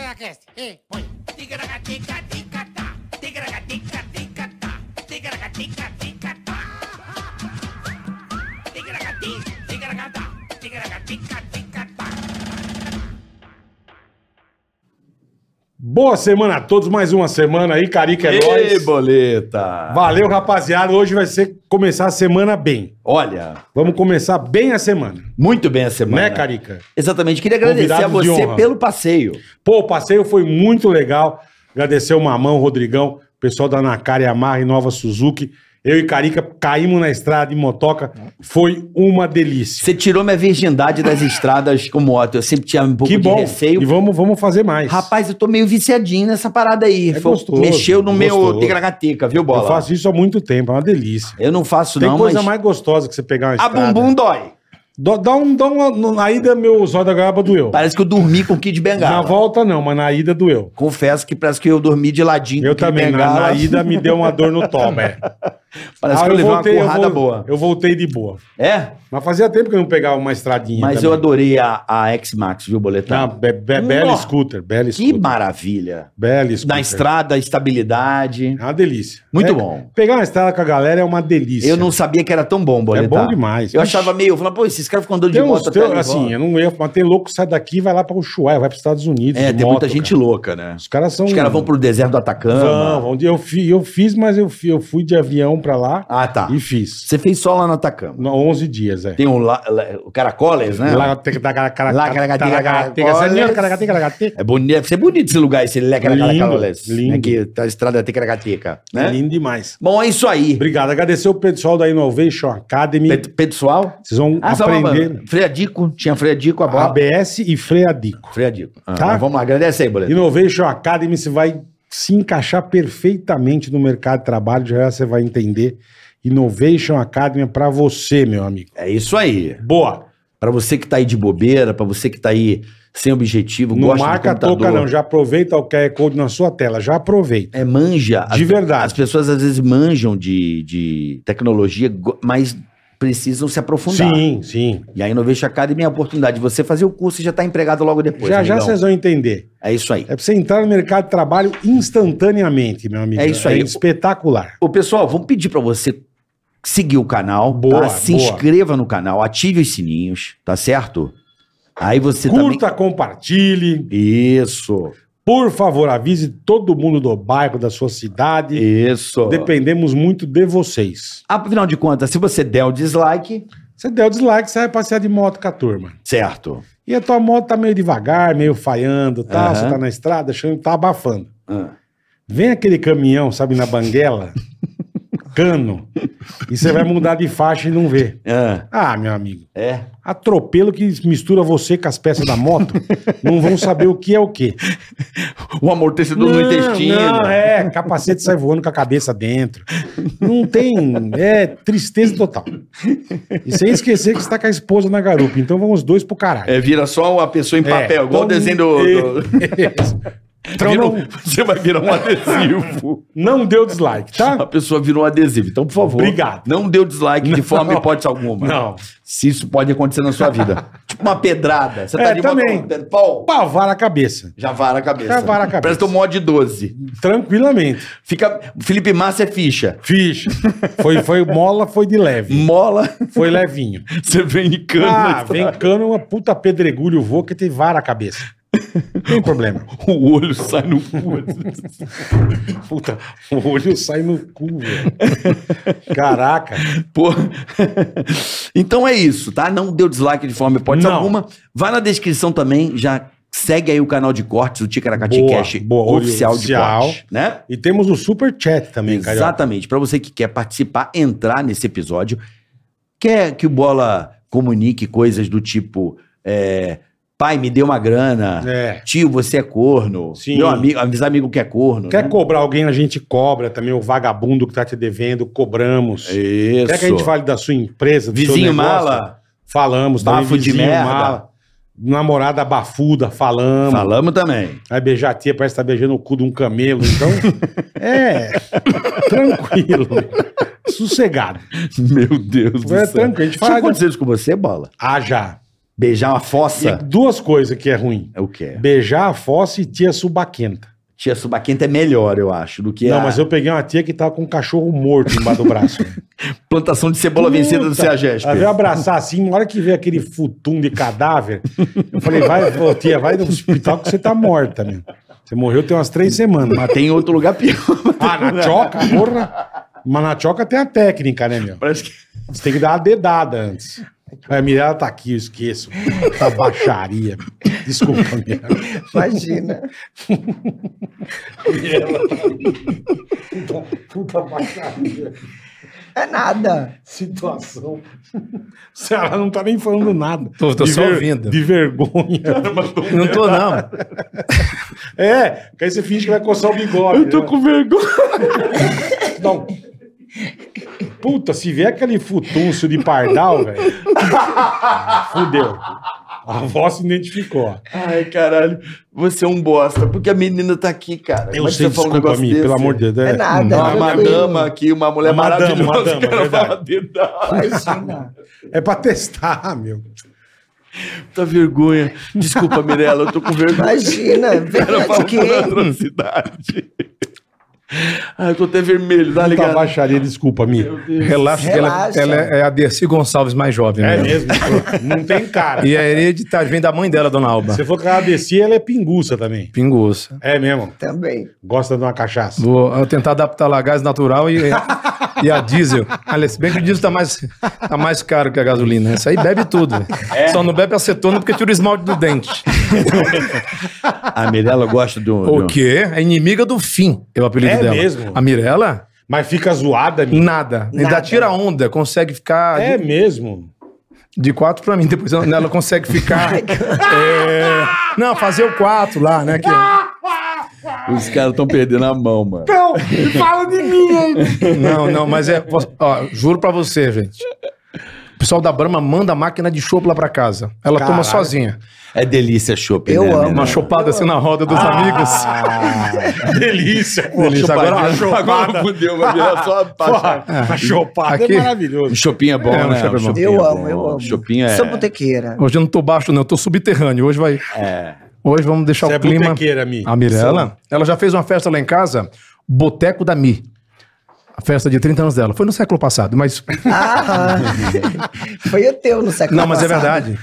Tigracast, ei, põe. Tigragatica-tica-tá. Tigragatica-tica-tá. Tigragatica-tica-tá. Tigragati, tigragatá. Tigragatica-tica-tá. Boa semana a todos, mais uma semana aí, Carica é Ei, nóis. boleta! Valeu, rapaziada. Hoje vai ser começar a semana bem. Olha, Vamos começar bem a semana, muito bem a né, semana. Carica? Exatamente. Queria agradecer a Convidados de honra. você pelo passeio. Pô, o passeio foi muito legal. Agradecer o Mamão, o Rodrigão, o pessoal da Nakari Amarra e Nova Suzuki. Eu e Carica caímos na estrada de motoca. Foi uma delícia. Você tirou minha virgindade das estradas com moto. Eu sempre tinha um pouco que de bom. receio. E vamos, vamos fazer mais. Rapaz, eu tô meio viciadinho nessa parada aí. É Foi- gostoso, mexeu no gostoso. meu tigragatica, viu, bola? eu faço isso há muito tempo, é uma delícia. Eu não faço, Tem não, coisa mas. mais gostosa que você pegar uma A estrada. bumbum dói. Dó- Dá um, dá um, na ida, meu zóio da goiaba doeu. Parece que eu dormi com o Kid Na Bengala. volta não, mas na ida doeu. Confesso que parece que eu dormi de ladinho Eu com o Kid também, na, Bengala. na ida me deu uma dor no toba. é. Parece Ah, que eu, levei voltei, uma porrada vol- boa. Eu voltei de boa. É? Mas fazia tempo que eu não pegava uma estradinha. Mas eu adorei a, a X-Max, viu, boletão? Tá, be, be- bela Nó. scooter, bela Que scooter. maravilha! Bela scooter. Na estrada, estabilidade. É uma delícia. Muito É, bom. Pegar uma estrada com a galera é uma delícia. Eu não sabia que era tão bom, É Boletar. bom demais. Eu achava meio, eu falava, pô, esses caras ficam andando de Tem uns, moto tem, assim, até assim, eu não ia, mas tem louco que sai daqui e vai lá pra Ushuaia, vai pros Estados Unidos. É, de tem moto, muita gente cara. louca, né? Os caras são. Os caras vão pro deserto do Atacama. Vão, vão. Eu, fi- eu fiz, mas eu, fi- eu fui de avião pra lá Ah, tá. e fiz. Você fez só lá no Atacama. No- 11 dias, é. Tem o, la, la- o Caracoles, né? É bonito, deve ser bonito esse lugar, esse Lecaracoles. Lindo, lindo. Né, que tá a estrada Ticaracateca, É né? lindo demais. Bom, é isso aí. Obrigado. Agradecer o pessoal da Innovation Academy. Pe- Pessoal, Vocês vão Ah, só uma- aprender Freadico, tinha Freadico a bola. ABS e freadico. Freadico. Ah, Tá? mas Vamos lá, agradece aí, boleto. Innovation Academy, você vai se encaixar perfeitamente no mercado de trabalho, já já você vai entender. Innovation Academy é pra você, meu amigo. É isso aí. Boa. Pra você que tá aí de bobeira, pra você que tá aí sem objetivo, Não gosta marca a do computador. toca, não. Já aproveita o QR Code na sua tela. Já aproveita. É manja. De As- verdade. As pessoas às vezes manjam de, de tecnologia, go- mas precisam se aprofundar. Sim, sim. E a Innovation Academy é a oportunidade de você fazer o curso e já tá empregado logo depois. já já amigão. vocês vão entender. É isso aí. É pra você entrar no mercado de trabalho instantaneamente, meu amigo. É isso aí. espetacular. Ô, pessoal, vamos pedir pra você seguir o canal. Boa, tá? Se boa. inscreva no canal, ative os sininhos, tá certo? Aí você Curta, compartilhe. também. Isso. Por favor, avise todo mundo do bairro, da sua cidade. Isso. Dependemos muito de vocês. Afinal de contas, se você der o dislike, Você der o dislike, você vai passear de moto com a turma. certo. E a tua moto tá meio devagar, meio falhando, tá? Aham. Você tá na estrada, achando que tá abafando. Vem aquele caminhão, sabe, na banguela, cano, e você vai mudar de faixa e não vê. Ah, Ah, meu amigo. é. Atropelo que mistura você com as peças da moto, não vão saber o que é o que. O Um amortecedor no intestino. Não, é, capacete sai voando com a cabeça dentro. Não tem, é tristeza total. E sem esquecer que você tá com a esposa na garupa, então vão os dois pro caralho. É, vira só uma pessoa em papel, igual o desenho do. do- É. Então Vira não, um- Você vai virar um adesivo. não deu dislike, A tá? pessoa virou um adesivo. Então, por favor. Obrigado. Não dê o dislike de forma hipótese alguma. Não. Se isso pode acontecer na sua vida. tipo uma pedrada. Você tá É, ali também. botando- pau, Pá, vara a cabeça. Já vara a cabeça. Já vara a cabeça. Parece que tomou de 12. Tranquilamente. Fica. Felipe Massa é ficha. Ficha. Foi, foi mola, foi de leve. Mola, Foi levinho. você vem de cano. Ah, na vem estrada. cano, uma puta pedregulho voa que tem vara a cabeça. Não tem problema. O olho sai no cu. Puta, Um o olho sai no cu, velho. Caraca. Pô. Então é isso, tá? Não deu dislike de forma hipótese Não. alguma. Vai na descrição também, já segue aí o canal de cortes, o Ticaracati Boa, Cash boa, oficial de oficial. cortes, né? E temos o super chat também, cara. Exatamente. Pra você que quer participar, entrar nesse episódio, quer que o Bola comunique coisas do tipo é, pai, me dê uma grana, É. tio, você é corno, Sim. meu amigo, avisar amigo que é corno. Quer né? cobrar alguém, a gente cobra também. O vagabundo que tá te devendo, cobramos. Isso. Quer que a gente fale da sua empresa, do seu Vizinho negócio? mala, Falamos. também, Bafo de vizinho merda. Namorada bafuda, falamos. falamos também. Vai beijar a tia, parece que tá beijando o cu de um camelo. Então, é. Tranquilo. Sossegado. Meu Deus É tranquilo, a gente fala- Isso aconteceu isso com você, Bola? Ah, já. Beijar uma E fossa. duas coisas que é ruim. É o quê? Beijar a fossa e tia subaquenta. Tia Subaquenta é melhor, eu acho, do que é Não, a mas eu peguei uma tia que tava com um cachorro morto embaixo do braço. plantação de cebola vencida do Puta, Ceagesp. Ela veio abraçar assim, na hora que veio aquele futum de cadáver, eu falei, vai, ô, tia, vai no hospital que você tá morta, meu. Você morreu tem umas três semanas. Mas... Mas tem outro lugar pior. Ah, na choca, porra. Mas na choca tem a técnica, né, meu? Parece que... Você tem que dar uma dedada antes. É, a Mirella tá aqui, eu esqueço. Tá baixaria. meu. Desculpa, Mirella. Imagina. tá Puta, puta baixaria. É nada. Situação. Ela não tá nem falando nada. Tô- tô De só ouvindo. De vergonha. Não tô, não. É, que aí você finge que vai coçar o bigode. Eu tô com vergonha. Não. Puta, se vier aquele futúncio de pardal, velho. Fudeu. A avó se identificou. ó. Ai, caralho. Você é um bosta. Porque a menina tá aqui, cara. Eu Como é que sei, você fala um desculpa, negócio Mi, desse? pelo amor de Deus. É nada. Não, Tá é uma tranquilo. dama aqui, uma mulher É uma dama, maravilhosa. uma dama, o cara verdade. fala dedada. Imagina. É pra testar, meu. Puta vergonha. Desculpa, Mirella, eu tô com vergonha. Imagina. Ela Verdade fala que uma atrocidade. Ah, eu tô até vermelho, dá Puta ligado? baixaria, desculpa, Mi. Relaxa, que ela, Relaxa. ela é a Dercy Gonçalves mais jovem. É né? mesmo. pô, Não tem cara. E é- a hereditária vem da mãe dela, Dona Alba. Se for com ela descer, ela é pinguça também. Pinguça. É mesmo. também. Gosta de uma cachaça. Vou eu tentar adaptar lá a gás natural e, e a diesel. Aliás, se bem que o diesel tá mais, tá mais caro que a gasolina. Isso aí bebe tudo. É. Só não bebe acetona porque tira o esmalte do dente. A Mirella gosta do. O quê? É inimiga do fim, é o apelido É dela. mesmo? A Mirella? Mas fica zoada, Mi. Nada. Ainda Nada. tira onda, consegue ficar É de, mesmo. de quatro pra mim. Depois ela ela consegue ficar. é, não, fazer o quatro lá, né? que- Os caras tão perdendo a mão, mano. Não, fala de mim aí. Não, não, mas é. ó, juro pra você, gente. O pessoal da Brahma manda a máquina de chopp lá pra casa. Ela Caralho. toma É. sozinha. É delícia chopp, Eu né, amo. Mirella? Uma chopada assim na roda Ah. dos amigos. Delícia, pô. Delícia. Agora- Chupadinha, Agora fudeu, vai virar só a Porra, paixão. a chopada Aqui- é maravilhoso. Chopinho é bom, É, um né? chopp é bom. Chopinho Eu é amo, bom. eu amo. Chopinho é... Sou botequeira. Hoje eu não tô baixo, não. Eu tô subterrâneo. Hoje vai. é. Hoje vamos deixar Você o é clima. botequeira, Mi. A Mirella, ela já fez uma festa lá em casa, Boteco da Mi. A festa de 30 anos dela. Foi no século passado, mas. Ah, foi o teu no século Não, mas é passado. verdade.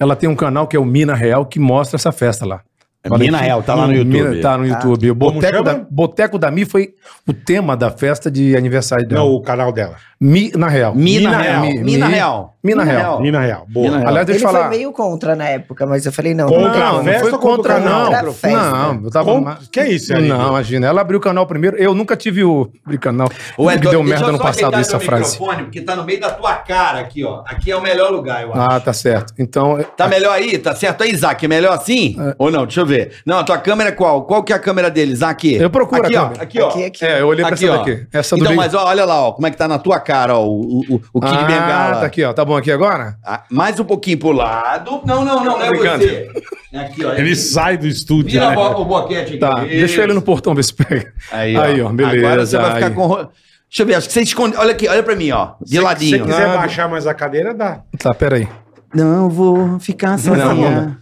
Ela tem um canal que é o Mina Real que mostra essa festa lá. É Mina Real, tá lá no YouTube. tá no YouTube. O Boteco chama? da, Boteco da Mi foi o tema da festa de aniversário dela. Não, o canal dela. Mi na Real. Mina Mina Real. Real. Mi- Mina Mi- Real. Mina Real. Mina Real. Boa. Mina Real. Aliás, Ele deixa eu falar. foi meio contra na época, mas eu falei, não. Contra não, a Não, não festa foi ou contra contra, o não. canal? Contra a festa. Não, eu tava. Com- ma- Que é isso, Eric? Não, imagina. Ela abriu o canal primeiro. Eu nunca tive o abri canal. Ô, que Edu, deu deixa merda eu no só passado ajeitar essa meu frase. microfone, Porque tá no meio da tua cara aqui, ó. Aqui é o melhor lugar, eu acho. Ah, tá certo. Então, Tá melhor aí? Tá certo aí, Isaac? É melhor assim? Ou não? Deixa eu ver. Não, a tua câmera é qual? Qual que é a câmera dele, Isaac? Eu procuro aqui, a ó. câmera. Aqui, ó. Aqui, aqui. é, eu olhei pra Aqui, essa ó. daqui. Essa do então, meio- mas ó, olha lá, ó, como é que tá na tua cara, ó, o, o, o Kid ah, Bengala. tá aqui, ó. Tá bom aqui agora? Ah, mais um pouquinho pro lado. Não, não, não, não é Obrigado. você. É aqui, ó. Ele sai do estúdio. Vira né? bo- o boquete aqui. Tá. Deixa ele no portão ver se pega. Aí, ó. beleza. Agora você vai aí. ficar com... ro- Deixa eu ver, acho que você esconde... Olha aqui, olha pra mim, ó. De Se você ladinho. quiser Nada. baixar mais a cadeira, dá. Tá, peraí. Não vou ficar Não, não.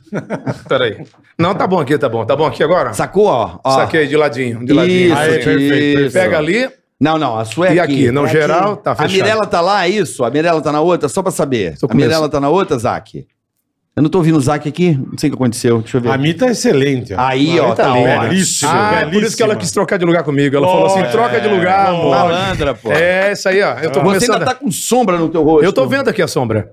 Peraí. Não, tá bom aqui, tá bom. Tá bom aqui agora? Sacou, ó? ó. Saquei de ladinho, de ladinho. Isso, Aí, perfeito, perfeito. Pega ali Não, não, a sua é e aqui. Não, geral, tá a fechado. Mirella tá lá, é isso? A Mirella tá na outra? Só pra saber. Tô A com Mirella tá na outra, Zac? Eu não tô ouvindo o Zac aqui. Não sei o que aconteceu. Deixa eu ver. A Mi tá excelente. ó. Aí, Ah, ó, ele tá, tá ótimo. bem. Belíssimo, Ah, é por isso que ela belíssima. quis trocar de lugar comigo. Ela falou assim: Lógico. troca de lugar, amor. Malandra, pô. É, isso aí, ó. Eu tô Você começando. ainda tá com sombra no teu rosto. Eu tô vendo aqui a sombra.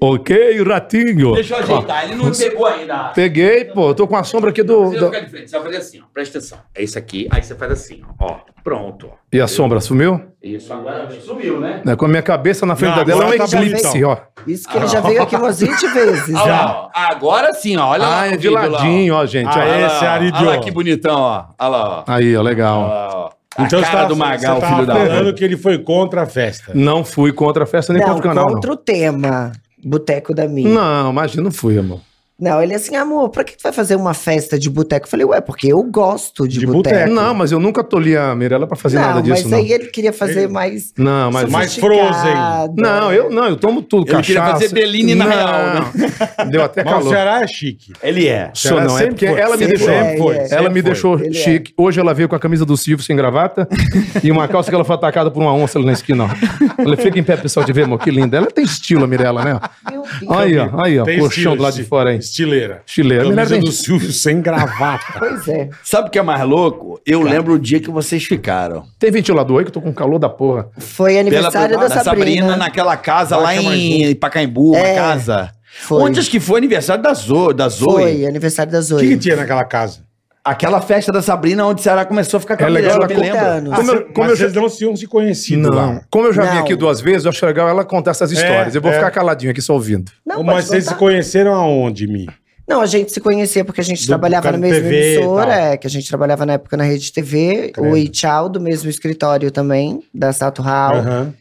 Ok, ratinho. Deixa eu ajeitar, ele não pegou ainda. Peguei, pô. Eu tô com a sombra aqui do. Você vai do- ficar de frente, você vai fazer assim, ó. Presta atenção. É isso aqui, aí você faz assim, ó. Ó, Pronto, ó. E a sombra sumiu? Isso agora sumiu, né? É, Com a minha cabeça na frente Não, da dela é um agora tá eclipse, então. bonitão. ó. Isso que ele já veio aqui umas 20 vezes. né? Olha lá, ó. Agora sim, ó. Olha lá. no Ah, é de vídeo lá, ó. ladinho, ó, gente. ó. Ah, é? Esse Olha lá, Aridio. olha lá que bonitão, ó. Olha lá, ó. Aí, ó, legal. Olha lá, ó. A Então Então tá cara do Magal, você tava filho da falando puta. que ele foi contra a festa. Não fui contra a festa nem Não, contra o canal. contra o tema. Boteco da minha. Não, não imagina, não fui, amor. Não, ele assim, amor, pra que tu vai fazer uma festa de boteco? Eu falei, ué, porque eu gosto de, De boteco. boteco. Não, mas eu nunca tolhi a Mirella pra fazer nada É. Não, mas disso, não. aí é ele queria fazer mais. Não, mas... Mais sofisticado. Não, eu não, eu tomo tudo, Ele cachaça. queria fazer Bellini na real, não. Deu até Mas o calor. Ceará é chique. Ele é. Sou Ceará não, é sempre porque foi. ela me Sempre deixou... é, Sempre foi. é. Ela sempre me foi. deixou Ele é. chique. Hoje ela veio com a camisa do Silvio sem gravata e uma calça que ela foi atacada por uma onça ali na esquina. ó. Ela fica em pé, pessoal, de ver, amor, que linda. Ela tem estilo, a Mirella, né? Meu Deus. Aí, ó, aí, ó, Tem colchão estilo, do lado de esti- fora aí. Estileira. Estileira. Mirella Camisa tem do Silvio sem gravata. Pois é. Sabe o que é mais louco? Eu lembro o dia que vocês ficaram. Tem ventilador aí que eu tô com calor da porra. Foi aniversário Pela- da, Sabrina. naquela casa Lá lá em em Pacaembu, uma É. casa. Foi. Onde acho que foi aniversário da Zoe, da Zoe. Foi, aniversário da O que, Zoe. que tinha naquela casa? Aquela festa da Sabrina onde o Ceará começou a ficar com É a legal Mirella, ela me contar. lembro. Anos. Como eu- como eu Ah, Mas vocês não tinham se conhecido lá. Como eu já vim Não. aqui duas vezes, eu acho legal ela contar essas histórias. eu vou é. ficar caladinho aqui só ouvindo. Não, Mas pode vocês contar. se conheceram aonde, Mi? Não, a gente se conhecia porque a gente Do- trabalhava por na causa mesma do TV e emissora, tal. é, que a gente trabalhava na época na Rede TV, Credo. o Itchau do mesmo escritório também, da Sato Hall. Aham.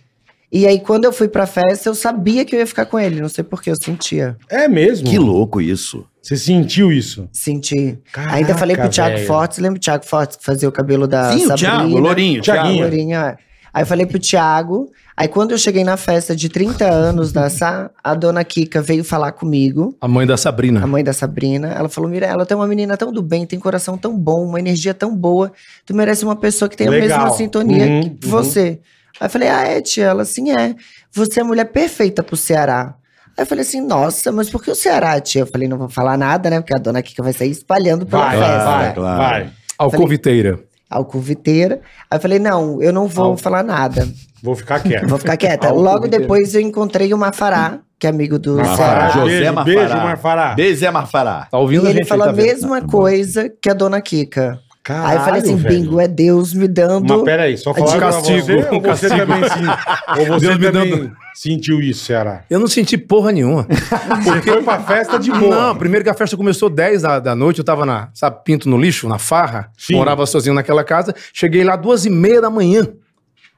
E aí, quando eu fui pra festa, eu sabia que eu ia ficar com ele, não sei porquê, eu sentia. É mesmo? Que louco isso. Você sentiu isso? Senti. Caraca, Ainda falei pro Thiago velho. Fortes, lembra o Thiago Fortes que fazia o cabelo da Sim, Sabrina? né? o Thiago, Lourinho. Thiaguinho. Thiago. Lourinho, é. Aí eu falei pro Thiago. Aí quando eu cheguei na festa de 30 anos da Sá, a dona Kika veio falar comigo, A mãe da a Sabrina. mãe da Sabrina. Ela falou: Mirella, tu é uma menina tão do bem, tem coração tão bom, uma energia tão boa. Tu merece uma pessoa que tenha Legal. a mesma sintonia Uhum, que uhum. você. Aí eu falei: Ah, é, tia? Ela assim é. Você é a mulher perfeita pro Ceará. Aí eu falei assim, nossa, mas por que o Ceará, tia? Eu falei, não vou falar nada, né? Porque a dona Kika vai sair espalhando pela Vai, festa. vai, claro. vai. Alcoviteira. Alcoviteira. Aí eu falei, não, eu não vou Al- falar nada. Vou ficar quieto. Vou ficar quieta. Álcool Logo inteiro. depois eu encontrei o Mafará, que é amigo do Mafará, Ceará. José beijo, Mafará. beijo, Marfará. Beijo, Zé Marfará. Tá E ouvindo a ele gente? falou aí, a tá vendo? mesma coisa que a dona Kika. aí eu falei assim, Caralho, bingo, velho. é Deus me dando. Mas peraí, só de falar pra é castigo, você, ou um você castigo. também, se- ou você Deus me também dando- sentiu isso, Ceará? Eu não senti porra nenhuma. Você foi pra festa de boa. Não, primeiro que a festa começou 10 da, da noite, eu tava na, sabe, pinto no lixo, na farra. Sim. Morava sozinho naquela casa. Cheguei lá duas e meia da manhã.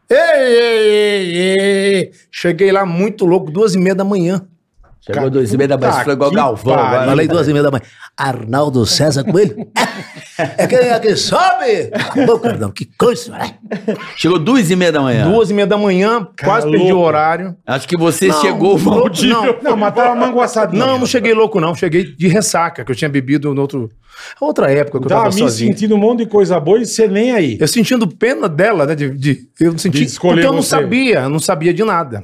Ei, ei, ei, ei. Cheguei lá muito louco, duas e meia da manhã. Chegou duas e meia da Puta manhã, ficou igual que Galvão pariu. agora. Falei duas e meia da manhã. Arnaldo César Coelho? É quem é que sobe? Ô, Cardão, que coisa, né? Chegou duas e meia da É. manhã. Duas e meia da manhã, quase perdi o louco. horário. Acho que você chegou, Valdir. Não, Não, mataram a manguaçadinha. Não, não cheguei louco, não. Cheguei de ressaca, que eu tinha bebido no outro. Outra época que eu Tá tava me sozinho. sentindo um monte de coisa boa e você nem aí. Eu sentindo pena dela, né? De, de- eu senti. De escolher porque eu não você. sabia, eu não sabia de nada.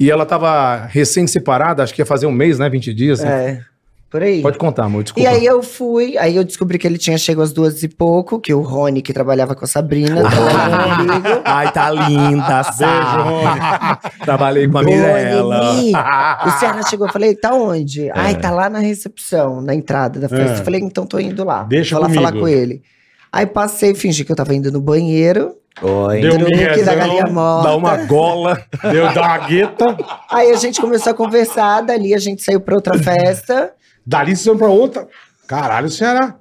E ela tava recém-separada, acho que ia fazer um mês, né? 20 dias. né? É, por aí. Pode contar, amor, E desculpa. aí eu fui, aí eu descobri que ele tinha chegado às duas e pouco, que o Rony, que trabalhava com a Sabrina, tá trabalhava comigo. Ai, tá linda, Beijo, Rony. Trabalhei com a Oi, Mirella. Nini. O Ceará chegou, eu falei, tá onde? Ai, tá lá na recepção, na entrada da festa. É. Eu falei, então tô indo lá. Deixa Vou lá comigo. falar com ele. Aí passei, fingi que eu tava indo no banheiro. Oi. Deu no look da miguezão, galinha morta. um- Dá uma gola. Deu da gueta. Aí a gente começou a conversar, dali a gente saiu pra outra festa. Dali você foi pra outra. Caralho, Ceará.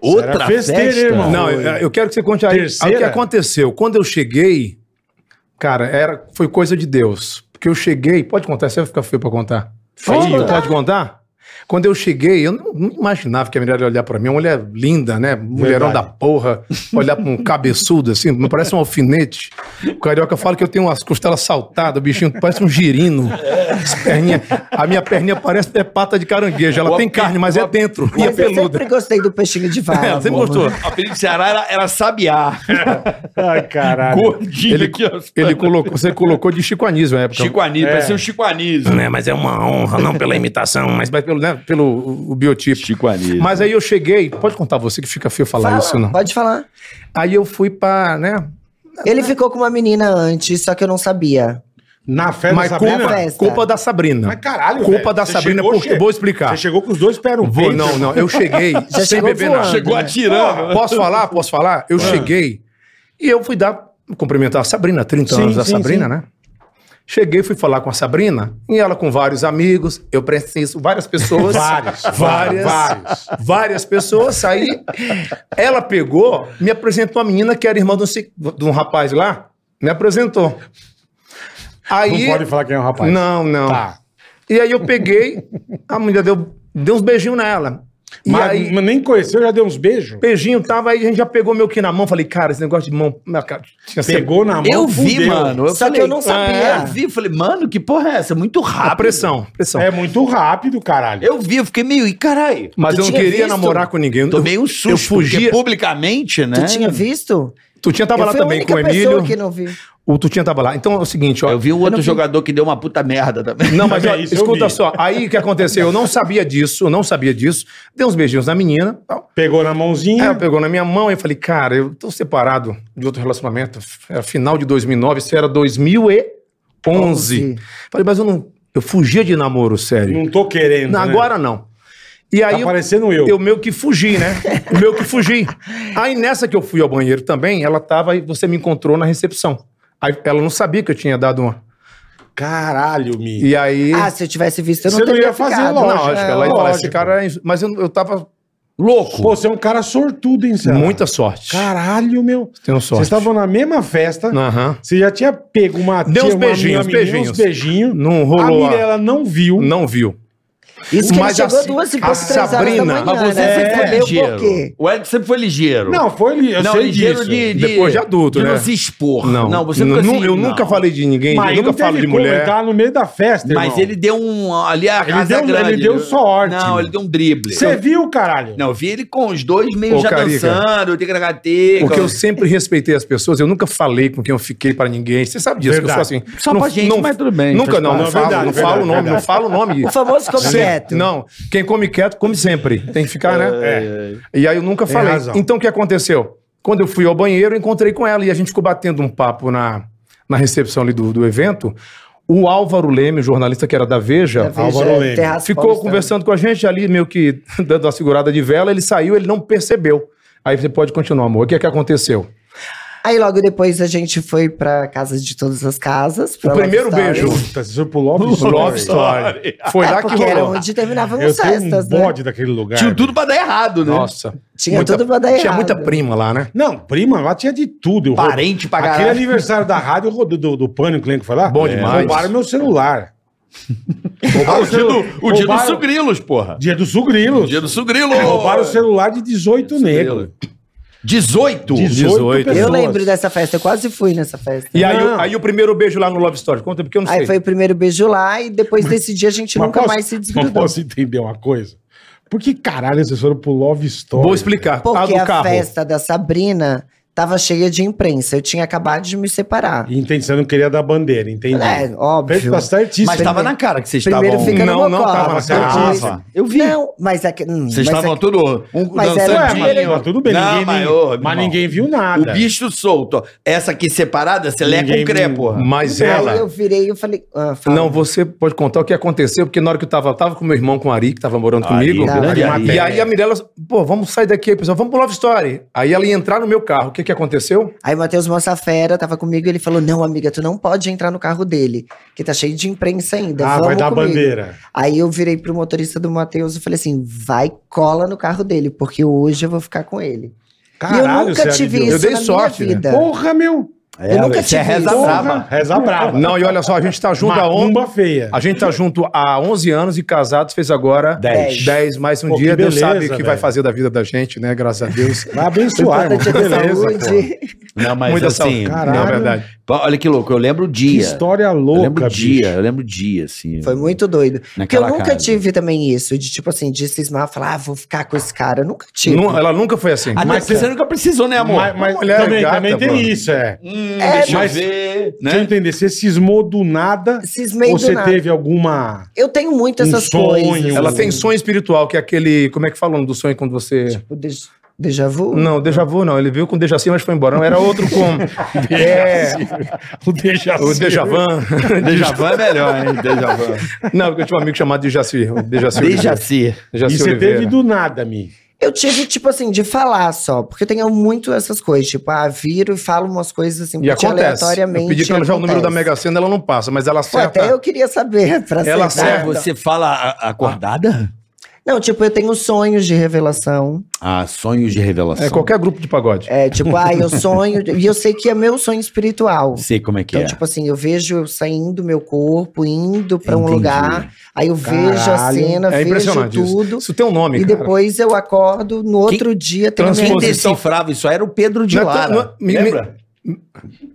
Outra Será festeira, festa? irmão? Não, eu, eu quero que você conte aí Terceira? o que aconteceu. Quando eu cheguei, cara, era, foi coisa de Deus. Porque eu cheguei, pode contar, você vai ficar feio pra contar. Pode Pode, contar. pode contar? Quando eu cheguei, eu não, não imaginava que a mulher ia olhar pra mim. Uma mulher linda, né? Mulherão Verdade. da porra. Olhar pra um cabeçudo assim, me parece um alfinete. O carioca fala que eu tenho umas costelas saltadas, o bichinho parece um girino. As perninhas- a minha perninha parece até pata de caranguejo. Ela O tem ape- carne, mas é dentro. E é Mas eu peluda. sempre gostei do peixinho de vara. Ah, Ela sempre amor. gostou. O apelido do Ceará era, era Sabiá. Ai, caralho. Gordinho Ele- aqui, ó. Ele colocou, você colocou de Chico Anísio na época. Chico Anísio, É. parecia um Chico Anísio. né? Mas é uma honra, não pela imitação, mas, mas pelo, né, pelo o, o biotipo. Chico Anísio. Mas aí eu cheguei, pode contar você que fica feio falar Fala, isso, não. Pode falar. Aí eu fui pra, né? Ele ficou com uma menina antes, só que eu não sabia. Na festa Mas da Na culpa, festa. culpa da Sabrina. Mas caralho, Culpa velho, da você Sabrina, chegou porque che- vou explicar. Você chegou com os dois pés no Vou, peito. não, não. Eu cheguei sem chegou beber voando. nada. Chegou atirando. Posso falar? Posso falar? Eu cheguei e eu fui dar cumprimentar a Sabrina, 30 Sim, anos da sim, Sabrina, sim. né? Cheguei, fui falar com a Sabrina e ela com vários amigos, eu preciso, várias pessoas. Vários, várias, vários. várias. pessoas. Aí ela pegou, me apresentou a menina que era irmã de um, se- de um rapaz lá, me apresentou. Aí, Não pode falar quem é o rapaz. Não, não. Tá. E aí eu peguei, a mulher deu Deu uns beijinhos nela. E Mas, aí, mas nem conheceu, já deu uns beijos. beijinho tava, aí a gente já pegou meio que na mão. Falei, cara, esse negócio de mão. na cara, tinha Pegou na mão. Eu vi, fudeu. mano. Eu "É, Só que eu não sabia. Ah, Eu vi, falei, mano, que porra é essa? Muito rápido. A pressão, pressão. É muito rápido, caralho. Eu vi, eu fiquei meio, e caralho. Mas tu eu não tinha queria visto? namorar com ninguém. Eu- Tomei um eu susto, fugia. porque publicamente, né? Tu tinha visto? Tu tinha Hum. tava eu lá fui a também única com o pessoa Emílio. que não vi. O Tutinha tava lá. Então é o seguinte, ó. Eu vi um outro jogador que deu uma puta merda também. Não, mas Também, ó, é isso eu escuta vi. só. Aí o que aconteceu? Eu não sabia disso, eu não sabia disso. Dei uns beijinhos na menina. tal. Pegou na mãozinha. Ela pegou na minha mão e É, eu falei, cara, eu tô separado de outro relacionamento. Era final de 2009, isso era 2011. Onze. Falei, mas eu não... Eu fugia de namoro, sério. Não tô querendo. Não, né? Agora não. E aí Tá eu- parecendo eu. eu. meio que fugi, né? meio que fugi. Aí nessa que eu fui ao banheiro também, ela tava e você me encontrou na recepção. Aí ela não sabia que eu tinha dado uma. Caralho, Mi. E aí. Ah, se eu tivesse visto, eu não Você não teria ia fazer ficado. logo. não, lógico, acho que é, ela ia falar, esse lógico. cara é. ins- Mas eu, eu tava Louco. Pô, você é um cara sortudo, hein, Sérgio? muita sorte. Caralho, meu. Tenho sorte. Vocês estavam na mesma festa. Aham. Você já tinha pego uma Deu uns tia, uma beijinhos, menina, beijinhos. uns beijinhos. Não A rolou. a- Mirella não viu. Não viu. Isso que Mas ele chegou assim, duas e a pouco, três horas da Sabrina- é manhã, Mas você né? sempre foi Entendeu por ligeiro. quê? É. O Ed sempre foi ligeiro. Não, foi li- eu não sei disso. ligeiro de, de- Depois de adulto, de né? não se expor. Não. você N- nunca se- Eu não. nunca falei de ninguém, Mas eu nunca não teve falo de como, mulher. Ele tava no meio da festa, irmão. Mas ele deu um. Ali a Ele casa deu- ele grande. deu sorte, Não, mano. ele deu um drible. Você viu, caralho? Não, eu vi ele com os dois meio Ô, já Carica. dançando, ticracateca. Porque eu sempre respeitei as pessoas, eu nunca falei com quem eu fiquei para ninguém. Você sabe disso, Verdade. que eu sou assim. Só pra gente, mas tudo bem, Nunca faz parte. não, não, Não, né? falo, verdade, não falo o nome, verdade, não falo o nome. O famoso como Sempre- quieto. Não, quem come quieto, come sempre. Tem que ficar, né? É. E aí eu nunca Tem falei. razão. Então o que aconteceu? Quando eu fui ao banheiro, eu encontrei com ela e a gente ficou batendo um papo na, na recepção ali do, do evento. O Álvaro Leme, o jornalista que era da Veja, Da Veja, Álvaro é, Leme. Terraço ficou Paulista. conversando com a gente ali, meio que dando uma segurada de vela. Ele saiu, ele não percebeu. Aí você pode continuar, amor. O que é que aconteceu? Aí logo depois a gente foi pra casa de todas as casas. pra O Love primeiro Story. beijo. Puta, você foi pro Love Story. Love Story. Foi É, lá que porque era rolou. onde terminavam Eu as tenho um festas, né? bode daquele lugar. Tinha tudo pra dar errado, né? Nossa. Tinha tudo pra dar Tinha Tá errado. muita prima lá, né? Não, prima, lá tinha de tudo. Eu Parente pra Aquele caralho. aniversário da rádio eu do, do, do Pânico, lembra que foi lá? Bom É. demais. Roubaram meu celular. Ah, o dia do, o dia dos Roubaram- sugrilos, porra. Dia do Sugrilo. O dia do sugrilo. Roubaram o celular de 18 negros. 18. 18. Eu pessoas. lembro dessa festa, eu quase fui nessa festa. E aí, Não. o- aí o primeiro beijo lá no Love Story. Conta, porque eu não Aí sei. foi o primeiro beijo lá e depois desse dia a gente Mas nunca posso- mais se Mas desgrudou. posso entender uma coisa? Por que caralho vocês foram pro Love Story? Vou explicar. a Porque do a carro. festa da Sabrina tava cheia de imprensa. Eu tinha acabado de me separar. Entendi, você não queria dar bandeira, entendi. É, Perfeito, óbvio. tá certíssimo. Mas tava na cara que vocês Primeiro estavam. fica assim, tá Não, no não Mocó, tava na depois- cara. Eu vi. Não, mas... Aqui, hum, mas Vocês estavam aqui- tudo um Mas era- Ué, dançandinho. mas, mas tudo bem, Não, ninguém, mas, ninguém- ô, mas irmão, ninguém viu O nada. bicho solto. ó. Essa aqui separada, você lê Ninguém com crê, viu. porra. Mas Aí ela. eu virei e falei... Ah, fala. Não, você pode contar o que aconteceu, porque na hora que eu tava, eu tava com meu irmão, com o Ari, que tava morando Ari, comigo. grande e Ari. aí a Mirella, pô, vamos sair daqui aí, pessoal, vamos pro Love Story. Aí ela ia entrar no meu carro. O que que aconteceu? Aí o Matheus Mossafera tava comigo e ele falou: Não, amiga, tu não pode entrar no carro dele, que tá cheio de imprensa ainda. Ah, vamos vai dar comigo." bandeira. Aí eu virei pro motorista do Matheus e falei assim: vai, cola no carro dele, porque hoje eu vou ficar com ele. e eu nunca Sérgio tive Diogo. isso Eu dei na sorte, né? minha vida. Porra, meu. É, eu nunca velho, você é tive reza isso. brava. Porra, reza brava. Não, e olha só, a gente tá junto há on... Ah, Macumba feia. A gente tá junto há 11 anos e casados, fez agora Dez. 10 mais um Pô, dia. que Deus beleza, sabe o que vai velho. fazer da vida da gente, né? Graças a Deus. Vai abençoar, irmão. Importante Que é ter beleza, pô. saúde. Não, mas Muita assim. saúde. Caralho. Na verdade. pô, Olha que louco, eu lembro o Que dia. história eu louca, lembro o bicho. dia, eu lembro o dia, assim. Foi muito doido. Porque eu Naquela nunca casa. tive também isso, de tipo assim, de cismar, falar, ah, vou ficar com esse cara. Eu nunca tive. Nu- Ela nunca foi assim. Ah, Até Mas porque você nunca precisou, né, amor? Mas, mas Uma mulher também, gata, também tem mano. isso, é. Hum, É, deixa mas- eu ver. Deixa eu Né? entender, você cismou do nada Cismei ou do você nada. teve alguma... Eu tenho muito Um essas sonho. coisas. Ela Sim. tem sonho espiritual, que é aquele. Como é que fala o nome do sonho quando você. Tipo, dej- déjà vu? Não, déjà vu não. Ele veio com déjà vu, mas foi embora. Não, era outro com. é. O déjà O déjà vu. Dejavan é melhor, hein? Dejavan. Não, porque eu tinha um amigo chamado Dejaci. o Dejaci Oliveira. Dejaci. Dejaci E você Oliveira. teve do nada, Mi. Eu tive, tipo assim, de falar só, porque eu tenho muito essas coisas, tipo, ah, viro e falo umas coisas assim, E acontece. aleatoriamente. Eu pedi pra ela já o número da acontece. Mega Sena, ela não passa, mas ela Pô, acerta. até eu queria saber pra Ela acertar. acerta. Você fala a- acordada? Não, tipo, eu tenho sonhos de revelação. Ah, sonhos de revelação. É qualquer grupo de pagode. É, tipo, ah, eu sonho. E eu sei que é meu sonho espiritual. Sei como é que Então, é. tipo assim, eu vejo eu saindo do meu corpo, indo pra um Entendi. lugar, aí eu vejo a Caralho, cena, É vejo impressionante isso. tudo. Isso tem um nome, E cara. depois eu acordo, no outro dia tem um a Quem minha... Transposição. decifrava isso aí era o Pedro de Não é tão- Lara. não é- me- me- Lembra?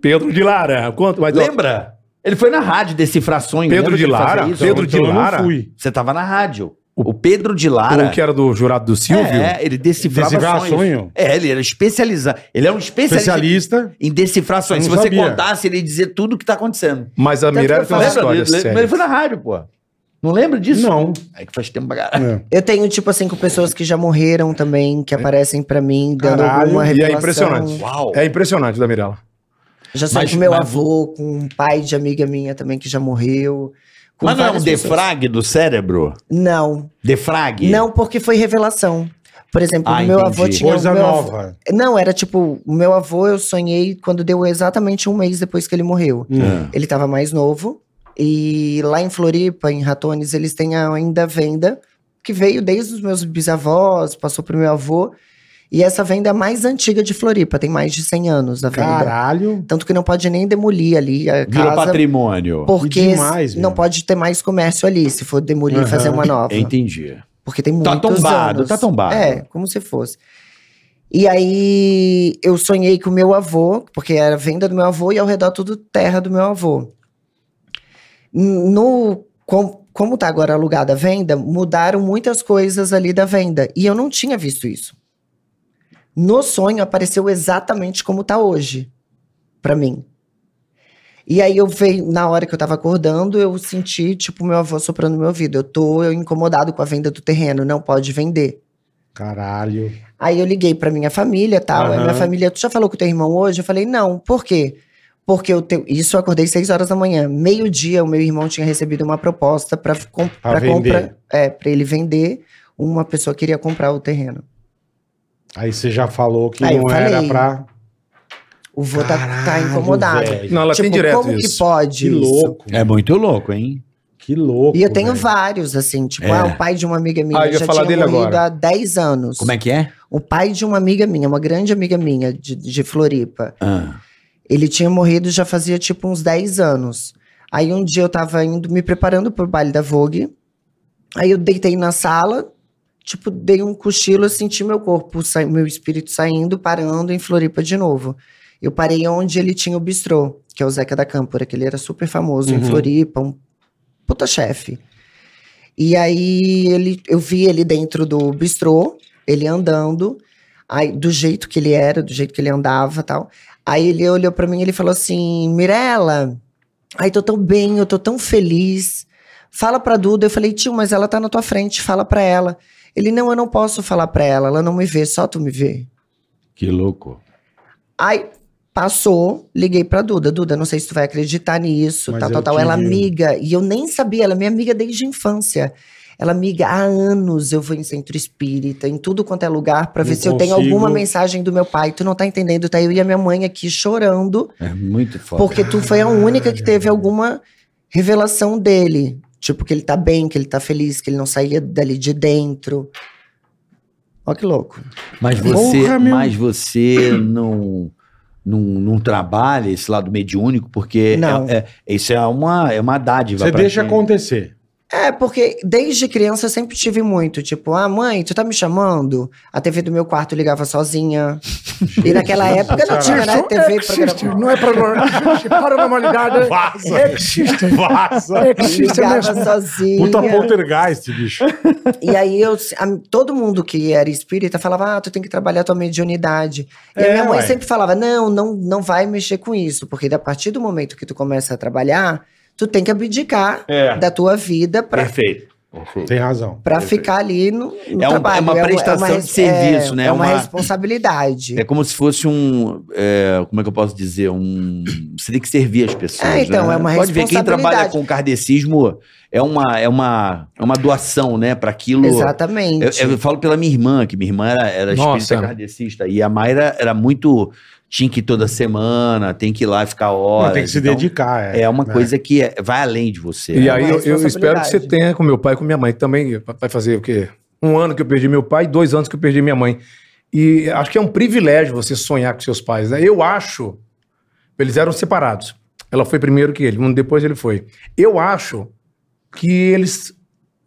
Pedro de Lara. Quanto? Mas, ó, Lembra? Ele foi na rádio decifrar sonhos. Pedro lembra de que ele fazia Lara? isso? Pedro de Então eu não Lara? fui. Você tava na rádio. O Pedro de Lara. O que é era do jurado do Silvio? É, ele decifrava Decifrar sonhos. sonho? É, ele era especializado. Ele é um especialista, Especialista. em decifrar sonhos. Se Eu você não sabia. contasse, ele ia dizer tudo o que tá acontecendo. Mas a Tanto Mirella que tem eu uma falo- história Ele- ele, séria. ele foi na rádio, pô. Não lembra disso? Não. É que faz tempo pra caralho. É. Eu tenho, tipo assim, com pessoas que já morreram também, que aparecem pra mim, dando Caralho, alguma e é revelação. impressionante. Uau. É impressionante da Mirella. Já sonho Mas- com meu mas- avô, com um pai de amiga minha também que já morreu. com Mas não é um várias pessoas. defrag do cérebro? Não, Defrag? não porque foi revelação. Por exemplo, Ah, o meu avô entendi. tinha... um o Coisa meu avô- nova. Não, era tipo, o meu avô eu sonhei quando deu exatamente um mês depois que ele morreu. Hum. Ah. Ele tava mais novo. E lá em Floripa, em Ratones, eles têm ainda a venda, que veio desde os meus bisavós, passou pro meu avô. E essa venda é a mais antiga de Floripa, tem mais de 100 anos da venda. Caralho. Tanto que não pode nem demolir ali a Virou casa, patrimônio. porque E demais, não meu. pode ter mais comércio ali, se for demolir e Aham. fazer uma nova. Entendi. Porque tem muitos Tá tombado, anos. tá tombado. É, como se fosse. E aí eu sonhei com o meu avô, porque era venda do meu avô e ao redor tudo terra do meu avô. N- No com- como tá agora alugada a venda, mudaram muitas coisas ali da venda e eu não tinha visto isso. No sonho apareceu exatamente como tá hoje pra mim. E aí eu veio, na hora que eu tava acordando, eu senti, tipo, meu avô soprando no meu ouvido. Eu tô incomodado com a venda do terreno, não pode vender. Caralho. Aí eu liguei pra minha família e tal. Aí Aham. minha família, tu já falou com teu irmão hoje? Eu falei, não, por quê? Porque eu tenho. Isso eu acordei seis horas da manhã. Meio-dia, o meu irmão tinha recebido uma proposta pra, com, Pra pra vender. compra. É, pra ele vender. Uma pessoa queria comprar o terreno. Aí você já falou que Aí eu não era falei. pra. O vô tá, tá Caralho, incomodado. Tipo, velho. Não, ela tem direto como que isso. pode? Que isso? louco. É muito louco, hein? Que louco. E eu tenho velho. vários, assim, tipo, É. ah, o pai de uma amiga minha né? Ah, eu ia já falar tinha dele morrido agora. há 10 anos. Como é que é? O pai de uma amiga minha, uma grande amiga minha de, de Floripa, Ah, ele tinha morrido já fazia tipo uns 10 anos. Aí um dia eu tava indo, me preparando pro baile da Vogue, aí eu deitei na sala, tipo, dei um cochilo, eu senti meu corpo, sa- meu espírito saindo, parando em Floripa de novo. Eu parei onde ele tinha o bistrô, que é o Zeca da Câmpora, que ele era super famoso em Uhum. Floripa, um puta chefe. E aí ele, eu vi ele dentro do bistrô, ele andando, aí, do jeito que ele era, do jeito que ele andava tal. Aí ele olhou pra mim e ele falou assim, Mirella, ai, tô tão bem, eu tô tão feliz. Fala pra Duda. Eu falei, tio, mas ela tá na tua frente, fala pra ela. Ele, não, eu não posso falar pra ela, ela não me vê, só tu me vê. que louco. Aí passou, liguei pra Duda. Duda, não sei se tu vai acreditar nisso, Mas tal, eu tal, tal. te Ela vi. amiga, e eu nem sabia, ela é minha amiga desde a infância. Ela é amiga há anos, eu vou em centro espírita, em tudo quanto é lugar, pra Não ver se eu tenho consigo. alguma mensagem do meu pai. Tu não tá entendendo, tá? Eu e a minha mãe aqui chorando, É muito foda. porque tu foi a única que teve alguma revelação dele. Tipo, que ele tá bem, que ele tá feliz, que ele não saía dali de dentro. Ó que louco. Mas você, Porra, meu. mas você não, não, não trabalha esse lado mediúnico, porque Não. é- é- isso é uma, é uma dádiva. Você pra deixa quem- acontecer. É, porque desde criança eu sempre tive muito, tipo, ah, mãe, tu tá me chamando? A TV do meu quarto ligava sozinha. E naquela época não tinha, né? TV programa. Não é para É paranormalidade. Vaza. Vaza. Ligava Puta sozinha. poltergeist, bicho. E aí eu, a- todo mundo que era espírita falava: "Ah, tu tem que trabalhar tua mediunidade". E É, a minha mãe ué. sempre falava: "Não, não, não vai mexer com isso, porque a partir do momento que tu começa a trabalhar, tu tem que abdicar É. da tua vida pra Perfeito. Tem razão. Pra ficar ali no, no É um- trabalho. é uma prestação de res- serviço, é, né? É uma, Uma- responsabilidade. É como se fosse um. é, como é que eu posso dizer? Um. Você tem que servir as pessoas. É, então, né? é uma Pode ver, quem trabalha responsabilidade. com kardecismo é uma, é uma, é uma doação, né? Para aquilo. Exatamente. Eu, eu falo pela minha irmã, que minha irmã era, era Nossa. espírita kardecista. E a Mayra era muito. Tinha que ir toda semana, tem que ir lá e ficar horas. Mas tem que se então, dedicar. né? É uma coisa que é- vai além de você. E né? aí eu, eu responsabilidade. espero que você tenha com meu pai e com minha mãe que também. Vai fazer o quê? um ano que eu perdi meu pai e dois anos que eu perdi minha mãe. E acho que é um privilégio você sonhar com seus pais, né? Eu acho. Eles eram separados. Ela foi primeiro que ele, um depois ele foi. Eu acho que eles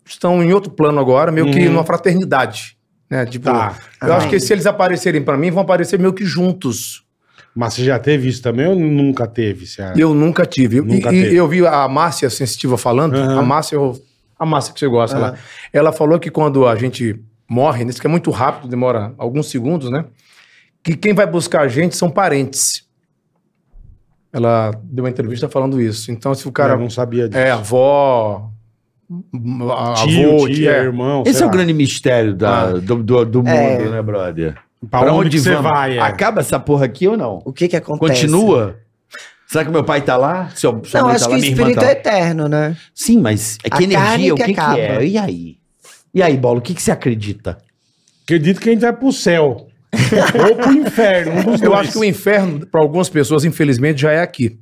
estão em outro plano agora, meio que numa fraternidade. Né? Tipo, Tá. eu acho que se eles aparecerem pra mim, vão aparecer meio que juntos. Mas você já teve isso também ou nunca teve? Você... é, né, Eu nunca tive. Eu- Nunca e, e teve. eu vi a Márcia Sensitiva falando, Aham. É. a Márcia, eu- a Márcia que você gosta lá. Ela falou que quando a gente morre, isso que é muito rápido, demora alguns segundos, né? Que quem vai buscar a gente são parentes. Ela deu uma entrevista falando isso. Então, se o Cara, eu cara não sabia disso. é avó, m- a- Tio, avô, tia, é. irmão. Esse sei é o lá. grande mistério da- Ah. do, do- do mundo, É. né, brother? Pra Pra onde, que você vamos? vai? É. Acaba essa porra aqui ou não? O que que acontece? Continua? Será que meu pai tá lá? Seu, sua Não, mãe acho tá que lá, o minha irmã espírito tá é lá? eterno, né? Sim, mas é que A carne energia, o que que, que acaba. é? E aí? E aí, Bola, o que, que você acredita? Acredito que a gente vai pro céu. ou pro inferno. Um dos Eu dois. acho que o inferno, para algumas pessoas, infelizmente, já é aqui.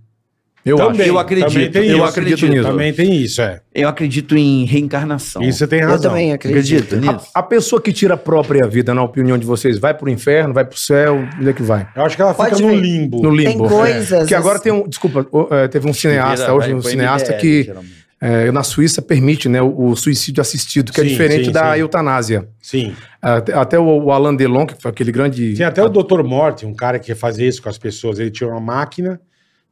Eu Também, acho. eu acredito, tem eu isso. acredito Então, nisso. Também tem isso, é. Eu acredito em reencarnação. Isso você tem Eu razão. também acredito. Acredita nisso? A pessoa que tira a própria vida, na opinião de vocês, vai pro inferno, vai pro céu, onde é que vai? Eu acho que ela Pode fica no ver. limbo. No limbo. Tem coisas. Que agora tem um. Desculpa, o- é, teve um cineasta, Vira- hoje vai um pro cineasta MBL, que geralmente. é, na Suíça permite né, o, o suicídio assistido, que é Sim, diferente sim, da sim. eutanásia. Sim. Até, até o, o Alain Delon, que foi aquele grande. Tem até o Dr. Morte, um cara que fazia isso com as pessoas. Ele tinha uma máquina,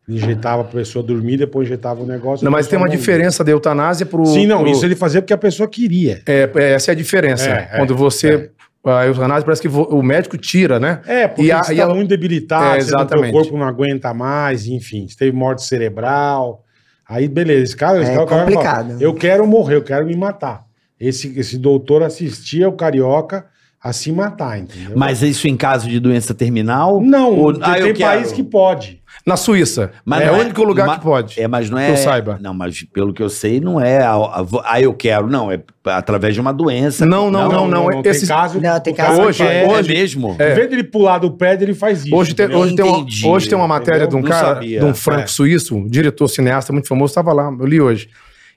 injetava a pessoa dormir, depois injetava o negócio. Não, a mas tem pessoa uma morria. diferença da eutanásia pro. Sim, não, pro- isso ele fazia porque a pessoa queria. é, é, essa é a diferença. É, é, Quando você. A eutanásia parece que vo- o médico tira, né? É, porque E a- você e está a- muito debilitado, É, você não- teu exatamente. corpo não aguenta mais, enfim, você teve morte cerebral. Aí, beleza, esse cara, esse É cara, o cara fala, complicado. eu quero morrer, eu quero me matar. Esse, esse doutor assistia o carioca a se matar, entendeu? Mas isso em caso de doença terminal? não, Ou- tem, Ah, eu tem quero. país que pode. Na Suíça. Mas é não o é- único lugar ma- que pode. É, mas não é. Que eu saiba. Não, mas pelo que eu sei, não é. a- a- Ah, eu quero. Não, é através de uma doença. Não, não, não, não. tem Esse- caso. Não, tem o caso cara hoje- quer- É, hoje- mesmo? Em vez dele pular do prédio, ele faz isso. Hoje tem, entendeu? hoje, tem uma, Entendi, hoje tem uma matéria de um Não cara, sabia. É. de um franco-suíço, um diretor cineasta muito famoso, estava lá, eu li hoje,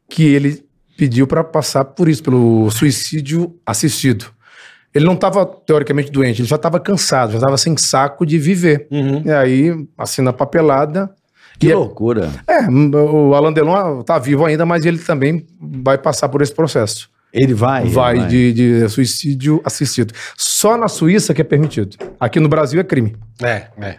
que ele pediu para passar por isso, pelo suicídio assistido. Ele não estava teoricamente doente, ele já estava cansado, já estava sem saco de viver. Uhum. E aí, assina a papelada. Que e é- loucura. é, o Alan Delon está vivo ainda, mas ele também vai passar por esse processo. Ele vai. ele vai de, de suicídio assistido. Só na Suíça que é permitido. Aqui no Brasil é crime. É, é.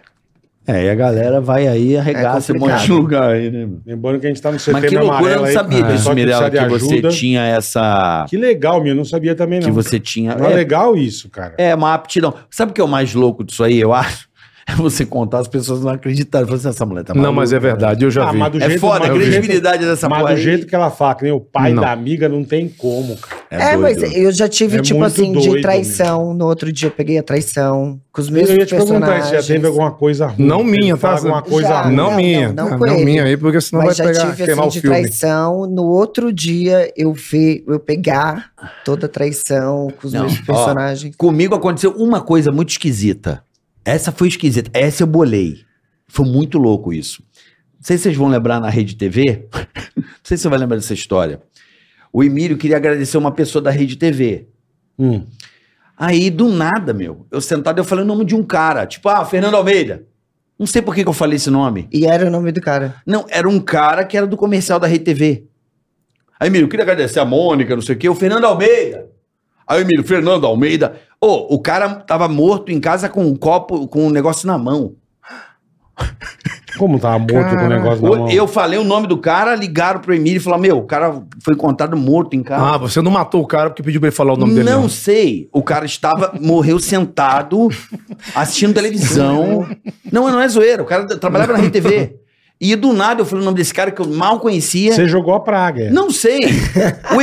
É, e a galera vai aí arregaça É um monte de complicado. lugar aí, né? meu? Lembrando que a gente tá no Mas setembro que loucura, eu amarelo não aí. sabia pessoal disso, que Mirella, que precisa de você ajuda. tinha essa. Que legal, meu, eu não sabia também não. Que você tinha. Não é É, legal isso, cara. É, uma aptidão. Sabe o que é o mais louco disso aí, eu acho? É você contar, as pessoas não acreditarem. Falam assim, essa mulher tá não, mas é verdade, eu já Ah, vi. mas do É jeito- foda, mas a do jeito- credibilidade dessa Mas porra do aí. jeito que ela fala, que nem o pai Não. da amiga não tem como, cara. É, mas eu já tive, É tipo muito assim, doido de traição. No outro dia eu peguei a traição. Com os meus eu ia te perguntar personagens. se já teve alguma coisa ruim. Não minha, Fala tá? Alguma coisa Já, ruim. não, Não, minha. não, Não, não não, com ele. minha aí, porque senão Mas vai já pegar, tive, queimar assim, de o filme. traição. No outro dia eu ver, eu pegar toda a traição com os Não, meus ó. personagens. Comigo aconteceu uma coisa muito esquisita. Essa foi esquisita. Essa eu bolei. Foi muito louco isso. Não sei se vocês vão lembrar na Rede TV. Não sei se você vai lembrar dessa história. O Emílio queria agradecer uma pessoa da Rede TV. Hum. Aí, do nada, meu, eu sentado, eu falei o nome de um cara. Tipo, ah, Fernando Almeida. Não sei por que, que eu falei esse nome. E era o nome do cara. Não, era um cara que era do comercial da Rede TV. Aí, Emílio, eu queria agradecer a Mônica, não sei o quê, o Fernando Almeida. Aí, Emílio, Fernando Almeida. Ô, o cara tava morto em casa com um copo, com um negócio na mão. Como tava morto com o Cara. negócio na mão? Eu falei o nome do cara, ligaram pro Emílio e falaram: Meu, o cara foi encontrado morto em casa. Ah, você não matou o cara porque pediu pra ele falar o nome dele. não sei. O cara estava, morreu sentado, assistindo televisão. Não, não é zoeira. O cara trabalhava na RTV. E do nada eu falei o nome desse cara que eu mal conhecia. Você jogou a praga. é. Não sei. O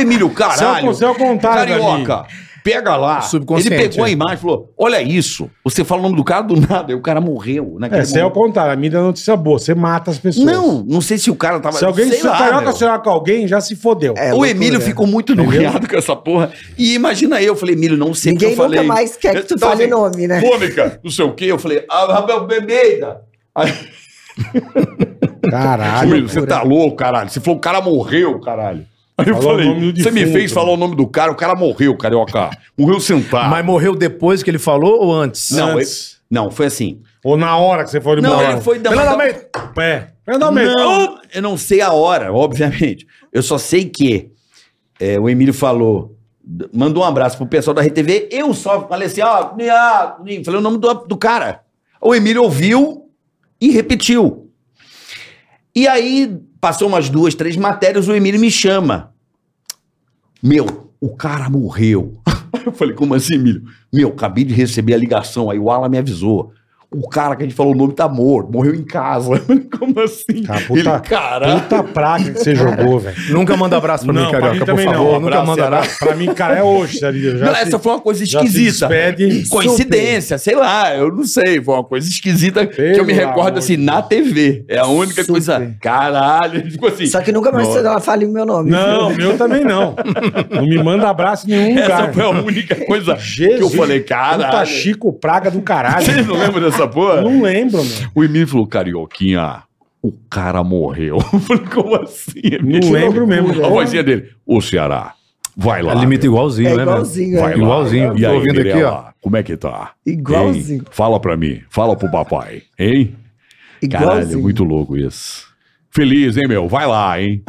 Emílio, Você é o- caralho. você é o contrário da Carioca. Pega lá. Subconsciente, Ele pegou a é. imagem e falou: Olha isso. Você fala o nome do cara do nada. E o cara morreu naquele É, você é o momento. contrário. A mídia é notícia boa. Você mata as pessoas. Não, não sei se o cara tava. Se alguém Ah, sei se lá, carioca meu. né? sonhar com alguém, já se fodeu. É, o loucura. Emílio né? ficou muito noiado com essa porra. E imagina eu, eu falei, Emílio, não sei o que eu Ninguém falei. nunca mais quer que Eu- tu tava fale o assim, nome, né? Cômica, não sei o quê. Eu falei, ah, Rafael Bebeida. Aí, Caralho. Ah, Emílio, você tá louco, caralho. Se for o cara morreu, caralho. Aí eu Falou o falei, nome do você me defunto, fez né? falar o nome do cara, o cara morreu, carioca. Morreu sentado. Mas morreu depois que ele falou ou antes? Não, Antes. ele- não, foi assim. Ou na hora que você for Não, embora. ele foi da. Fernando Almeida. É. Não, não, Não, eu não sei a hora, obviamente. Eu só sei que é, o Emílio falou, d- mandou um abraço pro pessoal da RTV. Eu só falei assim, ó, ah, falei o nome do, do cara. O Emílio ouviu e repetiu. E aí, passou umas duas, três matérias, o Emílio me chama. Meu, o cara morreu. Eu falei, como assim, Emílio? Meu, acabei de receber a ligação, aí o Ala me avisou. O cara que a gente falou o nome tá morto, morreu em casa. Eu falei, como assim? Cara, Tá, puta- ele, cara. Puta praga que você jogou, velho. Nunca manda abraço pra mim, Carioca, por favor. Nunca Um Abraço, manda abraço. abraço. Pra mim, cara, é hoje, Sérgio. Eu já Não, sei. essa foi uma coisa já se esquisita. despede. Coincidência, sei lá, eu não sei. Foi uma coisa esquisita que eu me Pelo amor recordo assim, de na Deus. TV. É a única Super. coisa. Caralho, tipo assim. Só que nunca mais ela fale o meu nome. Não, meu também não. Não me manda abraço em nenhum Essa lugar. foi a única coisa que eu Jesus. falei, Puta caralho. Chico Praga do caralho. Vocês não lembram dessa porra? Não lembro, meu. O Emílio falou, carioquinha, o cara morreu. Eu falei, como assim? Emílio? Não lembro mesmo. A vozinha dele, ô Ceará, vai lá. A limita igualzinho, É né? velho? igualzinho, é. Vai lá. né? Igualzinho. E Tô aí, ouvindo aqui, Mirella, como é que tá? Igualzinho. Hein? Fala pra mim, fala pro papai, hein? Caralho, Igualzinho. muito louco isso. Feliz, hein, meu? Vai lá, hein?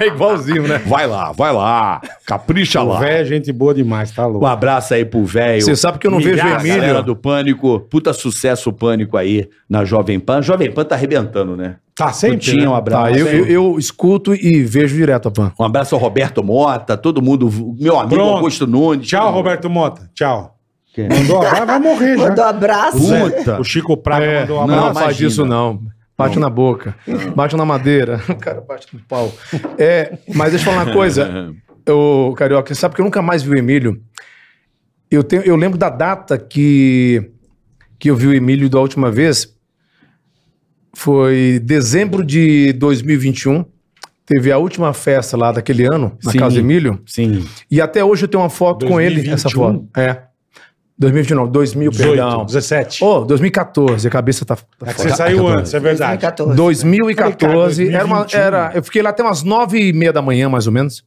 É igualzinho, né? Vai lá, vai lá. Tá Capricha O lá. velho é gente boa demais, tá louco. Um abraço aí pro velho. Você sabe que eu não vejo o Milhares, galera Emílio. do Pânico. Puta sucesso o Pânico aí na Jovem Pan. Jovem Pan tá arrebentando, né? Tá sempre, Putinha, né? um abraço. Tá, eu, eu, eu escuto e vejo direto a Pan. Um abraço ao Roberto Mota, todo mundo, meu amigo Pronto. Augusto Nunes. Tchau, Roberto Mota. Tchau. Mandou abraço, vai morrer já. Mandou abraço. Uh, O Zé- Puta. O Chico Praga mandou É, um Não, abraço. não faz imagina. isso, não. Bate na boca, bate na madeira, o cara bate no pau. É, mas deixa eu falar uma coisa, o Carioca, você sabe que eu nunca mais vi o Emílio. Eu, tenho, eu lembro da data que, que eu vi o Emílio da última vez. Foi dezembro de 2021. Teve a última festa lá daquele ano, na Sim. casa do Emílio. Sim. E até hoje eu tenho uma foto com ele, essa 2021? foto. É. 2029, 2000, 18, perdão. 17. Ô, 2014, a cabeça tá. tá É que fora. você saiu antes, é verdade. 2014. 2014, era uma, 2021. era, eu fiquei lá até umas nove e meia da manhã, mais ou menos,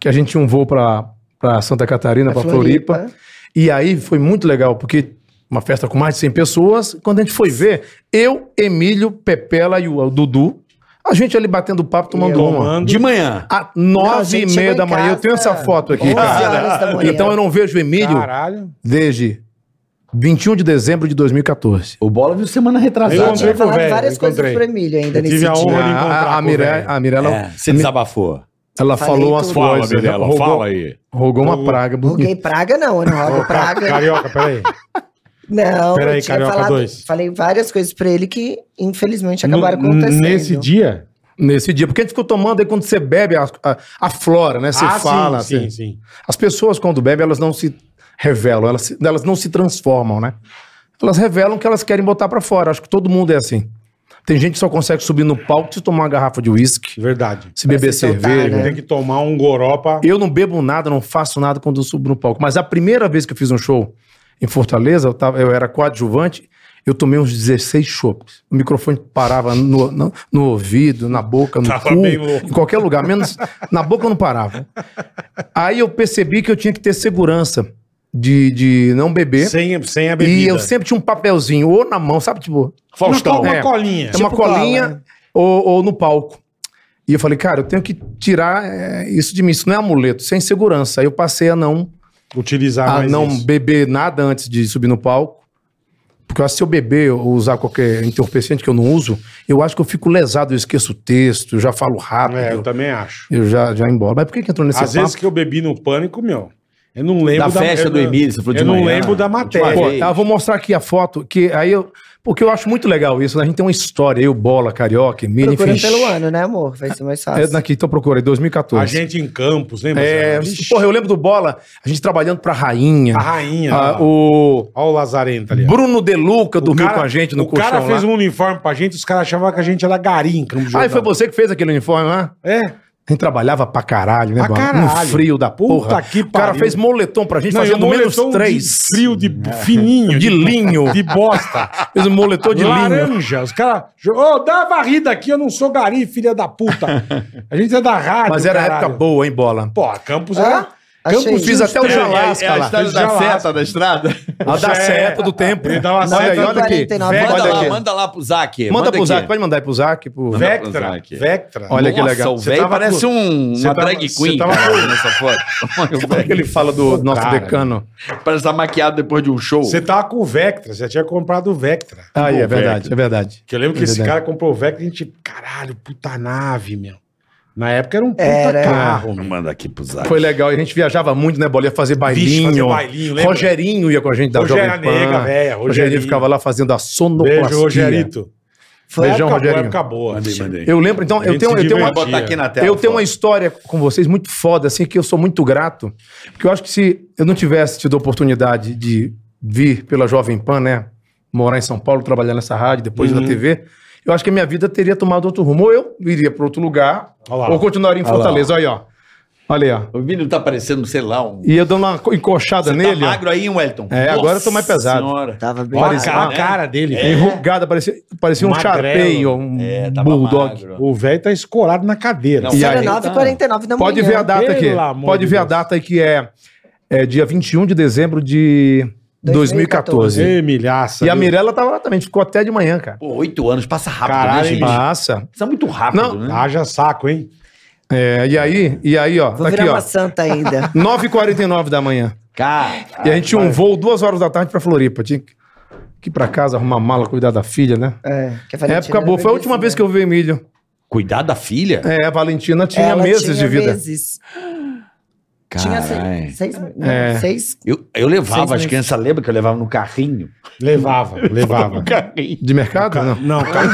que a gente tinha um voo pra, pra Santa Catarina, pra, Floripa. E aí foi muito legal, porque uma festa com mais de 100 pessoas, quando a gente foi ver, eu, Emílio, Pepela e o Dudu, a gente ali batendo papo, tomando Eu. uma. Tomando. De manhã. Às Não, a nove e gente meia chegou da em manhã, eu casa tenho essa foto aqui, 11 cara. horas da manhã. Então eu não vejo o Emílio Caralho. desde 21 de dezembro de 2014. O Bola viu Eu semana Eu retrasada. né? encontrei com tinha o falado velho, várias encontrei. coisas pro Emílio ainda Eu nesse tive a dia. honra. Ah, encontrar a, com o Mirella, velho. a Mirella, É, você desabafou. ela Falei falou umas tudo. Fala, coisas. né? Mirella, rogou, fala aí. Rogou uma Rogou. praga. bonita. Roguei praga, não. Eu não rogo praga. Carioca, peraí. Não, Peraí, eu tinha Carioca falado, dois. falei várias coisas pra ele que, infelizmente, acabaram No- acontecendo. Nesse dia. Nesse dia. Porque a gente ficou tomando, aí quando você bebe, a, a, a flora, né? Você Ah, fala. sim, assim. sim, sim. As pessoas, quando bebem, elas não se revelam, elas, se- elas não se transformam, né? Elas revelam o que elas querem botar pra fora. Acho que todo mundo é assim. Tem gente que só consegue subir no palco se tomar uma garrafa de uísque, Verdade. se beber se soltar, cerveja. né? Tem que tomar um goró pra. Eu não bebo nada, não faço nada quando eu subo no palco. Mas a primeira vez que eu fiz um show em Fortaleza, eu, tava- eu era coadjuvante, eu tomei uns 16 chopps. O microfone parava no, no- no ouvido, na boca, no Tava cu, bem louco. em qualquer lugar, menos na boca eu não parava. Aí eu percebi que eu tinha que ter segurança de, de não beber. Sem, sem a bebida. E eu sempre tinha um papelzinho, ou na mão, sabe? Tipo, Faustão. Uma É. colinha. é uma Tipo colinha cola, né? ou, ou no palco. E eu falei, cara, eu tenho que tirar é, isso de mim. Isso não é amuleto, isso é insegurança. Aí eu passei a não, Utilizar a mais Ah, não Ah, isso. beber nada antes de subir no palco. Porque eu acho que se eu beber ou usar qualquer entorpecente que eu não uso, eu acho que eu fico lesado, eu esqueço o texto, eu já falo rápido, É, eu eu, também acho. já, já ia embora. Mas por que, que entrou nesse Às papo? vezes que eu bebi no pânico, meu. Eu não lembro Da festa eu do não- Emílio, você falou de Eu não manhã. lembro da Última matéria. Pô, vez. tá, eu vou mostrar aqui a foto, que aí eu. Porque eu acho muito legal isso, né? A gente tem uma história, eu, bola, carioca, mini, enfim. Procurando pelo ano, né, amor? Vai ser mais fácil. É, daqui, então procura aí, 2014. A gente em Campos, lembra? É, Ixi, porra, eu lembro do Bola, a gente trabalhando pra Rainha. a rainha. Ah, lá. o Olha o Lazarento ali. ó. Bruno Deluca dormiu cara- com a gente no O cara colchão fez lá. um uniforme pra gente, os caras achavam que a gente era garim em Campos Ah, e foi você que fez aquele uniforme lá? É. A gente trabalhava pra caralho, né, Pra Barba? caralho. Um frio da porra. Puta que o cara pariu. fez moletom pra gente Não, fazendo e o menos moletom de três. É. frio de fininho, De linho. de bosta. Fez um moletom de linho. Laranja, os caras. Ô, dá a varrida aqui, eu não sou gari, filha da puta. A gente é da rádio. Mas era caralho. época boa, hein, bola? Pô, a Campos Ah, era. achei. Fiz até o É, Jalasca É a lá. história Fez da jalasca. seta da estrada? A da É. seta do tempo. Ele dava Olha seta aí, do olha aqui. 49. Olha Manda Olha lá, aqui. manda lá pro Zac. Manda pro aqui. Zac, pode mandar aí pro Zac. Pro... Manda pra usar Vectra. aqui. é. Vectra. Olha que Nossa, legal. o Você velho tava parece com- um, você uma tava- drag você queen tava cara, com- nessa foto. O Como é que velho ele fala do nosso Cara. decano? Parece estar maquiado depois de um show. Você tava com o Vectra, você tinha comprado o Vectra. Ah, é velho. verdade, é verdade. Que eu lembro que esse Verdade. cara comprou o Vectra e a gente, caralho, puta nave, meu. Na época era um puta Era, era. Ah, carro, meu. Manda aqui pro Zac. tá Foi legal, a gente viajava muito, né, Bola? Ia fazer Bicho, bailinho. fazer bailinho, lembra? Rogerinho ia com a gente da Rogério Jovem Pan. Nega, velha, Rogerinho. Rogerinho. ficava lá fazendo a sonoplastia. Beijo, Rogerito. Foi Beijão, época boa, Rogerinho. época boa. bicho. Eu lembro, então, A eu gente tenho, se eu tenho uma divertia. botar aqui na tela. Eu tenho uma foto. história com vocês muito foda, assim, que eu sou muito grato. Porque eu acho que se eu não tivesse tido a oportunidade de vir pela Jovem Pan, né? Morar em São Paulo, trabalhar nessa rádio, depois Uhum. na TV, eu acho que a minha vida teria tomado outro rumo. Ou eu iria para outro lugar, Olha lá. ou continuaria em Fortaleza. Olha aí, ó. Olha aí, ó. O menino tá parecendo, sei lá, um. E eu dando uma co- encoxada Você nele, tá ó. magro aí, Wellington? É, agora eu tô mais pesado. Senhora. Tava bem Olha a né? legal. cara, a cara dele. É. enrugada, parecia, parecia um Magrelo. charpei, ó, um É, tava bulldog. magro. O velho tá escorado na cadeira. Não, E aí? 09h49 da manhã. Pode ver a data aqui. Pelo amor Pode de ver a Deus. data aí que é, é dia 21 de dezembro de 2014. 2014. Ei, milhaça. E a viu? Mirella tava lá também, ficou até de manhã, cara. Pô, oito anos, passa rápido, Caralho, né, gente? Passa. Isso é muito rápido, Não, Ah. né? Haja saco, hein? É, e aí, e aí, ó, Vou tá aqui, virar ó. uma santa ainda. 9h49 da manhã. Cara, E a gente tinha um voo duas horas da tarde pra Floripa. Tinha que que ir pra casa, arrumar mala, cuidar da filha, né? É, que a Valentina Época era boa. Foi a bebezinha. última vez que eu vi o Emílio. cuidar da filha? É, a Valentina tinha Ela meses tinha de vida. meses. Tinha Caralho. seis, seis, não, É. seis Eu, eu levava Seis as meses. crianças, lembra que eu levava no carrinho? Levava, levava. Carrinho. De mercado? Não. Não, cara,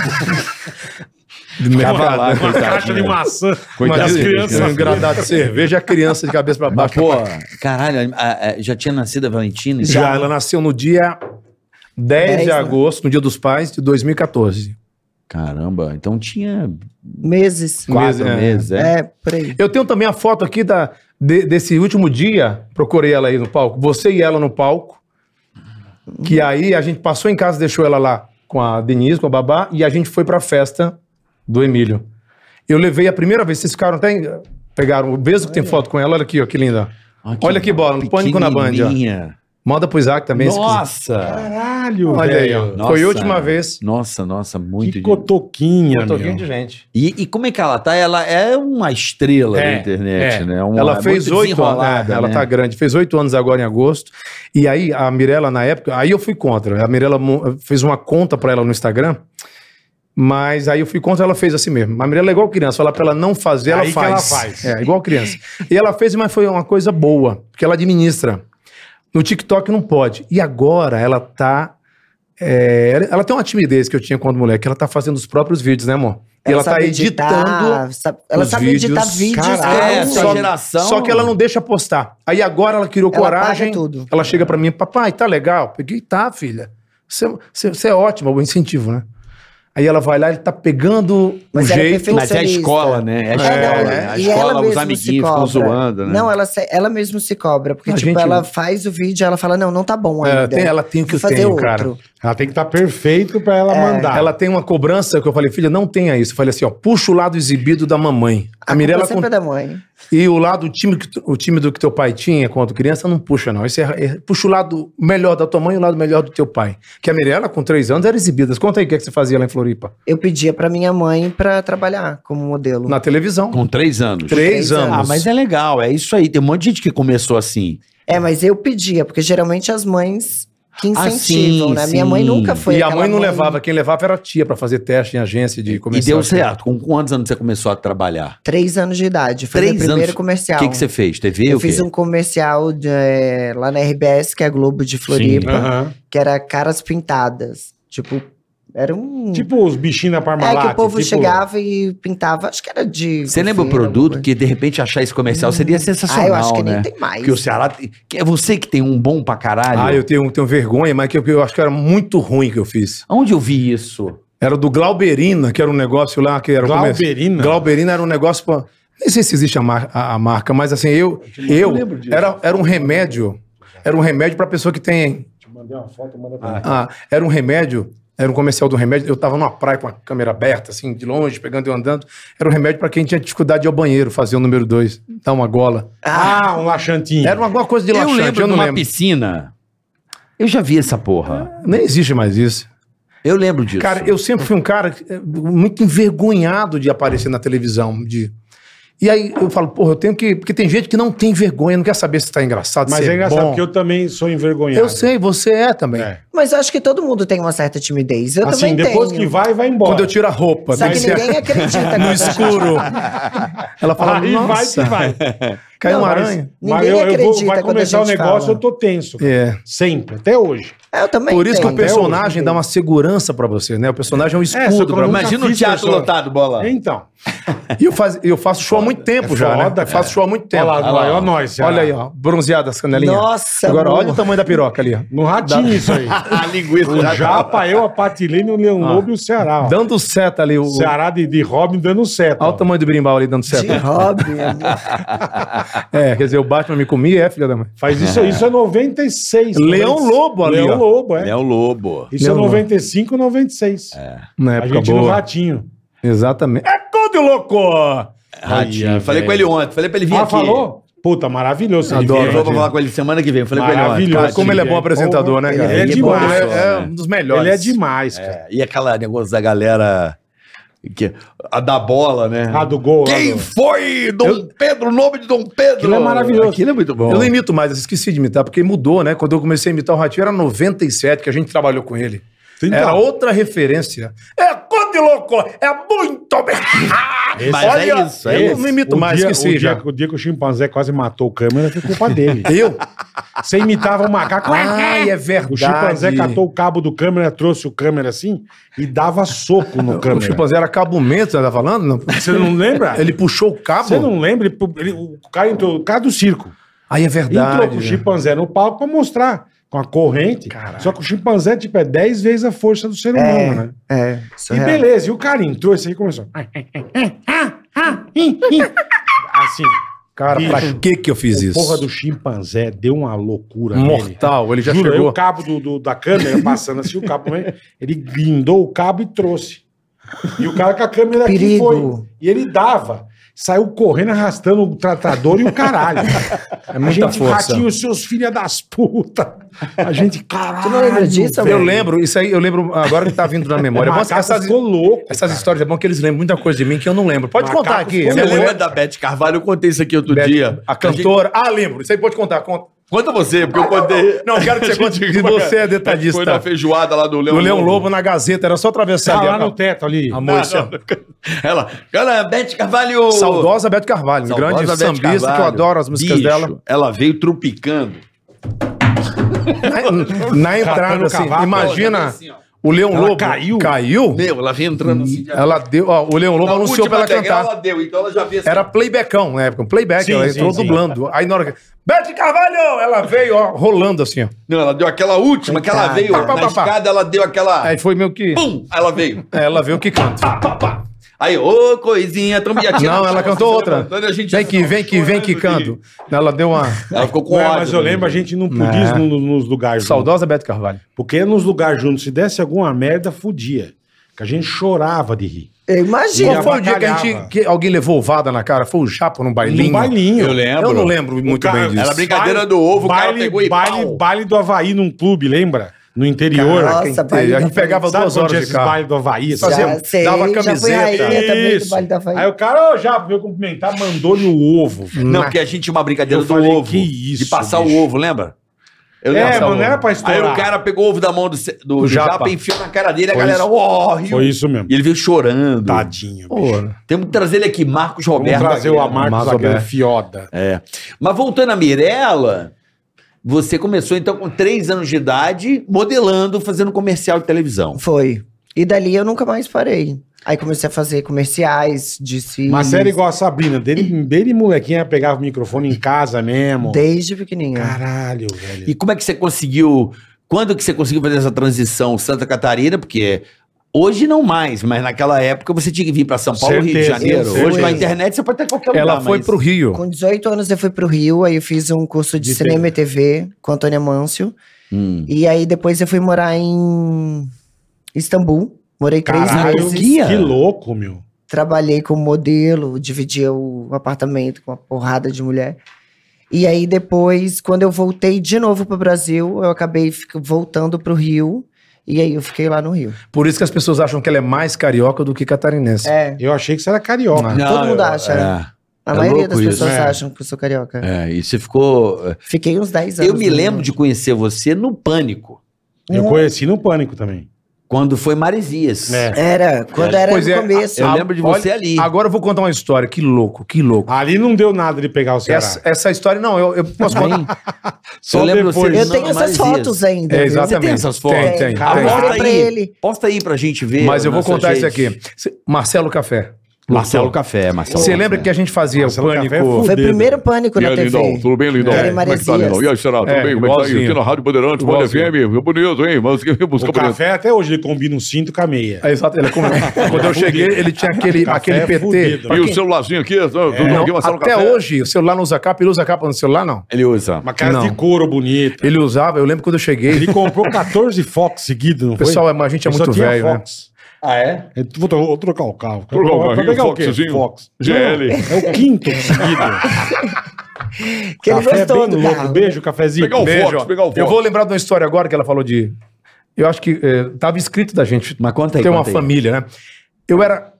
De mercado. lá, né? uma caixa de Coitadinha. maçã. Mas das de- crianças. Engradado de cerveja, a criança de cabeça pra né? Mas, baixo. pô, caralho, a- a- já tinha nascido a Valentina? Já, ela nasceu no dia 10, Dez, de né? agosto, no dia dos pais, de 2014. Caramba, então tinha meses. quatro é. meses, é. É, por aí. Eu tenho também a foto aqui da, de- desse último dia, procurei ela aí no palco, você e ela no palco, que aí a gente passou em casa, deixou ela lá com a Denise, com a babá, e a gente foi pra festa do Emílio. Eu levei a primeira vez, vocês ficaram até... em- Pegaram, o mesmo que tem foto com ela, olha aqui, ó, que linda. Olha que bola, no Pânico na Band, ó. Ah, pequenininha. Manda pro Isaac também. se quiser. Nossa! Caralho, Olha aí, ó. velho. Foi Nossa. a última vez. Nossa, nossa, muito. Que de- cotoquinha, Eu tô aqui meu. de gente. E, e como é que ela tá? Ela é uma estrela É, da internet, é. né? Uma, ela fez muito oito anos. é, desenrolada, Ela né? tá grande. Fez oito anos agora em agosto. E aí, a Mirella, na época, aí eu fui contra. A Mirella mo- fez uma conta pra ela no Instagram. Mas aí eu fui contra, ela fez assim mesmo. A Mirella é igual criança, falar pra ela não fazer, ela Aí que faz. ela faz. É, igual criança. e ela fez, mas foi uma coisa boa, porque ela administra. No TikTok não pode. E agora ela tá. é, ela tem uma timidez que eu tinha quando mulher, que ela tá fazendo os próprios vídeos, né, amor? E ela, tá sabe editando editar, sabe- ela os sabe editar vídeos. vídeos. Caralho, ela É, não- sua só- geração. Só que ela não deixa postar. Aí agora ela criou Ela coragem. paga tudo. Ela chega pra mim, papai, tá legal? Peguei, tá, filha. Você- Você você é ótima, o incentivo, né? Aí ela vai lá, ele tá pegando Mas o ela é jeito. perfeccionista. Mas é a escola, né? É a É, escola, não, né? A e ela escola, os mesma se amiguinhos ficam cobra. zoando, né? Não, ela, se- ela mesma se cobra. Porque, A tipo, gente- ela faz o vídeo ela fala, não, não tá bom É, ainda. Ela É, tem, ela tem o que Vou eu fazer tenho, outro. cara. Ela tem que estar perfeito pra É, ela mandar. Ela tem uma cobrança que eu falei, filha, não tenha isso. Eu falei assim, ó, puxa o lado exibido da mamãe. A, A Mirella Mirella sempre con- é da mãe. E o lado tímido, que tu- o tímido que teu pai tinha quando criança não puxa, não. Isso é, é- puxa o lado melhor da tua mãe e o lado melhor do teu pai. Que a Mirella, com três anos, era exibida. Conta aí o que, é que você fazia lá em Floripa. Eu pedia pra minha mãe pra trabalhar como modelo. Na televisão. Com três anos. três, é- três anos. Ah, mas é legal, é isso aí. Tem um monte de gente que começou assim. É, mas eu pedia, porque geralmente as mães que Ah, incentivam, sim, né? Minha mãe sim. nunca foi E a aquela mãe não levava, quem levava era a tia pra fazer teste em agência de e comercial. deu certo. Com quantos anos você começou a trabalhar? Três anos de idade. Foi Três meu primeiro anos. comercial. O que, que você fez? TV? Eu o quê? fiz um comercial de, eh, lá na RBS, que é a Globo de Floripa, Aham. que era caras pintadas. Tipo, era um. Tipo os bichinhos da é Parmalat. que o povo tipo- chegava e pintava, acho que era de. Você lembra o produto que de repente achar esse comercial seria sensacional, Ah, eu acho que né? nem tem mais. Porque o Ceará. tem- que É você que tem um bom pra caralho. Ah, eu tenho, tenho vergonha, mas que eu, que eu acho que era muito ruim que eu fiz. Onde eu vi isso? Era do Glauberina, que era um negócio lá, que era o comercial. Glauberina. Glauberina era um negócio pra- Nem sei se existe a, mar- a- a marca, mas assim, eu. Eu. Era, era um remédio. Era um remédio pra pessoa que tem. Te mandei uma foto, manda pra mim. ah, era um remédio. Era um comercial do remédio. Eu tava numa praia com a câmera aberta, assim, de longe, pegando e andando. Era um remédio pra quem tinha dificuldade de ir ao banheiro, fazer o número dois, dar uma gola. Ah, um laxantinho. Era alguma coisa de Eu laxante, lembro eu de não uma lembro. piscina. Eu já vi essa porra. Nem existe mais isso. Eu lembro disso. Cara, eu sempre fui um cara eh, muito envergonhado de aparecer na televisão. De... E aí eu falo, porra, eu tenho que. Porque tem gente que não tem vergonha, não quer saber se tá engraçado, Mas se é engraçado, bom. porque eu também sou envergonhado. Eu sei, você é também. É. Mas eu acho que todo mundo tem uma certa timidez. Eu assim, também depois tenho. que vai, vai embora. Quando eu tiro a roupa, Só tem que que ser ninguém acredita. né? é no quando- escuro. Ela fala, Aí vai que nossa, vai. caiu Não, uma mas- aranha. Mas Ninguém eu, eu vou, acredita vai quando a começar o gente negócio, fala. eu tô tenso. cara. É. Sempre, até hoje. É, Eu também Por isso que tenho. o hoje personagem tem. dá uma segurança pra você, né? O personagem é um É, só que escudo eu pra nunca você. Imagina o fiz, teatro professor. lotado, bola. Então, E eu, faz, eu faço show há muito tempo É já, né? foda, Eu Faço cara. show há muito olha tempo. lá, Olha, olha, nós. já. aí, ó, bronzeada as canelinhas. Nossa, Agora, amor. olha o tamanho da piroca ali, ó. No ratinho isso aí. A linguiça. O Japa, eu, a Patilene, o Leão Ah. Lobo e o Ceará. ó. Dando seta ali. O, O Ceará de, de Robin dando seta. Olha o tamanho do berimbau ali dando De seta. hobby. amor. É, quer dizer, o Batman me comia, é, filha da mãe. Faz isso aí, isso é 96. Leão Lobo ali, Leão ó. Lobo, é. É o lobo. Isso Leão é Lobo. 95, 96. Na a época gente no boa. ratinho. Exatamente. É todo louco! Ratinho. Olha, falei velho. com ele ontem. Falei pra ele vir ah, aqui. falou? Puta, maravilhoso. se ele Adoro, Eu vier, vou Ratinho. falar com ele semana que vem. Falei com ele ontem. Maravilhoso. Mas como ele é bom apresentador, né, cara? Ele é Ele é demais. bom, Ele Ele é, é né? um dos é, melhores. demais, cara. É, E aquela negócio da galera. Que, a da bola, né? Ah, do gol. lá Quem do- foi Dom Pedro? O nome de Dom Pedro? Aquilo é maravilhoso. Aquilo é muito bom. Eu não imito mais, eu esqueci de imitar, porque mudou, né? Quando eu comecei a imitar o Ratinho, era 97 que a gente trabalhou com ele. Então. Era outra referência. É todo louco! É muito bem! Mas Olha, é isso, é eu isso. não imito o mais, dia, esqueci o, já. dia, o dia que o chimpanzé quase matou o câmera foi culpa dele. Eu? Você imitava o macaco. Ai, é verdade. o chimpanzé catou o cabo do câmera, trouxe o câmera assim e dava soco no O câmera. chimpanzé era cabumento, você tá falando? Não. Você não lembra? Ele puxou o cabo? Você não lembra? Ele- ele- o cara entrou, o cara do circo. Aí é Entrou verdade. com o chimpanzé no palco pra mostrar com a corrente. Só que o chimpanzé, tipo, é 10 vezes a força do ser humano, É. né? É, E surreal. beleza, e o cara entrou, isso aí começou. Assim, Cara, Bicho. pra que que eu fiz o isso? porra do chimpanzé deu uma loucura. nele. Mortal, ele já Juro, aí chegou. o cabo do, do- da câmera passando assim, o cabo também, ele guindou o cabo e trouxe. E o cara com a câmera aqui Perigo. foi. E ele dava. Saiu correndo, arrastando o tratador e o caralho. É muita a gente, força. Ratinho, seus filha das putas. A gente, caralho. Tu não lembra disso, Eu velho? lembro, isso aí eu lembro agora que tá vindo na memória. O Bom, macaco essas, ficou louco. essas histórias é bom que eles lembram muita coisa de mim que eu não lembro. Pode Macaco contar aqui. ficou Você Minha louco. É lembra mulher- da Beth Carvalho? Eu contei isso aqui outro Beth, dia. A cantora. Ah, lembro. Isso aí pode contar. Conta. Conta você, porque eu contei. Ah, Não, eu quero que você conte que você é detalhista. Foi na feijoada lá do O Leão Leão Lobo na Gazeta, era só atravessar Tá ali. lá a- no teto ali. A moça. Ela, ela, Beth Carvalho. Saudosa Beto Carvalho, um Saudosa grande Beth sambista, que eu Carvalho. adoro as músicas Bicho, dela. Ela veio trupicando. Na, na entrada, Catando assim, cavaco. imagina, Assim, ó. o Leão Ela Lobo caiu? caiu, Meu, ela veio entrando assim. já- ela deu, ó, o Leão Lobo Na anunciou pra última ela degrau, cantar. ela deu, então ela já veio assim. Era playbackão na época, um playback, Sim, ela sim, entrou sim. dublando. Aí na hora que. Bete Carvalho! Ela veio, ó, rolando assim, ó. Não, ela deu aquela última que ela Coitada. veio Pá, pá, na pá, É pá. escada, ela deu aquela... Aí foi meio que. Pum! Aí ela veio. Ela veio que canta. Aí, ô coisinha, tambiatinha. Não, ela cantou outra. tá A gente tá Vem que, vem que, vem que canto. Ela deu uma. Ela ficou com Ué, ódio. é, mas eu lembro, a gente não podia Né. ir no- nos lugares. juntos. Saudosa Beto Carvalho. Porque nos lugares juntos, se desse alguma merda, fudia. Que a gente chorava de rir. Eu Sim, Qual imagino. foi o dia que, a avacalhava. gente, que alguém levou ovada na cara? Foi o Chapo num bailinho? Num bailinho. Eu lembro. Eu não lembro muito cara- bem disso. Ela brincadeira do ovo, o cara baile, pegou e baile, pau. baile do Havaí num clube, lembra? No interior. Caraca, Quem Nossa, teve? baile a da gente pegava Sabe duas onde tinha horas de esses carro. baile do Havaí? Já Fazia- fazia- dava já fui camiseta. rainha também do Isso. baile da Havaí. Aí o cara ó, já veio cumprimentar, mandou-lhe o ovo. velho. Não, porque a gente tinha uma brincadeira Eu do falei, ovo. que isso, de passar bicho. o ovo, lembra? Eu É, lembro. mano, não era pra estourar. Aí o cara pegou o ovo da mão do, ce- do, Do do japa. japa. enfiou na cara dele, a galera, ó, riu. Foi isso mesmo. E ele veio chorando. Tadinho, bicho. Pô, Temos que trazer ele aqui, Marcos Vamos Roberto. trazer o Aguiar. Amarco Marcos Zagueiro Roberto. Fioda. É. Mas voltando a Mirella, você começou então com 3 anos de idade, modelando, fazendo comercial de televisão. Foi. E dali eu nunca mais parei. Aí comecei a fazer comerciais de si. Mas era igual a Sabrina. Dele, dele molequinha pegava o microfone em casa mesmo. Desde pequenininha. Caralho, velho. E como é que você conseguiu? Quando que você conseguiu fazer essa transição Santa Catarina? Porque Hoje não mais, mas naquela época você tinha que vir pra São Paulo, Rio de Certeza, Janeiro. certeza. Hoje na internet você pode estar em qualquer lugar. Ela foi mas- pro Rio. Com 18 anos eu fui pro Rio, aí eu fiz um curso de, De cinema e TV com Antônio Amâncio. Hum. E aí depois eu fui morar em Istambul. Morei três Caralho, meses. que, que louco, meu. Trabalhei como modelo, dividia o apartamento com uma porrada de mulher. E aí depois, quando eu voltei de novo pro Brasil, eu acabei fic- voltando pro Rio. E aí eu fiquei lá no Rio. Por isso que as pessoas acham que ela é mais carioca do que catarinense. É, Eu achei que você era carioca. Não, todo mundo eu- acha, né? É. a é maioria louco das isso, pessoas né? acham que eu sou carioca. É, e você ficou. Fiquei uns 10 anos. Eu me no lembro Rio. de conhecer você no Pânico, Eu conheci no Pânico também. quando foi Maresias. É. Era, quando era Pois no é, começo. Eu Ah, lembro de olha- você ali. Agora eu vou contar uma história. Que louco, que louco. Ali não deu nada de pegar o Ceará. Essa, essa história, não, eu, eu posso contar. Hein? Só eu lembro depois. você- Eu tenho Não, essas Maresias. fotos ainda. É, viu? exato. Você tem Exatamente. essas fotos? Tem, tem. Ah, Tem. posta Mostrei pra aí. ele. Posta aí pra gente ver. Mas eu vou nossas contar isso redes. aqui. Cê- Marcelo Café. Marcelo Café, Marcelo. Você Café. lembra que a gente fazia Marcelo o Café é pânico? fudido. Foi o primeiro né? pânico E na aí, TV. Lindão, tudo bem, Lindão? Era em Como é que tá, Maresias. Lindão? E aí, Xará, tudo É, bem? Como é que tá aí? igualzinho. Aqui na Rádio Bandeirantes, Band Igualzinho. FM, bonito, hein? Vamos que música O bonita. café até hoje ele combina um cinto com a meia. É, Exato, ele é como- Quando eu cheguei, ele tinha aquele, Café aquele é PT. fudido. Pra E quem- o celularzinho aqui, do, do, do Não, aqui, Marcelo até Café. hoje, o celular não usa capa, ele usa capa no celular, não. Ele usa. Uma cara Não. de couro bonita. Ele usava, eu lembro quando eu cheguei. Ele comprou 14 Fox seguido, não O pessoal, foi? a gente é Ele só muito tinha velho, né? Fox. Ah, é? Ele- Vou, tro- vou trocar o carro. Trocar o Vai carrinho, pegar o quê? Foxzinho. Fox. GL. Não, é o quinto seguido. Que ele Café gostou bem né? do louco. carro. Beijo, cafezinho. Pegar o Beijo. Fox, pegar o Fox. Eu vou lembrar de uma história agora que ela falou de. Eu acho que eh, tava escrito da gente Mas conta aí. ter uma conta aí. família, né? Eu era.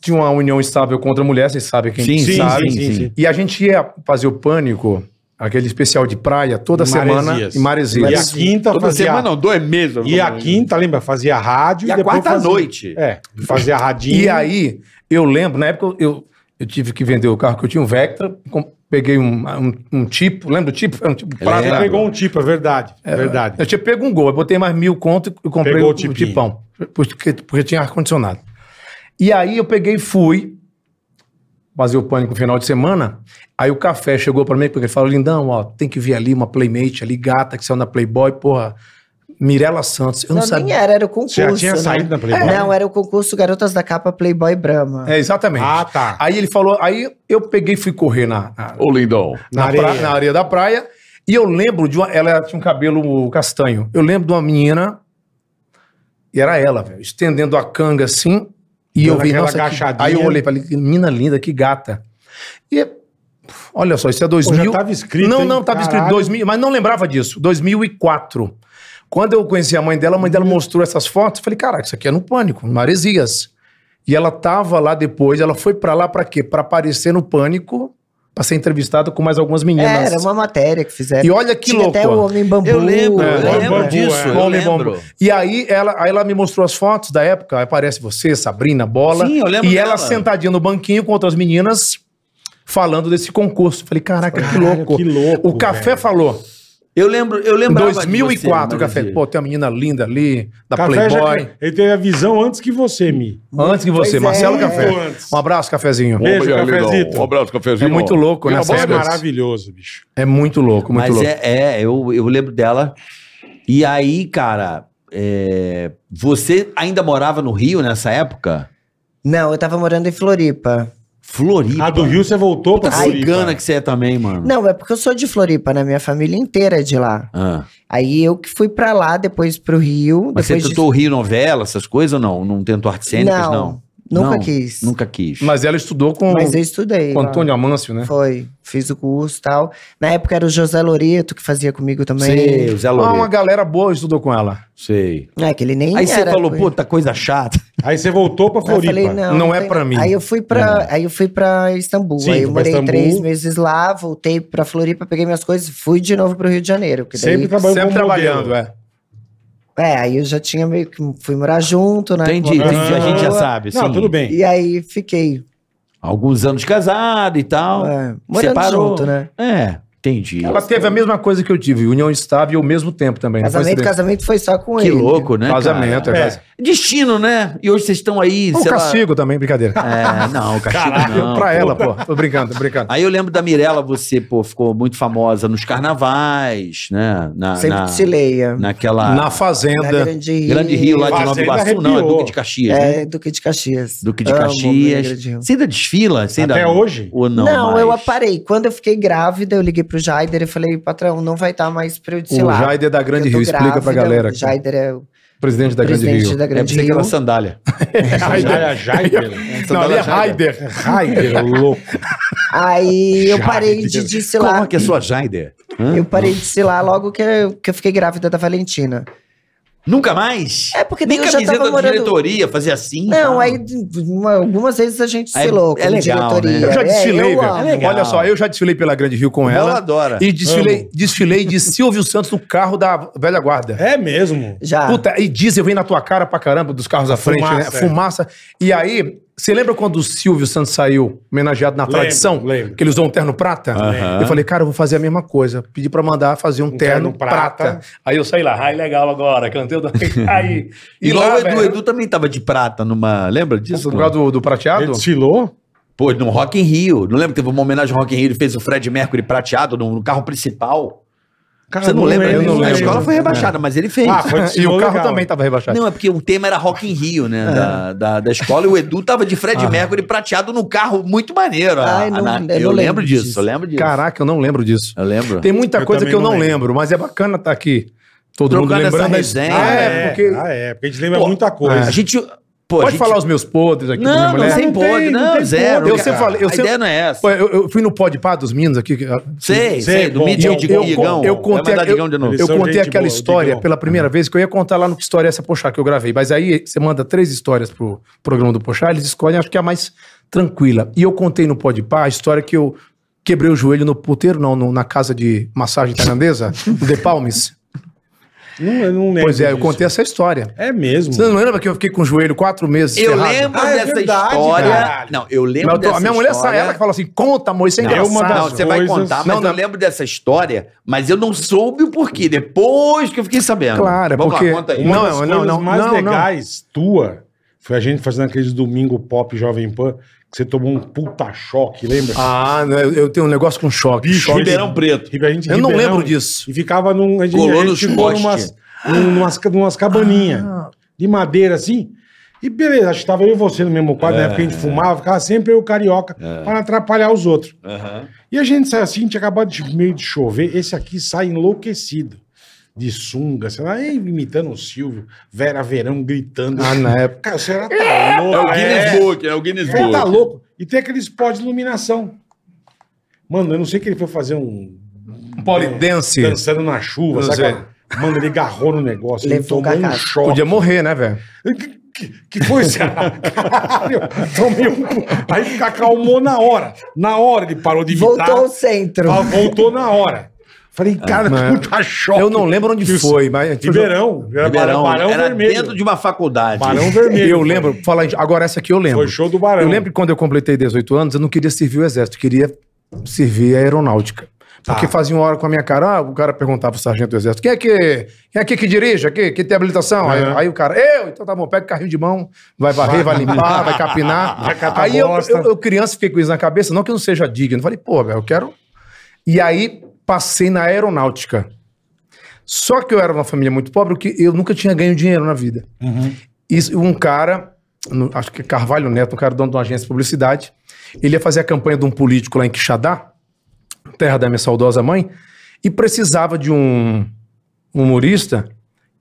Tinha uma união estável contra a mulher, vocês sabem quem Sim, sim, sabe. sim, sim, sim. E a gente ia fazer o pânico, aquele especial de praia, toda Em semana Maresias. em Maresias. E a quinta Toda fazia... semana, não, dois meses. E a quinta, lembra? Fazia rádio E a depois quarta à fazia- noite. É, fazia radinho. E aí, eu lembro, na época eu, eu tive que vender o carro que eu tinha, um Vectra, com- peguei um, um, um tipo, lembra do tipo? Era um tipo prata. Prata Lembro. pegou um tipo, é verdade. É verdade. Eu tinha pego um gol, eu botei mais mil conto e comprei Pegou o, o o tipinho. tipão. Porque, porque tinha ar-condicionado. E aí eu peguei e fui fazer o pânico no final de semana. Aí o café chegou pra mim, porque ele falou: Lindão, ó, tem que vir ali uma Playmate ali, gata que saiu na Playboy, porra. Mirela Santos. Eu não, Não, nem sabia. era, era o concurso. Você já tinha saído né? da Playboy? Não, era o concurso Garotas da Capa Playboy Brahma. É, exatamente. Ah, tá. Aí ele falou, aí eu peguei e fui correr na, na, Ô, Lindão. na, Na pra- na areia. areia. da praia. E eu lembro de uma. Ela tinha um cabelo castanho. Eu lembro de uma menina. E era ela, velho, estendendo a canga assim. E Dando eu vi, aquela nossa, que- agachadinha. Aí eu olhei e falei, que menina linda, que gata. E puf, olha só, isso é Pô, 2000. já tava escrito, não, hein? não, tava escrito Caralho. 2000, mas não lembrava disso. 2004. Quando eu conheci a mãe dela, a mãe Uhum. dela mostrou essas fotos. Eu falei, caraca, isso aqui é no Pânico, em Maresias. E ela tava lá depois, ela foi pra lá pra quê? Pra aparecer no Pânico, pra ser entrevistada com mais algumas meninas. era uma matéria que fizeram. E olha que tinha louco. até o Homem um Bambu. Eu lembro, É, eu lembro bambu, disso. é. Eu Bom, lembro. bom. E aí ela, aí ela me mostrou as fotos da época, aí aparece você, Sabrina, Bola. Sim, eu lembro E ela dela. sentadinha no banquinho com outras meninas, falando desse concurso. Falei, caraca, Ah, que Caralho, louco. que louco, O Café velho. falou, Eu lembro, eu em lembrava de 2004, você, o Café, Maria. pô, tem uma menina linda ali, da Café já- Playboy. Ele teve a visão antes que você, Mi. Antes que Pois você, é. Marcelo Café. Muito antes. Um abraço, Cafezinho. Beijo, Ô, Lindão. cafezito. Um abraço, cafezinho. É muito louco, E né, a Você bola é Essas coisas. maravilhoso, bicho. É muito louco, muito Mas louco. é, é, eu, eu lembro dela. E aí, cara, é, você ainda morava no Rio nessa época? Não, eu tava morando em Floripa. Floripa. A Ah, do Rio você voltou Puta pra Floripa. cigana que você é também, mano. Não, é porque eu sou de Floripa, né? Minha família inteira é de lá. Ah, Aí eu que fui pra lá, depois pro Rio. mas você depois de- tentou o Rio novela, essas coisas ou não? Não tentou artes cênicas, não? Não, Nunca Não, quis. Nunca quis. Mas ela estudou com, Mas eu estudei. com lá. Antônio Amâncio, né? Foi, fiz o curso e tal. Na época era o José Loreto que fazia comigo Sei, também. o Zé Ah, uma Loreto. galera boa estudou com ela. Sei. É, que ele nem Aí você era falou, coi- puta, coisa chata. Aí você voltou pra Aí eu Floripa. falei, não, Não é tem- pra mim. Aí eu fui pra, aí eu fui pra Istambul. Sim, aí eu foi pra morei Istambul. três meses lá, voltei pra Floripa, peguei minhas coisas, fui de novo pro Rio de Janeiro. porque daí- Sempre trabalhou Sempre como trabalhando, modelo. é. É, aí eu já tinha meio que fui morar junto, né? Entendi, Uma entendi, a pessoa, gente já sabe. Não, sim. tudo bem. E aí fiquei Alguns anos casado e tal. é, morando Separou. junto, né? É, Entendi. Ela teve a mesma coisa que eu tive, união estável ao mesmo tempo também. não É, foi Casamento, acidente. casamento foi só com Que ele. louco, né? Casamento, cara? é. É. Destino, né? E hoje vocês estão aí, O sei lá- castigo também, brincadeira. É, não, castigo Caralho, não. pra pô. ela, pô. Tô brincando, tô brincando. Aí eu lembro da Mirella, você, pô, ficou muito famosa nos carnavais, né? Na, Sempre na- de Cileia. Naquela Na Na Fazenda. Grande Rio. Grande Rio lá de Nova Fazenda Iguaçu, não, é arrepiou. Duque de Caxias, né? É, Duque de Caxias. Duque de Amo Caxias. Grande Rio. Você ainda desfila? Você ainda... Até hoje? Ou não? É. Não, eu mais? aparei. Quando eu fiquei grávida, eu liguei pro Jaider e falei, patrão, não vai estar mais pra eu O desfilar. Jaider da Grande Eu tô Rio. Explica pra grávida, galera. O Jaider é o Presidente da Grande presidente Rio. da É, Grande pensei que Rio. era sandália. Jaira, Jaira. Não, ali é Raider. Raider, louco. Aí eu parei de Jaider. Como é desfilar. que é sua Jaider? Hã? Eu parei de desfilar logo que eu, que eu fiquei grávida da Valentina. Nunca mais? É, porque daí Nem eu já camiseta tava da morando... diretoria, fazia assim. Não, tá? aí uma- algumas vezes a gente Aí desfilou é como legal, né? diretoria. Eu Eu já É, desfilei, eu velho. amo. É legal. Olha só, eu já desfilei pela Grande Rio com Ela ela. adora. E desfilei, desfilei de Silvio Santos no carro da velha guarda. É mesmo. Já. Puta, e diesel vem na tua cara pra caramba dos carros à frente, fumaça, né? é. Ah. Fumaça. E aí, você lembra quando o Silvio Santos saiu homenageado na Lembro, tradição? lembro. Que ele usou um terno prata? Aham. Eu falei, cara, eu vou fazer a mesma coisa. Pedi pra mandar fazer um, terno terno, prata. prata. Aí eu saí lá, ai, legal agora, cantei o da- Aí. E Igual o Edu, velho, Edu também tava de prata numa. Lembra disso? Por causa do, do prateado? Ele desfilou? Pô, no Rock in Rio. Não lembra que teve uma homenagem ao Rock in Rio? Ele fez o Fred Mercury prateado no, no carro principal. Cara, Você não, lembra? lembro, eu não a lembro. É. escola foi rebaixada, mas ele fez. Ah, foi E desfilou o carro legal. também tava rebaixado. Não, é porque o tema era Rock in Rio, né? É. Da, da, da escola. E o Edu tava de Fred Ah. Mercury prateado num carro muito maneiro. A- Ai, não- eu a- na- não eu, lembro lembro disso, disso. eu lembro disso. Caraca, eu não lembro disso. Eu lembro. Ah. Tem muita Eu coisa também que eu não não lembro. mas é bacana estar aqui. Todo Trocando mundo essa lembrando. da resenha, né? história. Ah, é, é, porque. ah, é, porque a gente lembra Pô, muita coisa. A gente. Pô, a Pode gente- falar os meus podres aqui Não, não, mulher? sem Não tem, podre, não não, tem zero. podre, cara. eu sempre falei- eu a sempre- ideia não é essa. Pô, eu, eu fui no pod pá dos meninos aqui. que- Sei, sei, Sei, do bom, Mídia eu- de eu- Digão. eu contei Vai mandar aqui- Digão de novo. Eles Eu são contei gente aquela boa, história digam. pela primeira vez, que eu ia contar lá no que história é essa Pochá que eu gravei. Mas aí você manda três histórias pro programa do Pochá, eles escolhem, acho que é a mais tranquila. E eu contei no pod pá a história que eu quebrei o joelho no puteiro, não, no- na casa de massagem tailandesa, no The Palmes. Não, eu não lembro. Pois é, eu disso. contei essa história. É mesmo. Você não lembra que eu fiquei com o joelho quatro meses Eu ferrado? lembro Ah, é dessa verdade, história. caralho. Não, eu lembro Mas eu tô- dessa a minha mulher sai, história. ela que fala assim, conta amor, isso é Não, engraçado. uma das não, você vai coisas- contar, mas Não, eu não. lembro dessa história, mas eu não soube o porquê, depois que eu fiquei sabendo. Claro, é Vamos lá, porque- conta aí. Uma Não, das não, coisas não, mais não, não. legais tua foi a gente fazendo aqueles domingo pop Jovem Pan, que você tomou um puta choque, lembra? Ah, não, eu eu tenho um negócio com choque. Bicho, choque. Ribeirão Preto. E a gente um em Eu não Ribeirão, lembro disso. E ficava num. A gente, Colou a gente nos ficou poste. numas, num- numas, ca- numas cabaninhas Ah. de madeira assim. E beleza, acho que tava eu e você no mesmo É, quadro, na época que a gente fumava, ficava sempre eu e o carioca, pra não atrapalhar os outros. E a gente sai assim, tinha acabado de meio de chover, esse aqui sai enlouquecido. De sunga, sei lá, e imitando o Silvio, Vera Verão gritando. Ah, na época. Cara, você era tá É o louco. Guinness É, Book, é o Guinness Você tá Book. louco. E tem aqueles pós de iluminação. Mano, eu não sei que ele foi fazer um Polidense. dançando na chuva, Não sabe? aquela- Mano, ele agarrou no negócio, ele Levou tomou um cacá. choque. Podia morrer, né, velho? Que, que- que foi isso? Caralho, tomei um... Aí fica- acalmou na hora. Na hora ele parou de imitar. Voltou ao centro. Ah, Voltou na hora. Falei, cara, É, mas- que puta choque. Eu não lembro onde Isso. foi, mas. tipo, Ribeirão. Era Ribeirão, Barão era Vermelho. dentro de uma faculdade. Barão Vermelho. né? Eu lembro, falar em- agora essa aqui eu lembro. Foi show do Barão. Eu lembro que quando eu completei 18 anos, eu não queria servir o exército, eu queria servir a aeronáutica. Porque Tá. faziam hora com a minha cara, ah, o cara perguntava pro sargento do exército, quem é que, quem é que, que dirige aqui, que tem habilitação? Aí, Aham. aí o cara, eu, então tá bom, pega o carrinho de mão, vai varrer, vai limpar, vai capinar. Vai catar aí eu, bosta. eu, eu criança fiquei com isso na cabeça, não que eu não seja digno, falei, pô, velho, eu quero... E aí passei na aeronáutica. Só que eu era uma família muito pobre, que eu nunca tinha ganho dinheiro na vida. E um cara, no- acho que é Carvalho Neto, um cara dono de uma agência de publicidade, ele ia fazer a campanha de um político lá em Quixadá, terra da minha saudosa mãe, e precisava de um humorista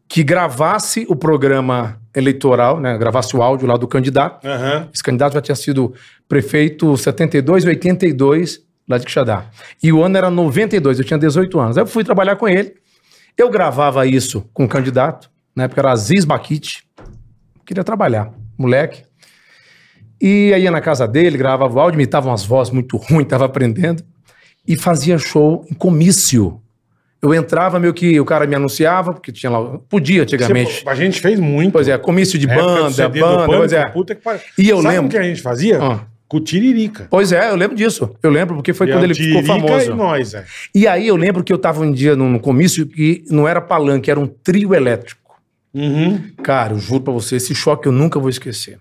que gravasse o programa eleitoral, né, gravasse o áudio lá do candidato. Aham. Esse candidato já tinha sido prefeito 72 e 82 lá de Quixadá. E o ano era 92, eu tinha 18 anos. Aí eu fui trabalhar com ele. Eu gravava isso com o candidato, na época era Aziz Baquite. Queria trabalhar, moleque. E aí ia na casa dele, gravava o áudio, imitava umas vozes muito ruins, tava aprendendo. E fazia show em comício. Eu entrava meio que o cara me anunciava, porque tinha lá. Podia antigamente. Você- a gente fez muito. Pois é, comício de Tipo, Na época do banda, CD do banda, Pânico, pois é. puta que pariu. E eu Sabe lembro- o que a gente fazia? Ah. Com o Tiririca. Pois é, eu lembro disso. Eu lembro porque foi E quando é o ele ficou Tiririca famoso. E nós, é. E aí eu lembro que eu tava um dia num comício que não era palanque, era um trio elétrico. Uhum. Cara, eu juro pra você, esse choque eu nunca vou esquecer.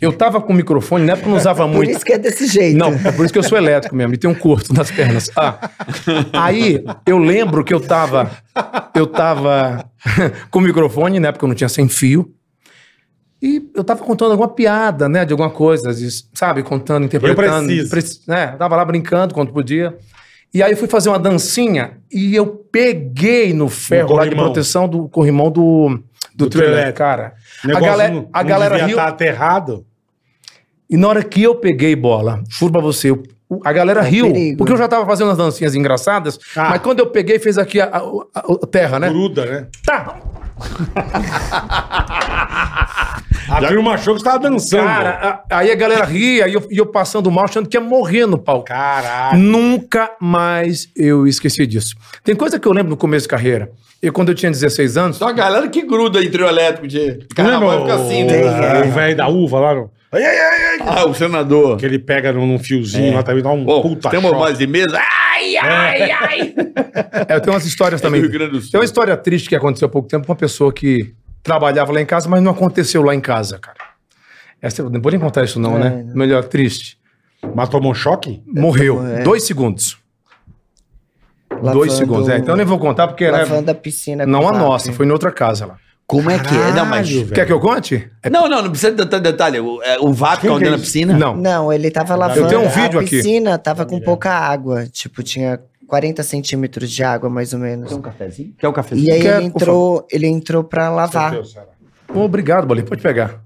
Eu tava com o microfone, na época eu não usava Por muito. isso que é desse jeito. Não, é por isso que eu sou elétrico mesmo, e tenho um curto nas pernas. Ah, aí eu lembro que eu tava. Eu tava com o microfone, na época eu não tinha sem fio. E eu tava contando alguma piada, né? De alguma coisa, de- sabe? Contando, interpretando. preciso. preci- né? Eu tava lá brincando quando podia. E aí eu fui fazer uma dancinha e eu peguei no ferro lá de corrimão. proteção do corrimão do, do, Do trio trio elétrico, cara. O negócio a galera, não, a não galera devia riu. tá aterrado. E na hora que eu peguei bola, juro pra você, eu- o- a galera Tá riu, perigo. né? porque eu já tava fazendo as dancinhas engraçadas, Ah. mas quando eu peguei, fez aqui a, a- a- a terra, né? Gruda, né? Tá. A turma achou que você tava dançando. Cara, a- aí a galera ria, e eu, e eu passando mal, achando que ia morrer no palco. Caralho. Nunca mais eu esqueci disso. Tem coisa que eu lembro no começo de carreira. E quando eu tinha 16 anos, Só a galera que gruda em trio elétrico de carnaval fica assim, né? O velho da uva lá, não. É. Ai, ai, ai, ai. Ah, o senador. Que ele pega num, num fiozinho lá também, dá um Bom, puta tem uma choque. voz de mesa. Ah, Ai, ai, ai. é, eu tenho umas É histórias do também. Rio Grande do Sul. Tem uma história triste que aconteceu há pouco tempo com uma pessoa que trabalhava lá em casa, mas não aconteceu lá em casa, cara. Essa, eu não vou nem contar isso, não, É, né? Melhor, triste. Mas tomou um choque? Morreu. bom, é. Dois segundos. Lavando- Dois segundos. É, então eu nem vou contar porque né, Lavando a piscina. com não a zap. nossa, foi em outra casa lá. Como é que é? Não, mas. Caralho, velho. Quer que eu conte? Não, não, não precisa de tanto detalhe. O, é, o VAP Quem caiu que é dentro da isso? piscina? Não. Não, ele tava lavando. tenho um vídeo a aqui. piscina tava com pouca água. Tipo, tinha 40 centímetros de água, mais ou menos. cafezinho? Quer um cafezinho? E aí Quero, ele por entrou, ele entrou pra Tá. lavar Meu Deus, cara. Obrigado, Bolinha. Pode pegar.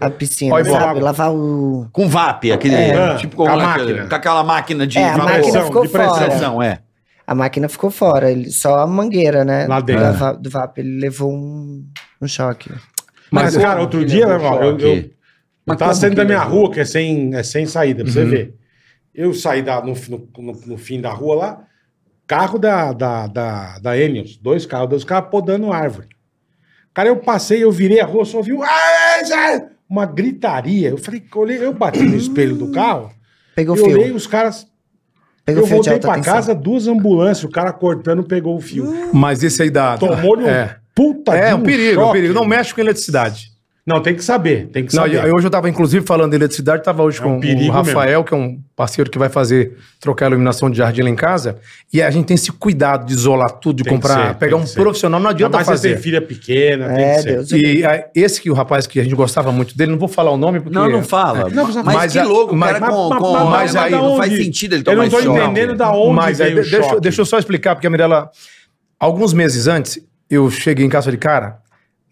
a piscina, Olha, sabe? vou- Lavar o. Com VAP, aquele. É. Tipo Com com, a máquina. máquina. com aquela máquina de É, a vapor. máquina pressão, ficou de pressão. fora. Pressão, é. A máquina ficou fora, ele- só a mangueira, né? Lá dentro. Da va- Do VAP, ele levou um, um choque. Mas, cara, outro dia, né, irmão, eu, eu, Ok. Mas eu tava como saindo que da minha levou? rua, que é sem, é sem saída, pra Uhum. você ver. Eu saí da- no, no- no- no fim da rua lá, carro da, da, da, da Enios, dois carros, dois carros podando árvore. Cara, eu passei, eu virei a rua, só ouvi um- uma gritaria. Eu falei, olhei, eu bati no espelho do carro, Pegou eu fio. olhei os caras. Pegou eu fio de voltei alta tá pra tensão. casa, duas ambulâncias, o cara cortando, pegou o fio. Mas esse aí da. Tomou-lhe um É. puta de É, um perigo, um choque. perigo. Não mexe com eletricidade. Não, tem que saber, tem que Não, saber. eu- eu hoje eu estava, inclusive, falando de eletricidade, estava hoje É um com o perigo Rafael, que é um parceiro que vai fazer, trocar a iluminação de jardim lá em casa, e a gente tem esse cuidado de isolar tudo, de Tem que comprar, ser, pegar tem um que ser. profissional, não Ainda adianta mais você tem né? fazer. filha pequena, tem que É, ser. Deus. E a- esse que o rapaz que a gente gostava muito dele, não vou falar o nome porque... Não, não fala. Não, mas- mas, mas que a- louco, o cara mas- com, mas- com- mas- mas aí da não onde? faz sentido ele Eu tomar não tô esse choque. entendendo da onde Mas aí, veio o de- deixa, choque. eu- deixa eu só explicar, porque a Mirella... Alguns meses antes, eu cheguei em casa e falei, cara,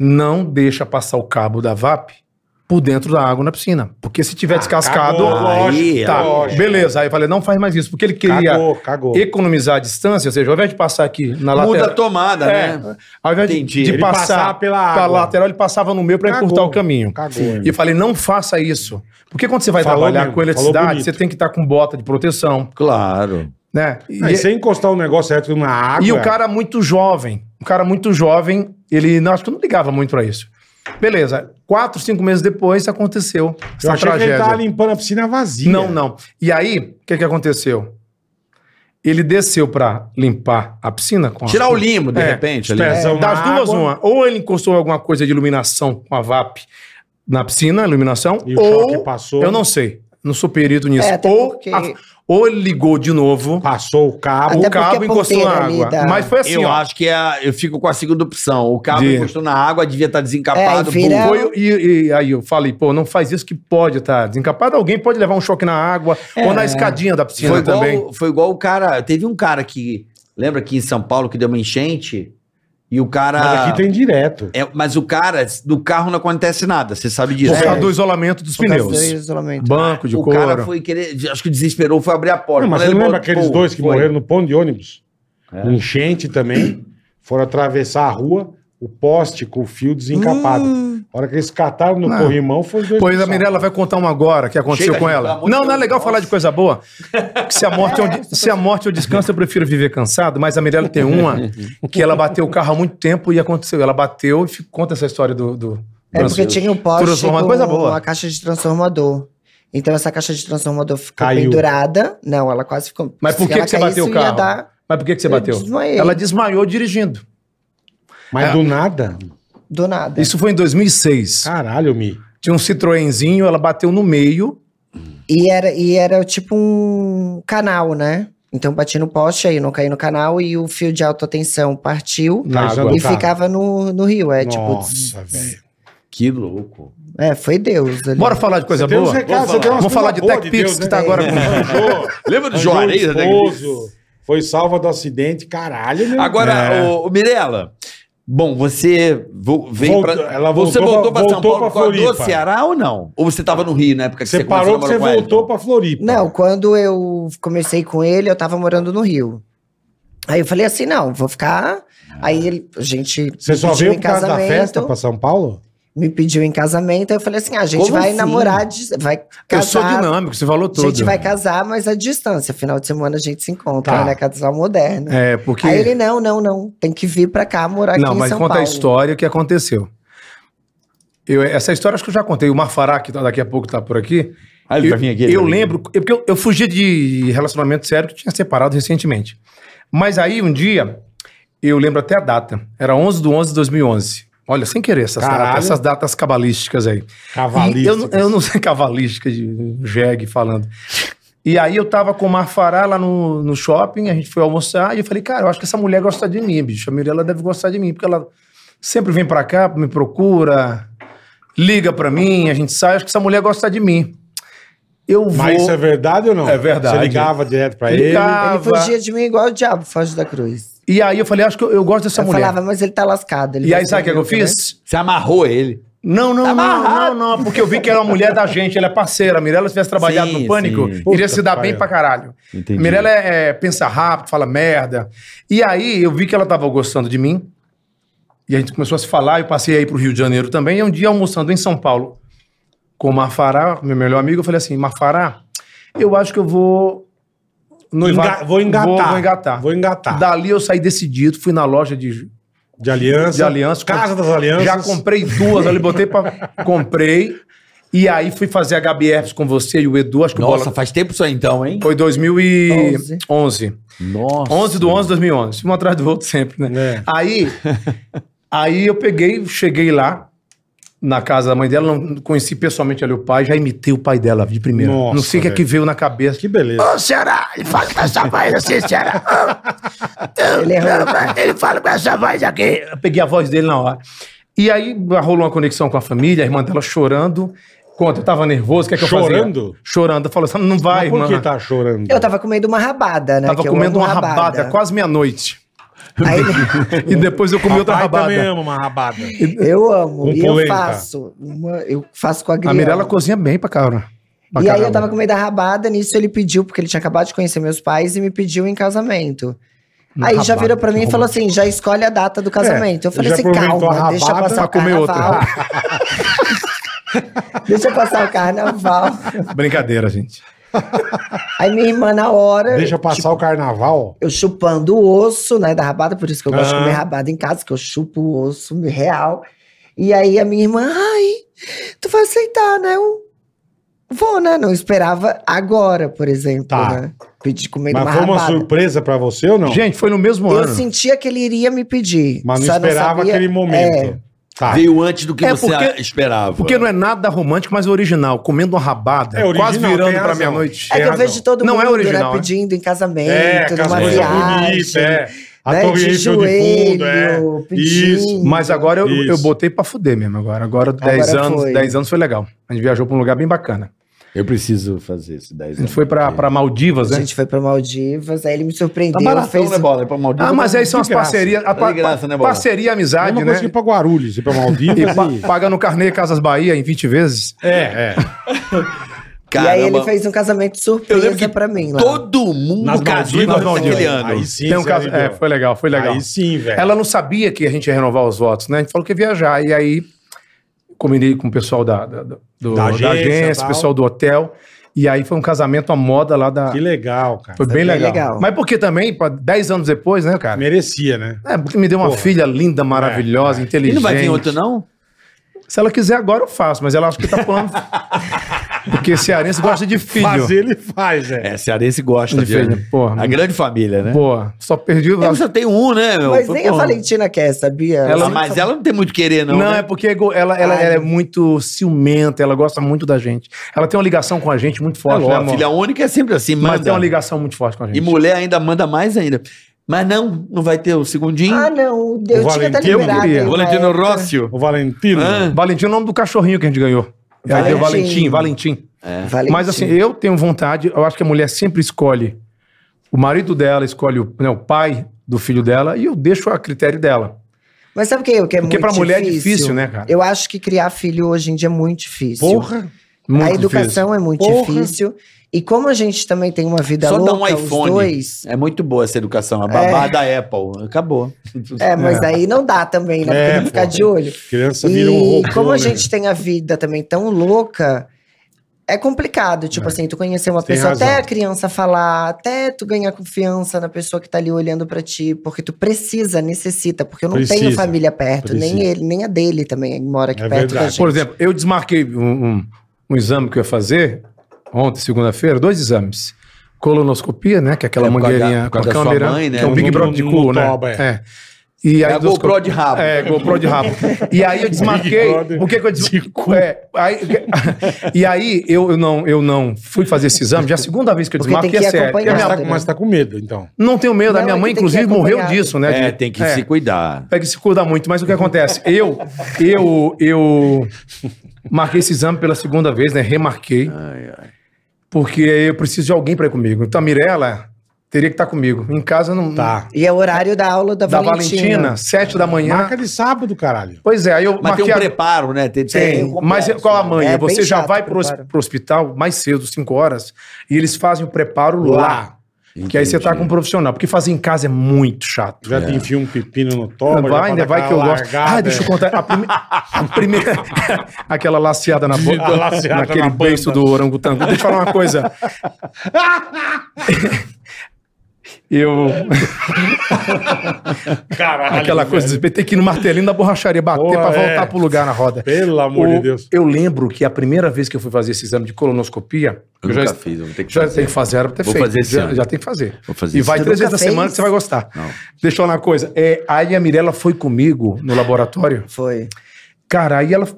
não deixa passar o cabo da VAP por dentro da água na piscina. Porque se tiver descascado... Ah, Cagou, Aí, lógico, Tá, lógico. beleza. Aí eu falei, não faz mais isso, porque ele queria Cagou, cagou. economizar a distância, ou seja, ao invés de passar aqui na lateral. Muda a tomada, É, né? Ao invés de- Entendi. de Ele passar, passava pela pela, água. lateral, ele passava no meio para Cagou, encurtar o caminho. cagou, Sim. irmão. E eu falei, não faça isso. Porque quando você vai Falou trabalhar mesmo, com falou eletricidade, bonito. você tem que estar com bota de proteção, Claro. né? E, Não, e sem encostar um negócio certo na água. e o cara muito jovem, um cara muito jovem, ele não, acho que não ligava muito para isso. Beleza, quatro, cinco meses depois aconteceu Eu essa achei que tragédia. ele tá um tava limpando a piscina vazia. Não, não. E aí, o que, que aconteceu? Ele desceu pra limpar a piscina com a- Tirar o limo, de É, repente. os Ali. pés- É, das na duas, água. uma. Ou ele encostou alguma coisa de iluminação com a VAP na piscina, iluminação, E o choque ou passou. eu não sei. Não sou perito nisso. É, até ou, porque- a- ou ele ligou de novo, Passou o cabo. o Até porque cabo a encostou na ponteira ali água. da- Mas foi assim, eu ó. acho que é a- eu fico com a segunda opção. O cabo De- encostou na água, devia estar É, desencapado. e vira- pum. Foi, e, e aí eu falei, pô, não faz isso que pode estar desencapado. Alguém pode levar um choque na água É. ou na escadinha da piscina Foi igual, também. foi igual o cara. Teve um cara que. Lembra aqui em São Paulo que deu uma enchente? E o cara. Mas aqui tem direto. É, mas o cara, do carro não acontece nada, você sabe disso. Por causa É. do isolamento dos Por causa do pneus. isolamento. Banco de o couro. cara foi querer. Acho que desesperou, foi abrir a porta. Não, mas Quando você ele lembra botou- aqueles dois que foi. morreram no ponto de ônibus? É. Enchente também. Foram atravessar a rua, o poste com o fio desencapado. A hora que eles cataram no Hum. Não. corrimão, foi os dois. Pois a pro saco. Mirella vai contar uma agora que aconteceu Chega, com gente, pelo ela. amor de Não, não é Deus. legal falar de coisa boa. Que se a morte é, um, di- se a morte é o descanso, eu prefiro viver cansado, mas a Mirella tem uma que ela bateu o carro há muito tempo e aconteceu. Ela bateu e fi- conta essa história do. do É porque Brasil. tinha um poste Transformador, com coisa boa. uma caixa de transformador. Então essa caixa de transformador ficou Caiu. pendurada. Não, ela quase ficou. Mas por se que ela que você bateu caísse, o eu ia carro? dar- Mas por que, que você eu bateu? desmaiei. Ela desmaiou dirigindo. Mas É. do nada. Do nada. Isso foi em 2006. Caralho, Mi. Tá Tinha um Citroenzinho, ela bateu no meio. E era, e era tipo um canal, né? Então bati no poste aí, não caí no canal e o fio de alta tensão partiu Na água. água. e ficava no, no rio. É tipo. tá- Nossa, velho. Que louco. É, foi Deus. ali. Bora falar de coisa Tem uns Tá boa? recados, Vamos tem umas coisas Vamos falar de boas Tech Pix, Deus, que né? tá agora com- Anjou- Lembra do anjou Juarez? né? esposo, Foi salva do acidente, caralho, meu. Agora, É. ô, ô, Mirella, bom, você vo- veio Volta- pra- ela você voltou voltou pra- pra São voltou Paulo pra por causa do Floripa. Ceará ou não? Ou você tava no Rio na época que você, você parou que começou você a namorar com o voltou Wellington? pra Floripa. Não, quando eu comecei com ele, eu tava morando no Rio. Aí eu falei assim: não, vou ficar. Aí ele- a gente. Você me só pediu veio em por causa da casamento, festa pra São Paulo? Me pediu em casamento, aí eu falei assim: ah, a gente Como vai assim? namorar, de- vai Eu sou casar. dinâmico, você falou a tudo. gente vai casar, mas à distância. Final de semana a gente se encontra, Tá. né, na casal moderna. É, porque. Aí ele, não, não, não. Tem que vir pra cá morar Não, aqui em mas São conta a Paulo. história o que aconteceu. Eu, essa história acho que eu já contei. O Marfará, que tá- daqui a pouco tá por aqui. Ah, ele eu, vai vir aqui, ele eu vai vir. lembro, eu- porque eu, eu fugi de relacionamento sério que tinha separado recentemente. Mas aí um dia, eu lembro até a data. Era 11 de 11 de 2011. Olha, sem querer, essas, Caralho. datas- essas datas cabalísticas aí. E Cavalista. Eu, não- eu não sei cavalística de jegue falando. E aí eu tava com o Marfará lá no, no shopping, a gente foi almoçar, e eu falei, cara, eu acho que essa mulher gosta de mim, bicho. A Mirella deve gostar de mim, porque ela sempre vem pra cá, me procura, liga pra mim, a gente sai, acho que essa mulher gosta de mim. Eu vou... Mas isso é verdade ou não? É verdade. Você ligava direto pra ele. Ligava. Ele fugia de mim igual o diabo foge da cruz. E aí eu falei, acho que eu, eu gosto dessa eu mulher. falava, mas ele tá lascado. ele E vai aí sabe o que, ser é que eu louco, né? fiz? Você amarrou ele. Não, Tá não, não, não, não, porque eu vi que era uma mulher da gente, ela é parceira. A Mirella, se tivesse trabalhado Sim, no Pânico, sim. iria se dar Puta bem que pra caralho. Entendi. Mirella é, é, pensa rápido, fala merda. E aí eu vi que ela tava gostando de mim. E a gente começou a se falar. Eu passei aí pro Rio de Janeiro também. E um dia almoçando em São Paulo com o Mafará, meu melhor amigo, eu falei assim: Mafará, eu acho que eu vou. noivar- Enga- Vou engatar. Vou, vou engatar. Vou engatar. Dali eu saí decidido, fui na loja de De aliança. de aliança. Casa das alianças. já comprei duas, ali botei pra. comprei. E aí fui fazer a Gabi Herpes com você e o Edu, acho que o Nossa, bola. faz tempo só então, hein? Foi 2011. 11. Nossa. 11 do 11 de 2011. Um atrás do outro sempre, né? É. Aí, aí eu peguei, cheguei lá na casa da mãe dela, não conheci pessoalmente ali o pai, já imitei o pai dela de primeira. Nossa, não sei o que é que veio na cabeça. Que beleza. Ô, Ceará, ele fala com essa voz assim, Ceará. Ele errou. Ele fala com essa voz aqui. Eu peguei a voz dele na hora. E aí rolou uma conexão com a família, a irmã dela chorando. Conta, eu tava nervoso, o que é que eu fazia? Chorando? Chorando. Eu falei assim, não vai, Mas por irmã. que tá chorando? Eu tava comendo uma rabada, né? Tava que eu comendo amo É uma rabada, quase meia-noite. Aí E depois eu comi outra Papai rabada. também ama uma rabada. eu amo. Com e eu polenta. faço. uma- eu faço com a Um A grila. Mirella cozinha bem pra cara. pra E aí eu caramba. tava comendo a rabada, nisso ele pediu, porque ele tinha acabado de conhecer meus pais e me pediu em casamento. Uma aí já rabada, virou pra mim que e falou assim: já escolhe a data do casamento. É, eu falei já assim, aproveitou calma, a deixa rabada passar o pra comer outra. carnaval. deixa eu passar o carnaval. Brincadeira, gente. Aí minha irmã, na hora, tipo- Deixa passar o carnaval. eu chupando o osso, né, da rabada, por isso que eu gosto de Aham. comer rabada em casa, que eu chupo o osso real. E aí a minha irmã, ai, tu vai aceitar, né? Eu vou, né? Não esperava agora, por exemplo, Tá. né? Pedir comer uma Mas foi uma rabada. surpresa pra você ou não? Gente, foi no mesmo eu assim- ano. sentia que ele iria me pedir. Mas não só esperava sabia- É, aquele momento. Tá. Veio antes do que É você porque- esperava. Porque não é nada romântico, mas original. Comendo uma rabada, É original, quase tem virando pra razão. meia-noite. É, é que eu Errado. vejo todo Não mundo é original, né, né? pedindo em casamento, É, com as numa coisas viagem. bonitas, é. A né, Torre de Eiffel de fundo, é. joelho, pedindo. Isso. Mas agora eu, Isso. eu botei pra fuder mesmo agora. Agora, Agora 10 anos, foi. 10 anos foi legal. A gente viajou pra um lugar bem bacana. Eu preciso fazer esse 10 A gente foi pra, pra Maldivas, A né? gente foi pra Maldivas, aí ele me surpreendeu, Tá baratão, fez um né, Bola? É pra Maldivas. Ah, mas aí de são as graça. parcerias. A de pa- graça, né, Bola? parceria e É amizade, uma né? coisa que ir pra Guarulhos, ir pra E Maldivas. pa- e- paga no carnê Casas Bahia em 20 vezes. É, é. Caramba. E aí ele fez um casamento Eu lembro que surpresa pra mim lá. todo mundo Nas casou em Maldivas, Maldivas naquele Maldivas. ano. Aí sim, Tem um você caso, arrepiou. é, foi legal, foi legal. Aí sim, velho. Ela não sabia que a gente ia renovar os votos, né? A gente falou que ia viajar. E aí, combinei com o pessoal da, da, da- do- Da da agência, agência, tal. o pessoal do hotel. E aí foi um casamento à moda lá da. Que É legal, cara. Foi bem Bem legal. legal. Mas porque também, pra- 10 anos depois, né, cara? Merecia, né? É, porque me deu uma Porra. filha linda, maravilhosa, É, é. inteligente. E não vai vir outro, não? Se ela quiser agora, eu faço, mas ela acha que tá pulando. Porque cearense gosta de filho. Fazer ele faz, é. É, cearense gosta De de. filho, um- porra. A grande família, né? Porra, só perdi É, o... Eu só tenho um, né, meu? Mas nem a Porra. Valentina quer, sabia? Ela- sempre mas falou- ela não tem muito querer, não. Não, né? é porque ela, ela, ela é muito ciumenta, ela gosta muito da gente. Ela tem uma ligação com a gente muito forte, Lógico, né, a amor? filha única é sempre assim, Mas tem manda. uma ligação muito forte com a gente. E mulher ainda manda mais ainda. Mas não, não vai ter o segundinho. Ah, não. Eu tinha até é Valentino- liberado. queria. aí uma Valentino época. Rócio. O Valentino. Hã? Valentino é o nome do cachorrinho que a gente ganhou. Aí Valentim. deu Valentim, Valentim. Valentino. Mas assim, eu tenho vontade, eu acho que a mulher sempre escolhe. O marido dela escolhe o, né, o pai do filho dela e eu deixo a critério dela. Mas sabe o que, o que é Porque muito pra mulher difícil? é difícil, né, cara? Eu acho que criar filho hoje em dia é muito difícil. Porra. Muito a difícil. educação é muito Porra. difícil. E como a gente também tem uma vida Só dá louca, um os iPhone. dois... É muito boa essa educação. A babá da Apple. Acabou. É, mas daí não dá também, né? Porque É, tem que ficar pô. de olho. Criança E vira um robô. como a né? gente tem a vida também tão louca, é complicado. Tipo assim, tu conhecer uma Tem pessoa, até razão. a criança falar, até tu ganhar confiança na pessoa que tá ali olhando pra ti, porque tu precisa, necessita, porque eu não tenho Precisa. família perto, nem Precisa. ele, nem a dele também, que mora aqui É perto da verdade. gente. Por exemplo, eu desmarquei um, um- um exame que eu ia fazer ontem, segunda-feira, dois exames. Colonoscopia, né? Que é aquela É, por causa mangueirinha da- com a por causa da sua câmera. mãe, né? Que é um Big No- Brother de no- cu, no né? toba, é. É. E É a endoscopia- GoPro de rabo. É, GoPro de rabo. E aí eu desmarquei. Big Brother O que que eu de cu. desmarquei? e aí eu, eu não, eu não fui fazer esse exame, já é a segunda vez que eu Porque tem desmarquei que é ir sério. E a acompanhado, Mas, minha- tá, com- mas tá com medo, então. Não tenho medo, a Não, minha é que mãe, tem que ir inclusive, morreu acompanhado. disso, né? É, de- tem que é. se cuidar. Pega e se cuida muito, mas o que acontece? Eu, eu, eu marquei esse exame pela segunda vez, né? Remarquei. Porque eu preciso de alguém pra ir comigo. Então a Mirella teria que estar comigo. Em casa não. Tá. E é o horário da aula da, Da Valentina. Valentina, sete da manhã. Marca de sábado, caralho. Pois é, aí eu Mas tem um a- preparo, né? Tem, tem Tem, um complexo. mas qual a manha? É bem você já chato vai o pro, hos- preparo. pro hospital mais cedo, 5 horas, e eles fazem o preparo lá. Que aí você tá com um profissional. Porque fazer em casa é muito chato. Já te enfia um pepino no toba. já Vai, é pra ainda dar vai que eu aquela gosto. largada, ah, deixa eu é. contar. A, prime- a primeira. aquela laceada na boca. A laceada naquele na banda. beiço do orangotango. Deixa eu falar uma coisa. eu. é. Caralho, Aquela coisa de ter que ir no martelinho da borracharia bater Porra, pra voltar é. pro lugar na roda. Pelo amor O- de Deus. Eu lembro que a primeira vez que eu fui fazer esse exame de colonoscopia, eu, Eu já, nunca fiz, eu vou ter que já fazer. tem que fazer, era pra ter Vou feito. fazer esse já, ano. já tem que fazer. Vou fazer e esse vai ano. três Você vezes nunca na semana fez? que você vai gostar. Não. Deixa eu falar uma coisa. É, aí a Mirella foi comigo no laboratório. Foi. Cara, aí ela.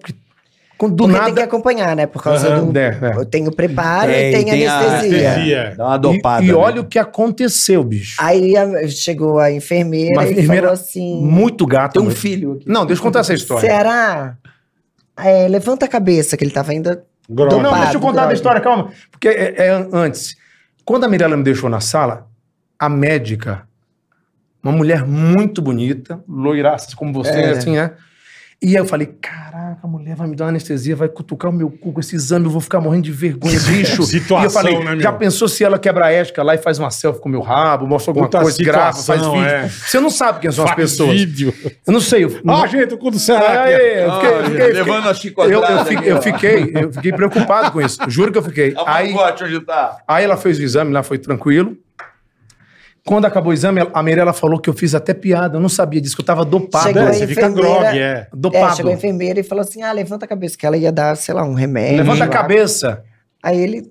Quando, do Porque nada. tem que acompanhar, né? Por causa Aham, do. é, é. Tem o preparo e tem, a- anestesia. Anestesia. Dá uma E- dopada. e, né? olha o que aconteceu, bicho. Aí a- chegou a enfermeira Uma e enfermeira falou assim: Muito gato. né? Tem um filho aqui. Não, deixa eu contar essa história. Será? É, levanta a cabeça, que ele tava ainda. Grota. Não, Dopado, deixa eu contar droga. da história, calma. Porque é, é an- antes. Quando a Mirella me deixou na sala, a médica, uma mulher muito bonita, loiraça como você, É. assim, né? E aí eu falei, caraca, a mulher vai me dar uma anestesia, vai cutucar o meu cu com esse exame, eu vou ficar morrendo de vergonha, bicho. e eu Situação, falei, né, meu? já pensou se ela quebra a ética lá e faz uma selfie com o meu rabo, mostra alguma Puta coisa, grava, faz situação, vídeo. é. Você não sabe quem são as Faz pessoas. vídeo. Eu não sei. Eu, Ah, gente, o cu do Será. Aí, eu Ah, fiquei- eu fiquei- levando a eu, chicotada. eu, fi- eu fiquei, eu fiquei preocupado com isso. Juro que eu fiquei. Aí, Aí, onde tá? aí ela fez o exame, lá foi tranquilo. Quando acabou o exame, a Mirella falou que eu fiz até piada. Eu não sabia disso, que eu tava dopado. Chegou Você aí. fica enfermeira. grog, é. É, Dopado. chegou a enfermeira e falou assim: ah, levanta a cabeça, que ela ia dar, sei lá, um remédio. Levanta a lá. cabeça. Aí ele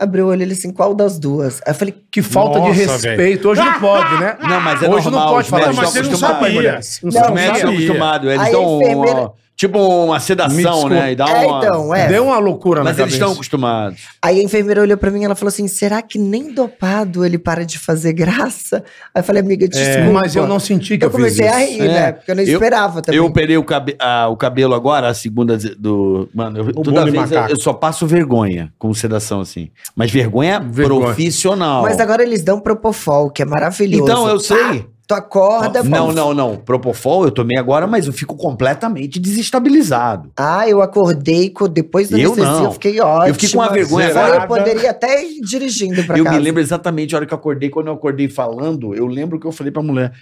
abriu o olho, ele assim: qual das duas? Aí eu falei: Que falta de Nossa, respeito. Hoje não pode, né? Não, mas é Hoje normal, não pode os falar. médicos Mas estão você não sabe, acostumados. mulher. Você Não Não, Os sabe. médicos sabia. são acostumados. Eles Aí a dão enfermeira- uma- tipo uma Me sedação, desculpa. né? E dá É, uma... então, é. Deu uma loucura Mas na eles cabeça. estão acostumados. Aí a enfermeira olhou pra mim e ela falou assim: será que nem dopado ele para de fazer graça? Aí eu falei: amiga, desculpa. É, Mas eu não senti que eu, Eu comecei fiz isso. a rir, É. né? Porque eu não Eu- esperava também. Eu operei o, cabe- ah, o cabelo agora, a segunda ze- do. Mano, eu, toda bolo de vez eu, macaco. eu só passo vergonha com sedação assim. Mas vergonha, Vergonha. profissional. Mas agora eles dão propofol, que é maravilhoso. então, eu sei. Tu acorda... fala, não, não, não. Propofol eu tomei agora, mas eu fico completamente desestabilizado. Ah, eu acordei, co- depois da Eu anestesia, não. eu fiquei ótimo. Eu fiquei com uma vergonha Agora eu zerada. poderia até ir dirigindo pra eu casa. me lembro exatamente a hora que eu acordei. Quando eu acordei falando, eu lembro que eu falei pra mulher.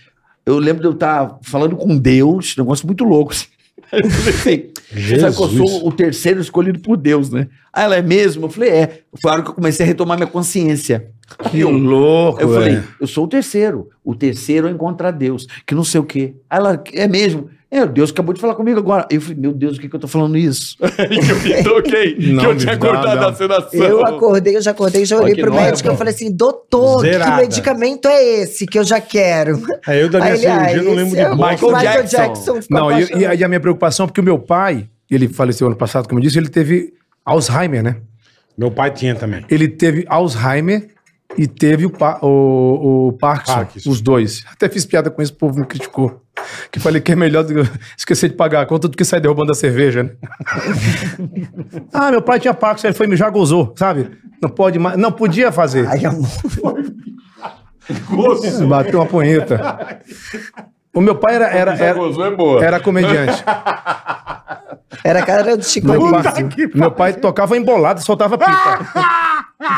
Eu lembro de eu estar falando com Deus, negócio muito louco. assim. Aí eu falei assim, você sabe que eu Jesus. sou o Ah, terceiro escolhido por Deus, né? Aí ela é mesmo? Eu falei, é. Foi a hora que eu comecei a retomar minha consciência. Que louco, Eu velho. falei, eu sou o terceiro. O terceiro é encontrar Deus, que não sei o quê. Aí ela, é mesmo? É, Deus acabou de falar comigo agora. Eu falei, meu Deus, o que, que eu tô falando isso? eu toquei, Não, que eu tinha não, acordado não. da sedação. Eu acordei, eu já acordei, já olhei que é pro nóia, médico e mano. falei assim, doutor, Zerada. que medicamento é esse que eu já quero? Aí É, eu da minha Aí ele, cirurgia "Ah, não lembro esse de é o bosta. Michael, Michael Jackson. Jackson ficou Não, e, e apaixonado. a, e a minha preocupação, porque o meu pai, ele faleceu ano passado, como eu disse, ele teve Alzheimer, né? Meu pai tinha também. Ele teve Alzheimer e teve o, pa- o- o Parkinson, Parkinson. os dois. Até fiz piada com esse povo, me criticou. Que falei que é melhor do que- esquecer de pagar a conta do que sair derrubando a cerveja, né? ah, meu pai tinha Parkinson, ele foi me já gozou, sabe? Não pode mais, não podia fazer. Ai, amor. Bateu uma punheta. O meu pai era, era, era, Gozou é boa. era comediante. Era a cara do Chico Meu Anísio. pai, meu pai tocava embolada, soltava pipa.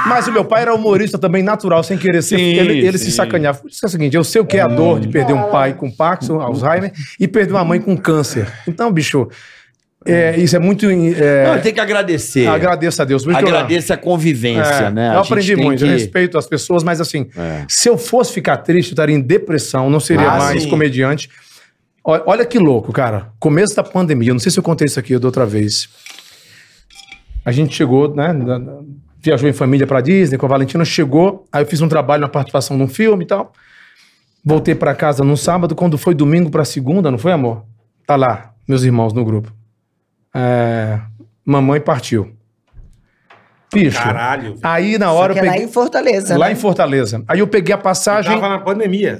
Mas o meu pai era humorista também, natural, sem querer ser. Sim, ele ele sim. se sacaneava. Por isso é o seguinte: eu sei o que é a dor de perder um pai com Parkinson, Alzheimer, e perder uma mãe com câncer. Então, bicho, é, isso é muito. Não, É, tem que agradecer. agradeço a Deus. Por isso que eu- Agradeça a convivência, é, né? Eu A gente aprendi tem muito, eu que- respeito as pessoas, mas assim, É. se eu fosse ficar triste, eu estaria em depressão, não seria Ah, mais sim. comediante. Olha, olha que louco, cara. Começo da pandemia, eu não sei se eu contei isso aqui da outra vez. A gente chegou, né? na- na- Viajou em família pra Disney com a Valentina, chegou, aí eu fiz um trabalho na participação num filme e tal. Voltei pra casa no sábado, quando foi domingo pra segunda, não foi, amor? Tá lá, meus irmãos no grupo. É, mamãe partiu. Bicho. Caralho. Aí na Só hora que eu é lá peguei. em Fortaleza, Lá né? em Fortaleza. Aí eu peguei a passagem. Tava na pandemia.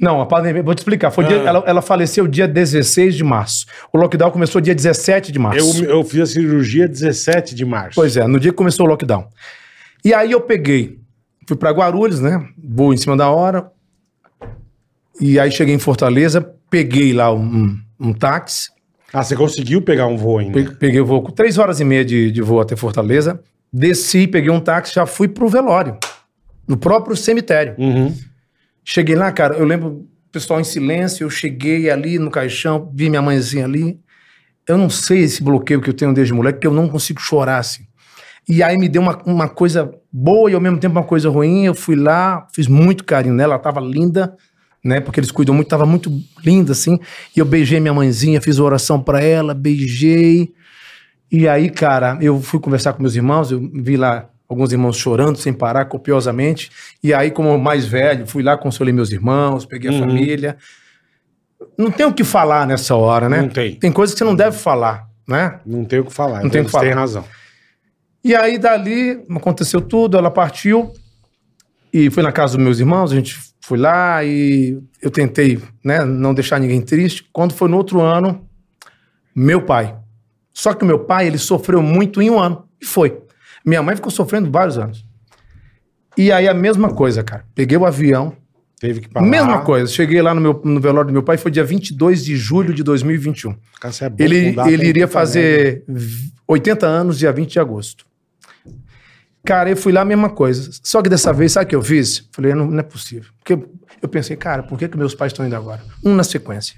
Não, a pandemia. Vou te explicar. Foi dia- Ah. ela, ela faleceu dia 16 de março. O lockdown começou dia 17 de março. Eu, eu fiz a cirurgia 17 de março. Pois é, no dia que começou o lockdown. E aí eu peguei, fui pra Guarulhos, né? Vou em cima da hora. E aí cheguei em Fortaleza, peguei lá um, um táxi, Ah, você conseguiu pegar um voo ainda? pe- peguei o voo, com três horas e meia de, de voo até Fortaleza, desci, peguei um táxi, já fui pro velório, no próprio cemitério. Uhum. Cheguei lá, cara, eu lembro o pessoal em silêncio, eu cheguei ali no caixão, vi minha mãezinha ali. Eu não sei esse bloqueio que eu tenho desde moleque, que eu não consigo chorar assim. E aí me deu uma, uma coisa boa e ao mesmo tempo uma coisa ruim. Eu fui lá, fiz muito carinho nela, ela tava linda, né? Porque eles cuidam muito, tava muito linda assim. E eu beijei minha mãezinha, fiz uma oração pra ela, beijei. E aí, cara, eu fui conversar com meus irmãos, eu vi lá alguns irmãos chorando sem parar, copiosamente. E aí, como mais velho, fui lá, consolei meus irmãos, peguei a família. Não tem o que falar nessa hora, né? Não tem. Tem coisas que você não deve falar, né? Não tem o que falar. Não tem o que Você tem falar. razão. E aí, dali, aconteceu tudo, ela partiu e foi na casa dos meus irmãos, a gente foi lá e eu tentei né, não deixar ninguém triste. Quando foi no outro ano, meu pai. Só que o meu pai, ele sofreu muito em um ano. E foi. Minha mãe ficou sofrendo vários anos. E aí, a mesma coisa, cara. Peguei o avião, Teve que parar. mesma coisa. Cheguei lá no, meu, no velório do meu pai, foi dia 22 de julho de 2021. Cara, você é bom Ele, com data, ele hein, iria puta merda. fazer 80 anos, dia 20 de agosto. Cara, eu fui lá, mesma coisa. Só que dessa vez, sabe o que eu fiz? Falei, não, não é possível. Porque eu pensei, cara, por que, que meus pais estão indo agora? Um na sequência.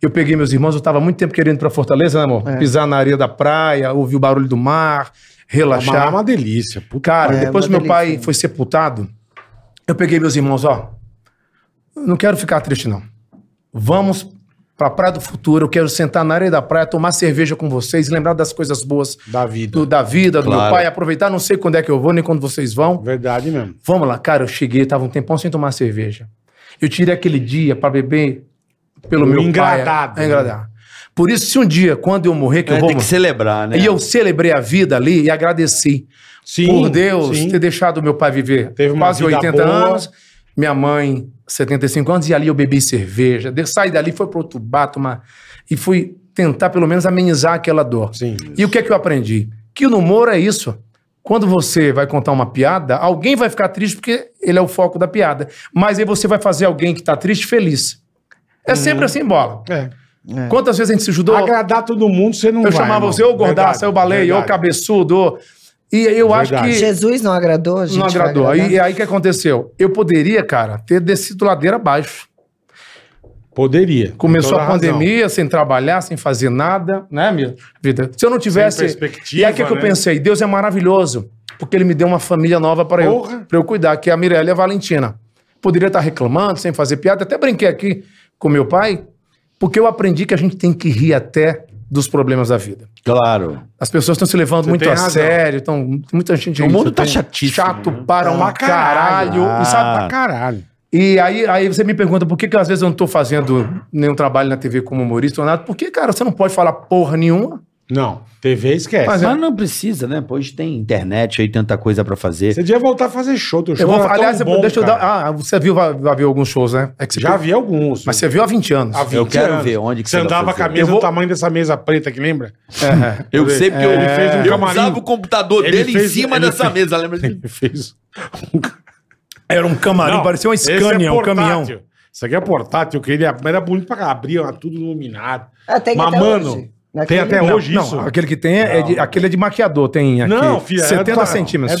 Eu peguei meus irmãos, eu estava muito tempo querendo ir para Fortaleza, né, É. amor? Pisar na areia da praia, ouvir o barulho do mar, Amar é relaxar. uma delícia. Puta. Cara, É, depois uma que delícia, meu pai né? foi sepultado, eu peguei meus irmãos, ó. Não quero ficar triste, não. Vamos pra Praia do Futuro, eu quero sentar na areia da praia, tomar cerveja com vocês, lembrar das coisas boas Da vida. do- da vida, do meu Claro. pai, aproveitar, não sei quando é que eu vou, nem quando vocês vão. Verdade mesmo. Vamos lá, cara, eu cheguei, tava um tempão sem tomar cerveja. Eu tirei aquele dia pra beber pelo O meu engradado, pai. né? Engradado. Por isso, se um dia, quando eu morrer, que eu É, vou tem que morrer, celebrar, né? e eu celebrei a vida ali e agradeci Sim. por Deus sim. ter deixado meu pai viver Teve uma quase vida 80 boa. anos, minha mãe 75 anos, e ali eu bebi cerveja. De- saí dali, foi pro outro bar tomar, e fui tentar pelo menos amenizar aquela dor. Sim. E o que é que eu aprendi? Que no humor é isso. Quando você vai contar uma piada, alguém vai ficar triste porque ele é o foco da piada. Mas aí você vai fazer alguém que está triste feliz. É sempre assim, bola. Uhum. É. Quantas vezes a gente se ajudou? Agradar todo mundo, você não Eu vai. chamava irmão. você, ô gordaça, Verdade, eu baleia, ô verdade. cabeçudo. ô- E eu acho Verdade. que Jesus não agradou, a gente. não vai agradou. agradar? Aí, e aí que aconteceu? Eu poderia, cara, ter descido ladeira abaixo. Poderia. Começou Toda a razão. pandemia, sem trabalhar, sem fazer nada, né, minha vida? Se eu não Sem tivesse. perspectiva. E aí o que, que eu né? pensei? Deus é maravilhoso. porque ele me deu uma família nova para eu, Porra. pra eu cuidar, que é a Mirella e a Valentina. Poderia estar reclamando, sem fazer piada, até brinquei aqui com meu pai, porque eu aprendi que a gente tem que rir até dos problemas da vida. Claro. As pessoas estão se levando Você muito tem a razão. sério, tão, muita gente... O mundo tá tem- chatíssimo, Chato né? para um Tá Pra caralho. Ah. caralho. E sabe, tá pra caralho. e aí, aí você me pergunta por que, que às vezes eu não tô fazendo nenhum trabalho na TV como humorista ou nada. Porque, cara, você não pode falar porra nenhuma. Não, TV esquece. Mas Mas, é- não precisa, né? Pois tem internet aí, tanta coisa pra fazer. Você devia voltar a fazer show. Teu show Eu vou, era tão aliás, bom, deixa eu cara. dar. Ah, você viu, vai, vai ver alguns shows, né? É que você Já tem- vi alguns. Mas você viu há 20 anos. Há 20 Eu quero anos. ver onde que você você vai andava com a fazer. mesa Eu vou- do tamanho dessa mesa preta que lembra? Eu sei porque É. eu, Ele fez um eu camarim. usava o computador Ele dele em fez- cima ele dessa fez- mesa, lembra disso? Ele fez. Era um camarim, Não, parecia uma esse é Scania, um portátil. caminhão. Isso aqui é portátil, que ele era bonito pra cá. Abria tudo iluminado. Ah, tem Mas, até mano, hoje. Tem Naquele- até Não, hoje não, isso. aquele que tem é, é de, aquele é de maquiador, tem aqui. Não, filha. 70 era do ta- centímetros.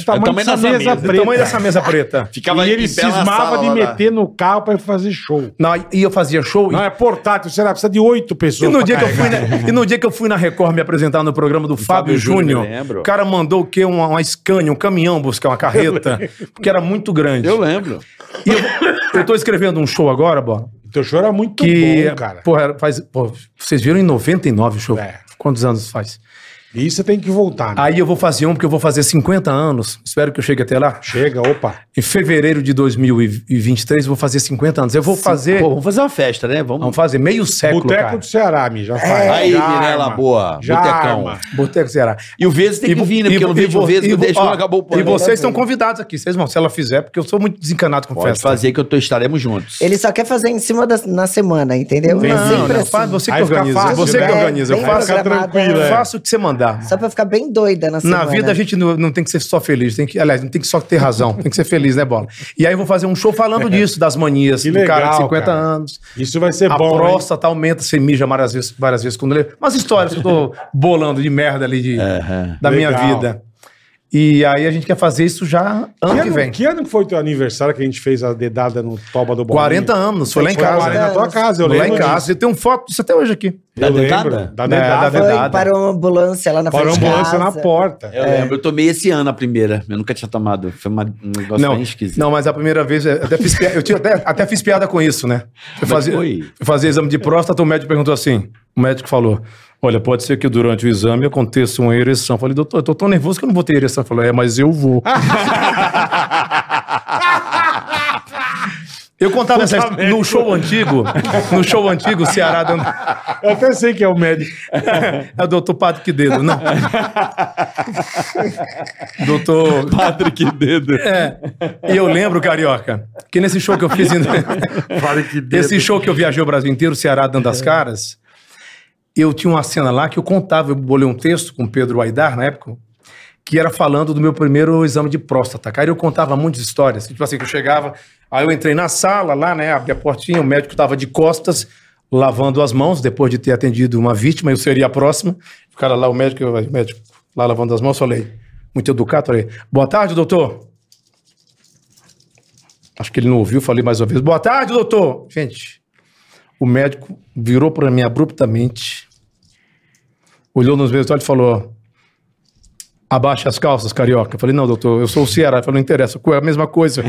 Era É É do tamanho tamanho dessa dessa mesa, mesa, do o preta. tamanho dessa mesa preta. Ficava e ele em pé na cismava sala de lá da- meter no carro pra fazer show. Não, e eu fazia show e Não, é portátil, será? Precisa de oito E pessoas. no, pra dia que eu fui né? carregar. na, e no dia que eu fui na Record me apresentar no programa do Fábio, Fábio Júnior, Júnior, eu lembro. o cara mandou o quê? Uma, uma Scania, um caminhão buscar uma carreta, porque era muito grande. Eu lembro. E eu, eu tô escrevendo um show agora, Bola, Teu show era muito que, bom, cara. porra, era- faz, pô, vocês viram em 99 o show. É. Quantos anos faz? E isso você tem que voltar. né? Aí eu vou fazer um, porque eu vou fazer 50 anos, espero que eu chegue até lá. Chega, opa. Em fevereiro de 2023 eu vou fazer 50 anos. Eu vou fazer, Pô, vamos fazer uma festa, né? Vamos. vamos fazer meio século, Boteco cara. do Ceará, Mi, já faz. Aí, já Mirella arma. Boa, Já botecão. arma. Boteco Ceará. E o Vezes tem que vo- vir, né? Porque eu não vo- vejo o vo- Vezes, e eu vo- deixo ó, quando acabou o E programa. vocês estão convidados aqui, vocês vão, se ela fizer, porque eu sou muito desencanado com Pode festa. fazer que eu tô, estaremos juntos. Ele só quer fazer em cima da na semana, entendeu? Não, não, é né? Sempre assim. faz, você que Aí fica organiza, fácil, você né? que organiza, eu Bem faço, programado, tranquilo, né? é. faço o que você mandar. Só pra ficar bem doida na semana. Na vida a gente não, não tem que ser só feliz, tem que, aliás, não tem que só ter razão, tem que ser feliz, né, Bola? E aí eu vou fazer um show falando disso, das manias Que do cara de legal, 50 cara. anos. é. Isso vai É ser a bom. hein? próstata aumenta, você mija várias vezes, várias vezes quando lê. Umas histórias que eu tô bolando de merda ali de, É, da minha Legal. vida. E aí a gente quer fazer isso já Que é ano que ano, vem. que ano que foi o teu aniversário que a gente fez a dedada no Toba do Bolinho? 40 anos, foi lá em Foi casa. 40 né? na tua casa, eu lá lembro. em casa. Eu tenho um foto disso até hoje aqui. Da Da dedada? dedada? Da É, dedada. da Foi, dedada. parou uma ambulância lá na Parou a frente ambulância de na casa. porta. Eu lembro, eu tomei esse ano a primeira. Eu nunca tinha tomado. Foi uma- um negócio Não, bem esquisito. não, mas a primeira vez eu até fiz piada, eu tinha até, até fiz piada com isso, né? Eu fazia, foi? eu fazia exame de próstata, o médico perguntou assim: o médico falou: Olha, pode ser que durante o exame aconteça uma ereção. Eu falei, doutor, eu tô tão nervoso que eu não vou ter ereção. Ele falou, é, mas eu vou. Eu contava essa história no show antigo, no show antigo, o Ceará dando. Eu até sei que é o médico. É o doutor Patrick Dedo, não. doutor. Patrick Dedo. É. E eu lembro, Carioca, que nesse show que eu fiz. em- Patrick É. Esse show que eu viajei o Brasil inteiro, o Ceará dando as caras, eu tinha uma cena lá que eu contava, eu bolei um texto com o Pedro Aidar na época, que era falando do meu primeiro exame de próstata, cara. E eu contava muitas histórias, que, tipo assim, que eu chegava, aí eu entrei na sala lá, né, abri a portinha, o médico tava de costas, lavando as mãos, depois de ter atendido uma vítima, eu seria a próxima. O cara lá, o médico, o médico lá lavando as mãos, falei, muito educado, falei, boa tarde, doutor. Acho que ele não ouviu, falei mais uma vez. Boa tarde, doutor. Gente, o médico virou para mim abruptamente, olhou nos meus olhos e falou: Abaixa as calças, carioca. Eu falei: Não, doutor, eu sou o Ceará. Ele falou: Não interessa, é a mesma coisa.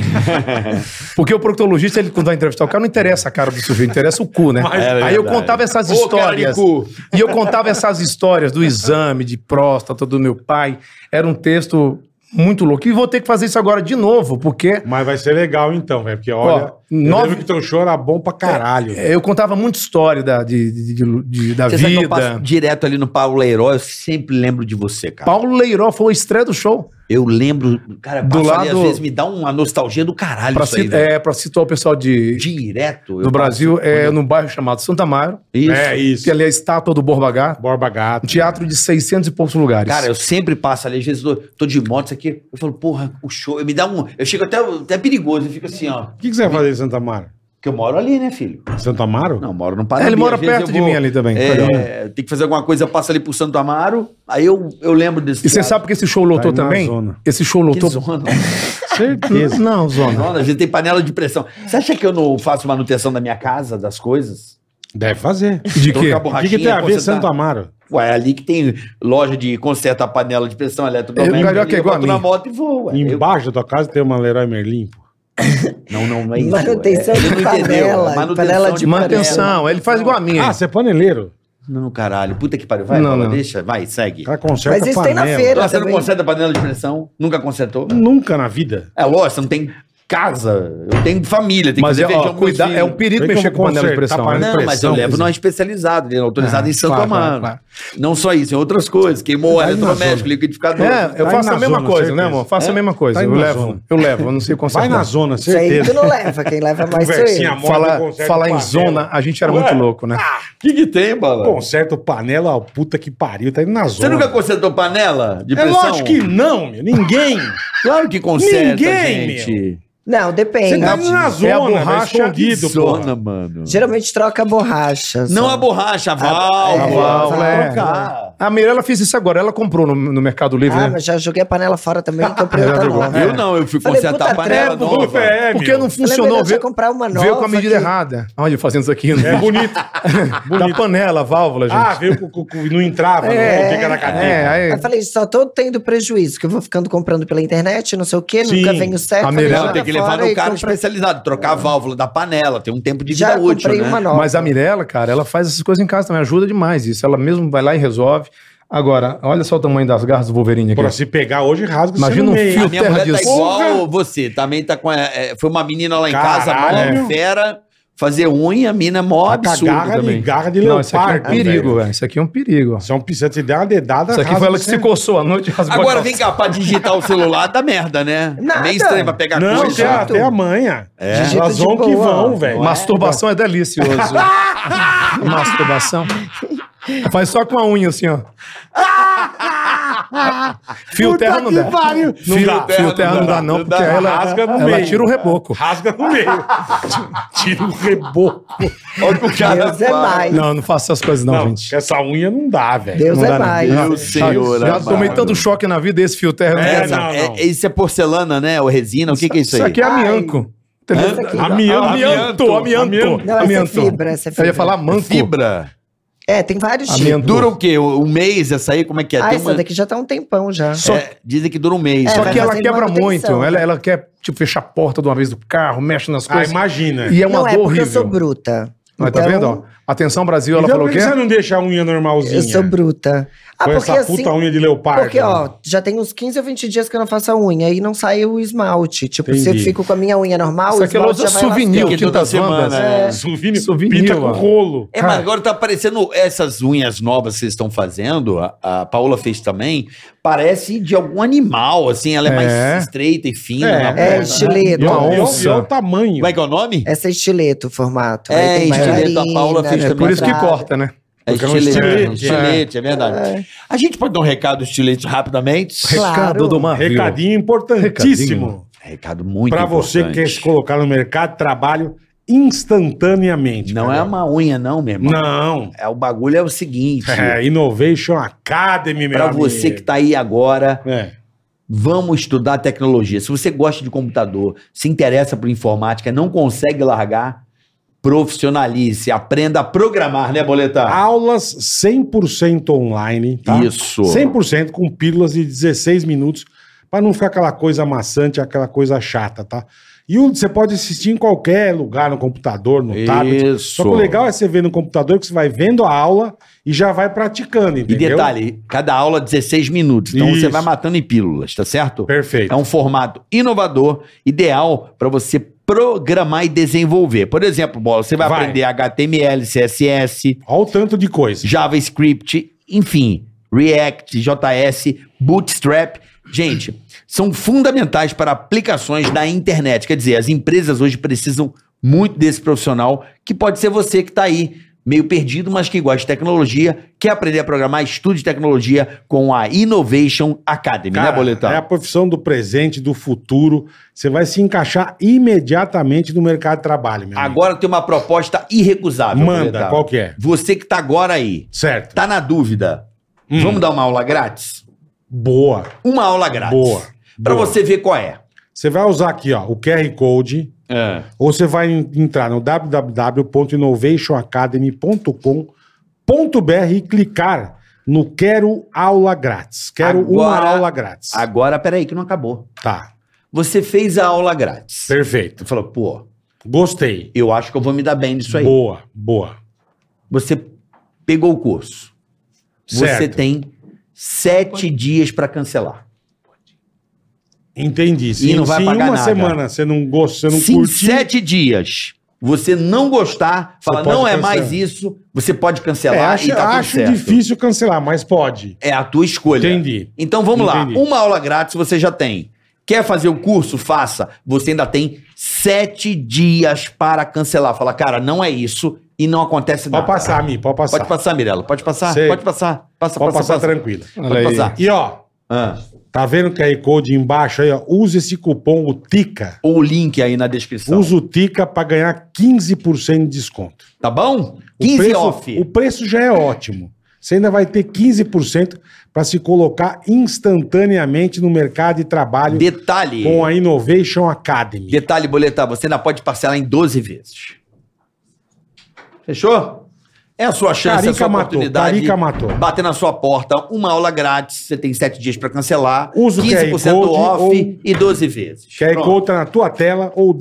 Porque o proctologista, ele quando vai entrevistar o cara, não interessa a cara do sujeito, interessa o cu, né? Aí eu contava essas é Ô, cara de histórias. cu. E eu contava essas histórias do exame de próstata do meu pai. Era um texto muito louco. E vou ter que fazer isso agora de novo, porque Mas vai ser legal então, velho. Porque olha, eu nove- lembro que teu show era bom pra caralho. É, Eu contava muita história da, de, de- de- de- da Você sabe que eu passo vida. direto ali no Paulo Leiroz, eu sempre lembro de você, cara. Paulo Leiró foi a estreia do show. Eu lembro, cara, Do do lado... lado- às vezes me dá uma nostalgia do caralho Pra, isso aí, ci- velho. é, pra situar o pessoal de, Direto. do eu Brasil, passo- é num bairro chamado Santa Mário, Isso. É que isso. ali é a estátua do Borba Gato, Borba um Gato. teatro de 600 e poucos lugares. Cara, eu sempre passo ali, às vezes eu tô, tô de moto, isso aqui, eu falo, porra, o show, eu me dá um, eu chego até, até perigoso, eu fico assim, ó, O que, que você vai fazer em Santa Amaro? porque eu moro ali, né, filho? Santo Amaro? Não, eu moro no É, Paraná. ele mora perto de mim ali né? também. É, tem que fazer alguma coisa, eu passo ali pro Santo Amaro, aí eu, eu lembro desse E você teatro. sabe que esse show lotou Tá aí na também? zona. Esse show Que lotou. zona. Certeza. Não, Zona. Zona, a gente tem panela de pressão. Você acha que eu não faço manutenção da minha casa, das coisas? Deve fazer. De O que, quê? Trocar que borrachinha, tem a ver consertar- Santo Amaro? Ué, é ali que tem loja de conserta a panela de pressão eletrodoméstica. Eu- melhor que é eu igual a boto mim. na moto e voa. Eu- Embaixo da tua casa tem uma Leroy Merlin. pô. Não, não, não é isso. Manutenção é- ele de não entendeu, panela, é panela de panela. Manutenção, ele faz igual a minha. Ah, você é paneleiro? Não, caralho. Puta que pariu. Vai, Não, Paulo, não. deixa. Vai, segue. O cara conserta Mas isso tem na panela. feira. Você não também. conserta panela de pressão? Nunca consertou? Nunca na vida. É lógico, você não tem casa. Eu tenho família, tem que Mas fazer é, feijão ó, com cuidar, os filhos. é um perigo Tem que mexer com panela de consertar tá pressão. panela né? Não, mas eu pressão, levo pois numa especializada, né, autorizada Ah, em Santo claro, claro, Amaro. claro. Não só isso, em outras coisas. Queimou Tá aí na eletrodoméstico, zona. É, liquidificador. eu Vai faço Tá na a mesma zona, coisa, certeza. né, amor? Faço a mesma coisa. Tá indo eu na levo, zona. eu levo, eu não sei Vai consertar. na zona, Isso aí certeza. tu não leva, quem leva mais sou Conversinha eu. mole, Falar, conserta falar em panela. zona, a gente era muito louco, né? Ah, O que, que tem, bala? Conserta o panela, ó, puta que pariu, tá indo na Você zona. nunca consertou panela de É pressão? lógico que não, meu. Ninguém. Claro que conserta, Ninguém, gente. Não, Você tá depende. indo na zona, É a velho, borracha escondido, Zona, porra. mano. Geralmente troca a borracha. só. Não a borracha, a válvula. é, Vai válvula, é. trocar. A Mirella fez isso agora, ela comprou no, no Mercado Livre, Ah, né? mas já joguei a panela fora também, comprei Já outra jogou. nova. É. Eu não, eu fui Falei, consertar a puta panela trampo, nova. É, Porque meu. não Falei, funcionou, "Melhor você veio, comprar uma nova veio com a medida que- errada. Olha, eu fazendo isso aqui. É né? bonito. Da panela, a válvula, gente. Ah, veio com o cu- não entrava, não fica na cadeia. é, aí- Eu falei, só tô tendo prejuízo, que eu vou ficando comprando pela internet, não sei o quê, Sim. nunca venho certo. A falei, Mirella Não, joga tem que levar fora no e cara compra- especializado, trocar a válvula da panela, tem um tempo de vida Já útil, comprei né? uma nova. Mas a Mirella, cara, ela faz essas coisas em casa também, ajuda demais isso. Ela mesmo vai lá e resolve. Agora, olha só o tamanho das garras do Wolverine aqui. Porra, se pegar hoje, rasga é. Imagina um A fio. minha Terra mulher tá disso. igual você, também tá com. a- é, foi uma menina lá em casa, Caralho. mó fera, fazer unha, a mina é mó Tá absurdo garra de, também. garra de Não, isso aqui é um leopardo. perigo, velho. Isso aqui é um perigo. ó. São pisando, se der uma dedada, Isso aqui rasga foi ela que você. se coçou à noite e rasgou a Agora calça. vem cá, pra digitar o celular dá merda, né? Nada. É meio estranho pra pegar Não, coisa. tem a- tem a manha. É. Digita Elas de vão que boa. vão, velho. Masturbação é delicioso. Masturbação. Faz só com a unha assim, ó. Fio terra não dá. Não Fio dá. terra Fio terra não dá, não, porque ela, Rasga no ela meio. tira o reboco. Rasga no meio. Tira o reboco. Olha o que o cara Deus é fala. mais. Não, não faço essas coisas, não, Não, gente. é essa unha não dá, velho. Deus não é dá, não. mais. Meu senhor. Já amado. tomei tanto choque na vida, esse fio terra não É, dá. Essa- não, é- não. isso é porcelana, né? Ou resina? O que, que é isso aí? Isso aqui é amianco. Essa aqui- é Amianto, Amianto, amianto. Não, essa é amianto. fibra, essa é Eu fibra. ia falar manco. Fibra. É, tem vários tipos. Amianto. Dura o quê? Um mês essa aí? Como é que é? Ah, Tem essa uma- daqui já tá um tempão já. Só É, dizem que dura um mês. É, Só vai que ela fazendo quebra muito. manutenção. Ela, ela quer, tipo, fechar a porta de uma vez do carro, mexe nas Ah, coisas. imagina. e é uma não, é dor porque eu horrível. sou bruta. Mas tá Então, vendo? ó? Atenção, Brasil, ela Então falou por o que quê? você não deixa a unha normalzinha? Eu sou bruta. Ah, Com porque essa assim... puta um unha de leopardo. Porque, ó, já tem uns 15 ou 20 dias que eu não faço a unha e não sai o esmalte. Tipo, se eu Entendi. fico com a minha unha normal, Isso o aqui é esmalte lousa já vai souvenir, lascando. tintas Toda semana, bandas. é né? Souvenir, Souvenir, pinta com ó. rolo. É, mas agora tá aparecendo essas unhas novas que vocês estão fazendo, a, a Paola fez também, parece de algum animal, assim, ela é, É. mais estreita e fina. É. na É, ponta, né? estileto. E Uma olha- e onça. olha o tamanho. Como é que é o nome? Essa é estileto o formato. É, Aí tem estileto, a bailarina, Paula fez tem também. É Por isso que quadrado. corta, né? É Porque é um estilete, estilete, né? estilete, é verdade. A gente pode dar um recado do estilete rapidamente? Claro. Recado do Marvio. Recadinho importantíssimo. Recadinho. É um Recado Ah, muito Pra você que importante. quer se colocar no mercado de trabalho instantaneamente. Não cara. é uma unha não, meu irmão. Não. É, o bagulho é o seguinte, É, Innovation Academy, meu Pra amigo. você que tá aí agora, É. Vamos estudar tecnologia. Se você gosta de computador, se interessa por informática, não consegue largar, profissionalize, aprenda a programar, né, Boletar? Aulas 100% online, Ah, tá? Isso. 100% com pílulas de 16 minutos, pra não ficar aquela coisa amassante, aquela coisa chata, tá? E o- você pode assistir em qualquer lugar, no computador, no tablet. Isso. Só que o legal é você ver no computador que você vai vendo a aula e já vai praticando, E entendeu? detalhe, cada aula 16 minutos. Então você Isso. vai matando em pílulas, tá certo? Perfeito. É um formato inovador, ideal para você programar e desenvolver. Por exemplo, Bola, você vai, Vai. aprender HTML, CSS, Olha o tanto de coisa. JavaScript, enfim, React, JS, Bootstrap. Gente, são fundamentais para aplicações da internet. Quer dizer, as empresas hoje precisam muito desse profissional, que pode ser você que está aí, meio perdido, mas que gosta de tecnologia, quer aprender a programar, estude tecnologia com a Innovation Academy, né, Cara, Boletão? É a profissão do presente, do futuro. Você vai se encaixar imediatamente no mercado de trabalho, meu amigo. Agora tem uma proposta irrecusável. Manda, Boletar. qual que é? Você que está agora aí, Certo. tá na dúvida, Hum. vamos dar uma aula grátis? Boa, Uma aula grátis. boa. Pra boa. você ver qual é. Você vai usar aqui, ó, o QR Code, É. ou você vai en- entrar no www.innovationacademy.com.br e clicar no Quero Aula Grátis. Quero uma Agora- aula grátis. Agora, peraí, que não acabou. Tá, Você fez a aula grátis. perfeito. Você falou, pô, Gostei. eu acho que eu vou me dar bem nisso aí. Boa, boa. Você pegou o curso. Você Certo. tem sete dias pra cancelar. Entendi. Se, não vai se em pagar uma nada. semana você não gosta, você não Se em curte. sete dias você não gostar, falar pode não é cancelar. mais isso, você pode É, cancelar acho e tá tudo acho certo. difícil cancelar, mas pode. É a tua escolha. Entendi. Então vamos Entendi. lá. Uma aula grátis você já tem. Quer fazer o curso? Faça. Você ainda tem sete dias para cancelar. Fala, cara, não é isso e não acontece nada. Pode passar, Mi, pode passar. Pode passar, Mirella. Pode passar. Sei. Pode passar. Passa, Pode passa, passar passa. tranquilo. Olha Pode aí. passar. E ó, Ah, tá vendo o QR Code embaixo aí, ó? Usa esse cupom, o TICA. o link aí na descrição. Usa o TICA pra ganhar 15% de desconto. Tá bom? O 15 preço, off. O preço já é ótimo. Você ainda vai ter 15% para se colocar instantaneamente no mercado de trabalho Detalhe. com a Innovation Academy. Detalhe, boletar, você ainda pode parcelar em 12 vezes. Fechou? É a sua chance, é a Carica sua matou, oportunidade. Carica matou. Bater na sua porta, uma aula grátis, você tem 7 dias para cancelar, Usa o 15% QR Code off ou- e 12 vezes. QR Pronto. Code tá na tua tela ou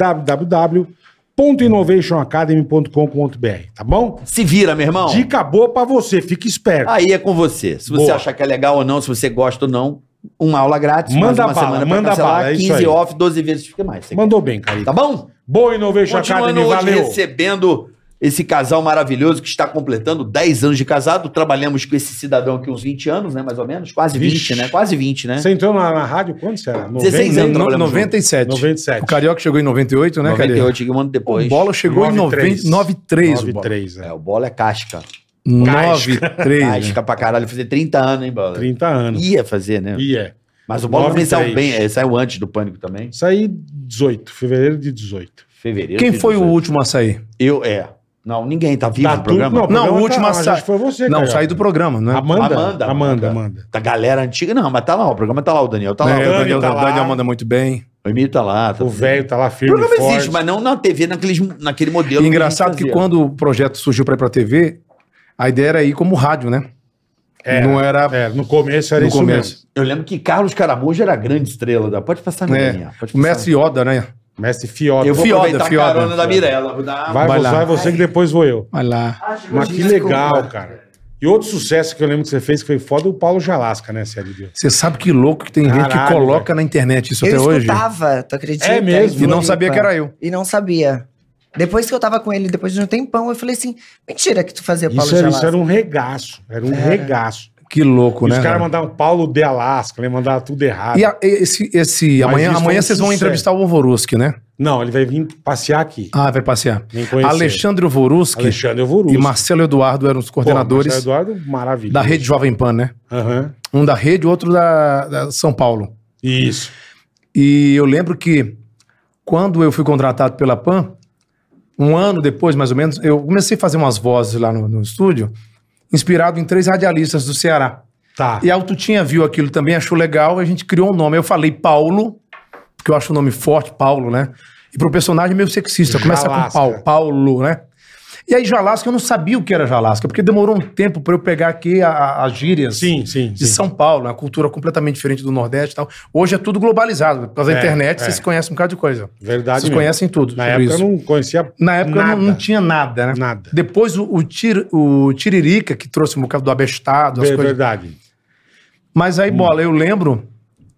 www.innovationacademy.com.br, tá bom? Se vira, meu irmão. Dica boa pra você, fica esperto. Aí é com você. Se você Boa. achar que é legal ou não, se você gosta ou não, uma aula grátis, Manda bala, mais uma semana pra manda cancelar, bala, é isso 15 aí. off, 12 vezes, fica mais. você Mandou bem, quer. Carica. Tá bom? Boa Innovation Continuando Academy, hoje valeu. recebendo esse casal maravilhoso que está completando 10 anos de casado. Trabalhamos com esse cidadão aqui uns 20 anos, né? Mais ou menos. Quase 20, Vixe. né? Quase 20, né? Você entrou na, na rádio quando será? 16 No- anos no- trabalhamos 97. 97. O é Carioca chegou em 98, né, Carioca? 98, um ano depois. O Bola chegou em 93. 93, o Bola. 93, é. É, o bola é casca. 93. né? Casca pra caralho. Fazer 30 anos, hein, bola? 30 anos. Ia fazer, né? E é. Mas o bola também 93. saiu bem. é, saiu antes do pânico também. Saí 18, fevereiro de 18. Fevereiro. Quem de foi o 18. último a sair? Eu, é. Não, ninguém tá vivo Tá no tudo- programa. Não, o Não, programa o último tá- a sa- acho que foi você, Não, Carioca. saí do programa, né? Amanda? Amanda, Amanda, Amanda. Amanda. Amanda. Da galera antiga, não, mas tá lá. O programa tá lá. O Daniel tá lá. É, Dani o Daniel, tá lá. Daniel manda muito bem. O Emílio tá lá. tá O tudo. velho tá lá O firme. programa forte. existe, mas não na TV, naqueles, naquele E modelo. engraçado que a gente fazia. quando o projeto surgiu pra ir pra TV, a ideia era ir como rádio, né? É, Não era É, no começo era no isso começo. Eu lembro que Carlos Caramujo era a grande estrela. Da... Pode passar, É. Mirelinha. Pode O passar. mestre Yoda, né? mesmo. Mestre Fiota. Eu vou Fioda, aproveitar Fioda. a carona da Mirella. Vou dar... Vai, Vai você, lá. vai você que depois vou eu. Vai lá. Mas que legal, cara. E outro sucesso que eu lembro que você fez que foi foda o Paulo Jalasca, né, CLB? Você sabe que louco que tem gente que Caralho, coloca na internet isso até eu hoje. escutava, tu acredita? É mesmo? Em E não Floripa. sabia que era eu. E não sabia. Depois que eu tava com ele, depois de um tempão, eu falei assim, mentira que tu É, fazia Paulo Isso era, isso Jalasca. era um regaço. Era um regaço. Que louco, E né? os caras cara? mandavam Paulo de Alasca, né? mandavam tudo errado. E a- e esse, esse Mas amanhã, isso é amanhã um vocês vão sucesso. entrevistar o Alvoruski, né? Não, ele vai vir passear aqui. Ah, vai passear. Vem conhecer. Alexandre Alvoruski Alexandre Alvoruso. e Marcelo Eduardo eram os coordenadores Eduardo, maravilhoso. da Rede Jovem Pan, né? Aham. Um da Rede, outro da, da São Paulo. Isso. E eu lembro que quando eu fui contratado pela Pan, um ano depois, mais ou menos, eu comecei a fazer umas vozes lá no, no estúdio, inspirado em três radialistas do Ceará. Tá. E a Altutinha viu aquilo também, achou legal, a gente criou um nome. Eu falei Paulo, porque eu acho o nome forte, Paulo, né? E pro personagem é meio sexista, começa com Jalasca. Paulo, Paulo, né? E aí Jalasca, eu não sabia o que era Jalasca, porque demorou um tempo pra eu pegar aqui a- a- as gírias Sim, sim. de sim. São Paulo, uma cultura completamente diferente do Nordeste e tal. Hoje é tudo globalizado, por causa da É, internet é. vocês conhecem um bocado de coisa. Verdade vocês mesmo. conhecem tudo Na sobre época isso. eu não conhecia Na época eu nada. não, não tinha nada, né? Nada. Depois o, o, tir, o Tiririca, que trouxe um bocado do abestado, as Ver- coisas Verdade. Hum. mas aí, bola, eu lembro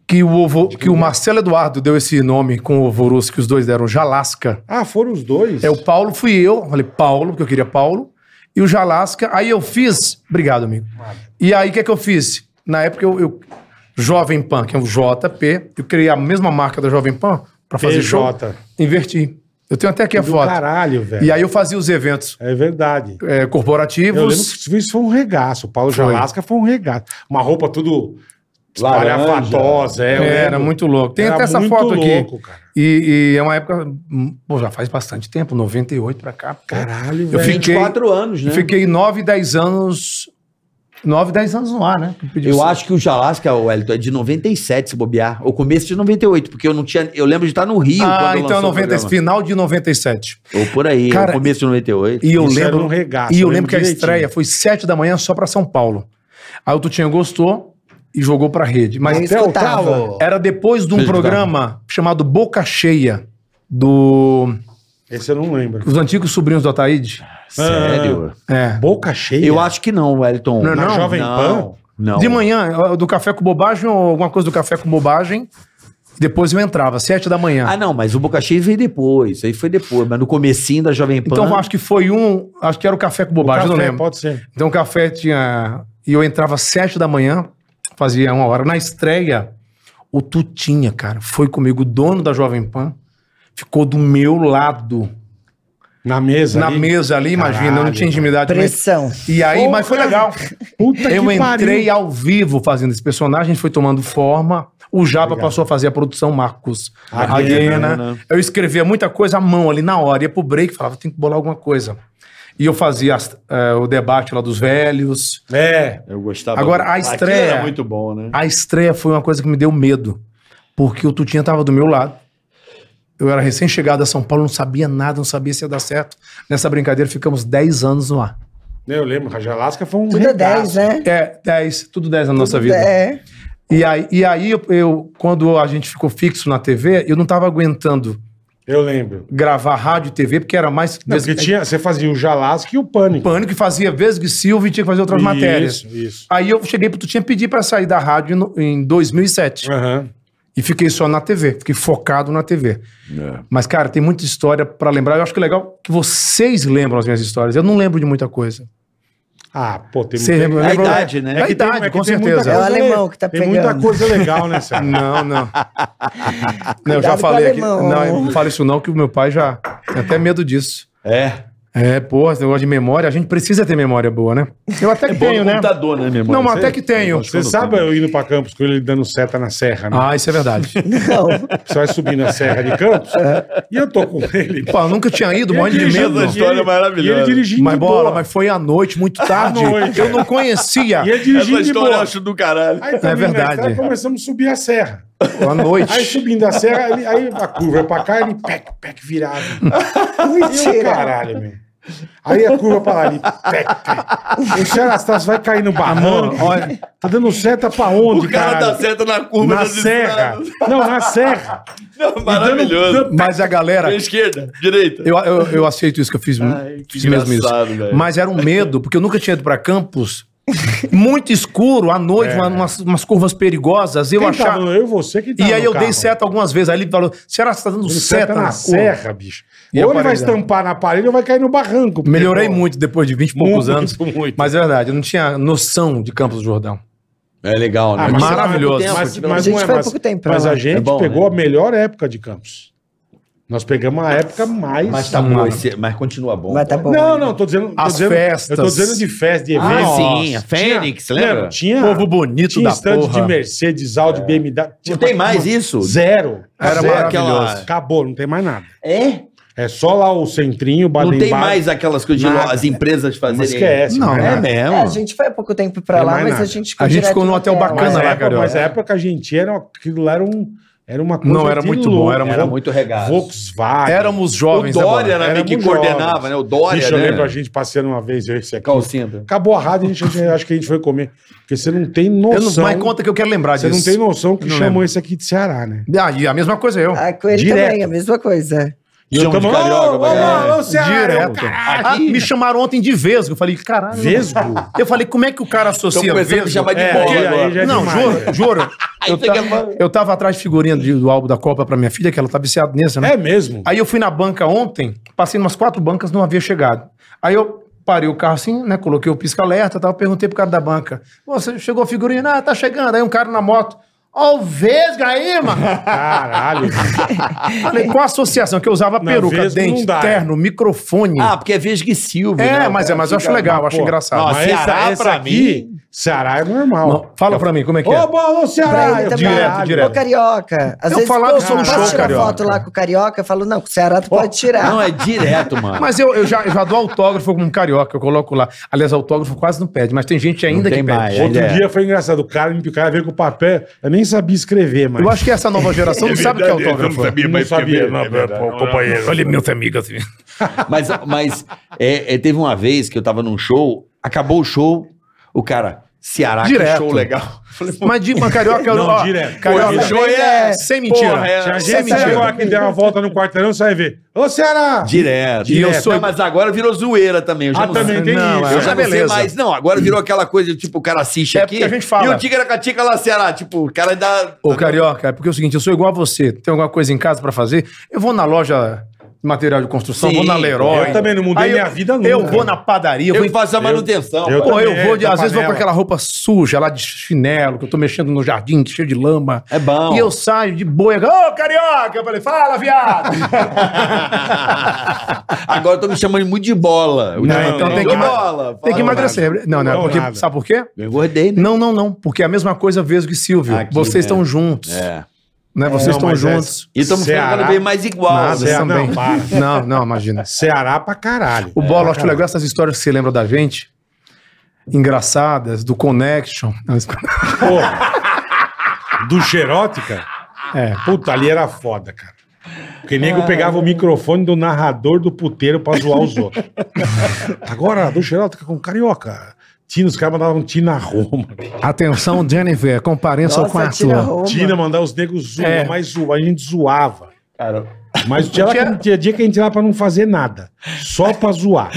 que o, ovo, que o Marcelo Eduardo deu esse nome com o Ovorus, que os dois deram Jalasca. Ah, foram os dois? É, o Paulo fui eu, falei Paulo, porque eu queria Paulo, e o Jalasca. Aí eu fiz. Obrigado, amigo. E aí, o que é que eu fiz? Na época, eu. eu- Jovem Pan, que é um JP, eu criei a mesma marca da Jovem Pan pra fazer show. PJ. Inverti. Eu tenho até aqui a Do foto. caralho, velho. E aí eu fazia os eventos É verdade. eh, corporativos. Eu lembro que isso foi um regaço. O Paulo Foi. Jalasca foi um regaço. Uma roupa tudo Laranja. espalhafatosa. É, eu Era lembro. muito louco. Tem Era até essa muito foto aqui. louco, cara. E, e é uma época. hum, Pô, já faz bastante tempo 98 pra cá. pô. Caralho, Eu velho. fiquei, 24 anos, né? fiquei 9, 10 anos 9, 10 anos no ar, né? Que pediu Eu isso. acho que o Jalasca, o Wellington, é de 97, se bobear. O começo de 98, porque eu não tinha. Eu lembro de estar no Rio. Ah, quando então é lançou o 90, programa. final de 97. Ou por aí, é Cara, o começo de 98. E eu Isso era lembro. um regaço, e eu eu lembro lembro que a direitinho. estreia foi 7 da manhã só pra São Paulo. Aí o Tutinha gostou e jogou pra rede. Mas Eu até o escutava. tal, era depois de um Vocês programa chamado Boca Cheia, do Esse eu não lembro. Os Antigos Sobrinhos do Ataíde. Sério? É. Boca cheia. Eu acho que não, Wellington. Não é Na não? Jovem Pan? Não. De manhã, do Café com Bobagem ou alguma coisa do Café com Bobagem. Depois eu entrava, 7 da manhã. Ah, não, mas o Boca Cheia veio depois. Aí foi depois, mas no comecinho da Jovem Pan. Então eu acho que foi um. Acho que era o café com bobagem, eu não Café, lembro. Pode ser. Então o café tinha. E eu entrava às sete da manhã, fazia uma hora. Na estreia, o Tutinha, cara, foi comigo, o dono da Jovem Pan, ficou do meu lado. Na mesa. na ali. mesa ali, imagina, eu não Caralho. tinha intimidade. com ele. Pressão. E aí, mas foi legal. Puta Eu que entrei pariu. ao vivo fazendo esse personagem, foi tomando forma. O Japa passou a fazer a produção Marcos Aguena. Aguena. Eu escrevia muita coisa à mão ali na hora. Ia pro break e falava, tem que bolar alguma coisa. E eu fazia as- eh, o debate lá dos velhos. É. Eu gostava. Agora, a estreia- Aquilo bom, né? A estreia foi uma coisa que me deu medo. Porque o Tutinha tava do meu lado. Eu era recém-chegado a São Paulo, não sabia nada, não sabia se ia dar certo. Nessa brincadeira, ficamos 10 anos no ar. Eu lembro. A Jalasca foi um Tudo é 10, né? É, 10, tudo 10 na nossa vida. É. E aí, e aí eu, eu- quando a gente ficou fixo na TV, eu não tava aguentando Eu lembro. gravar rádio e TV, porque era mais Não, vezes- porque tinha, você fazia o Jalasca e o Pânico. pânico e fazia vezes que Silva e tinha que fazer outras matérias. Isso, isso. Aí eu cheguei pro Tutinha pedir pra sair da rádio no- em 2007. Aham. E fiquei só na TV, fiquei focado na TV. Mas, cara, tem muita história pra lembrar. Eu acho que é legal que vocês lembram as minhas histórias. Eu não lembro de muita coisa. Ah, pô, tem Você muita- lembra? A lembra- idade, né? É a que tem- idade, é que com tem muita certeza. É o coisa alemão le- que tá Tem muita pegando. coisa legal nessa. Não, não. não, eu Cuidado com já o falei aqui. alemão. né? Não, eu não falo isso não, que o meu pai já tem até medo disso. É. É, porra, esse negócio de memória, a gente precisa ter memória boa, né? Eu É até que tenho, né? computador, né, meu Não, mas até que tenho. Você sabe eu indo pra Campos com ele dando seta na serra, né? Ah, isso é verdade. Não. Ah. Você vai subir na serra de Campos É. e eu tô com ele. Pô, eu nunca tinha ido, Ele morrendo de dirigindo, medo. e ele- E ele dirigindo Mas de bola, boa. mas foi à noite, muito tarde. noite. Eu não conhecia. E ele dirigindo de boa. é do caralho. Aí também, né, É verdade. cara, começamos a subir a serra. À noite. Aí subindo a serra, ele- aí a curva é pra cá, ele pec, pec, virado. Mentira. Caralho, meu. Aí a curva pra lá, ele pec, pec. O Xerastas vai cair no barranco. Olha, tá dando seta pra onde, caralho? seta na curva. Na serra. Não, na serra. tá Maravilhoso. Mas a galera. é Esquerda, direita. Eu, eu, eu aceito isso que eu fiz, fiz mesmo isso. Mas era um medo, porque eu nunca tinha ido pra campus. Muito escuro, à noite, uma- umas, umas curvas perigosas. Eu É. Quem tá achava. dando? Eu, você que tá e aí no eu dei carro. seta algumas vezes. Aí ele falou: será que você tá dando Ele seta, na, serra? serra, bicho. E ou a ele vai parede? estampar na parede ou vai cair no barranco. porque, Melhorei pô, muito depois de 20 e poucos Muito, anos. muito. Mas é verdade, eu não tinha noção de Campos do Jordão. É legal, né? Ah, mas- Mas- Maravilhoso. Mas, A mas, gente não é, foi há mas, pouco tempo pra mas lá. a gente É bom, pegou né? a melhor época de Campos. Nós pegamos a época mais. Mas tá bom, esse- mas continua bom. né? Mas tá bom. Não, não, tô dizendo. tô As dizendo- festas. Eu tô dizendo de festa, de Ah, evento. sim, a Tinha- Fênix, lembra? Tinha. Povo bonito tinha da estande porra. de Mercedes, Audi, BMW. Tinha- É. Não tem mais isso? Zero. Era Zero. maravilhoso. Aquela- Acabou, não tem mais nada. É? É só lá o centrinho, o Não Baden tem mais aquelas coisas de Nada. lo- as empresas Mas fazerem. esquece. Não, mais é nada. É, mesmo. a gente foi há pouco tempo pra Não lá, é mais mas a nada. gente ficou A gente direto ficou num é hotel Mas, é né, bacana a lá, época, Carioca. mas a época que a gente era, aquilo lá era, um, era uma coisa. Não, era de muito bom, louco. né? era um Era muito regado. Volkswagen. Éramos O jovens. né, Dória, Bola? né? Éramos Que coordenava, jovens. né? O Dória, Bicho, eu né? lembro a gente passeando uma vez, eu e esse aqui. Calcinha. Acabou a rádio, a gente, a gente- acho que a gente foi comer. Porque você não tem Eu não, noção. mas conta que eu quero lembrar você disso. não tem noção que Eu não chamou lembro. esse aqui de Ceará, né? Ah, e a mesma coisa eu. A com ele Direto. também, a mesma coisa. E eu Chama de tamo, carioca, "Ô, pra ô, caralho." ô, ô, Ceará, é Direto. ô, é um caralho. Ah, me chamaram ontem de Vesgo. Eu falei, caralho. Vesgo? Então Eu falei, como é que o cara Estão associa começando a me chamar Vesgo? de É, bola aí- aí agora. já é não, demais, juro, velho. juro. Eu, tem ta- que- eu tava atrás de figurinha de- do álbum da Copa pra minha filha, que ela tá viciada nessa, né? É mesmo. Aí eu fui na banca ontem, passei umas quatro bancas, não havia chegado. Aí eu parei o carro assim, né? Coloquei o pisca-alerta e tal, perguntei pro cara da banca. Você chegou a figurinha? Ah, tá chegando. Aí um cara na moto. Ó, o Vesga aí, mano. Caralho. Falei, qual a associação? Que eu usava Na peruca, Vesgo não dente, dá. terno, microfone. Ah, porque é Vesga e Silva. é, né? mas, é, mas eu acho legal, eu acho Pô, engraçado. Nossa, Mas Ceará, essa, essa pra aqui, Ceará é normal. Não, fala pra mim, como é que Ô, é? bola, ô, Ceará! Daí Eu também, direto, direto. Ô, Carioca. Às Eu vezes, falava pô, um sobre o posso show, tirar Carioca. foto lá com o Carioca? Eu falo, não, com o Ceará tu pode tirar. Não, é direto, mano. Mas eu, eu, já, eu já dou autógrafo como um carioca, eu coloco lá. Aliás, autógrafo quase não pede, mas tem gente ainda tem que pede. mais, é. Outro Ele dia foi engraçado. O cara, o cara veio com o papel. Eu nem sabia escrever, mas. Eu acho que essa nova geração não sabe o que é autógrafo. Não sabia, não, é pô, companheiro. Olha, meus amigos. assim. Mas, mas é, é, teve uma vez que eu tava num show, acabou o show, o cara, Ceará, Direto. que show legal. Mas de mas carioca, eu Não, ó, direto. Carioca, Pô, esse show é sem mentira. Porra, é- Se a sem gente sair mentira. agora que der uma volta no quarteirão, você vai ver. Ô, Ceará! Direto. E eu Direto. sou- Não, mas agora virou zoeira também. Eu já Ah, não também sei. tem Não, isso. é. Eu já Ah, não sei beleza. mais. Não, agora virou aquela coisa, tipo, o cara assiste É aqui. porque a gente fala. E o Tigre Catica lá, Ceará. Tipo, o cara dá. Ô, carioca, é porque é o seguinte, eu sou igual a você. Tem alguma coisa em casa pra fazer? Eu vou na loja de material de construção, Sim, vou na Leroy. eu também não mudei minha vida nunca. não. Eu vou na padaria, eu, Eu vou em faço a manutenção. eu- pô. Pô, eu também, vou, de, da às vezes vou com panela. aquela roupa suja lá de chinelo, que eu tô mexendo no jardim, que cheio de lama. É bom. E eu saio de boia. Ô, carioca! Eu falei, fala, viado! Agora eu tô me chamando muito de bola. não, então tem que, de ma- bola. tem que fala. emagrecer. Não, não, Não, porque, nada. sabe por quê? Eu engordei, né? Não, não, não. Porque é a mesma coisa, Vesgo e Silvio. Aqui, Vocês né? estão juntos. É. Né? Vocês Não, estão mas é- juntos. E estamos ficando Ceará- cada vez mais igual. Nada, né? Ceará- também. não, para. É, não, não, imagina. Ceará pra caralho. O Bola, acho legal essas histórias que você lembra da gente. Engraçadas, do Connection. Porra. Do Xerótica? É. Puta, ali era foda, cara. Porque nego pegava o microfone do narrador do puteiro pra zoar os outros. Agora, do Xerótica com carioca. Tina, os caras mandavam Tina Roma. Atenção, Jennifer, compareça ao Nossa, quarto. tira a roupa. Tina mandar os negros zoar, É. mas zoa, a gente zoava. Mas tinha, hora que, tinha dia que a gente ia lá pra não fazer nada. Só pra zoar.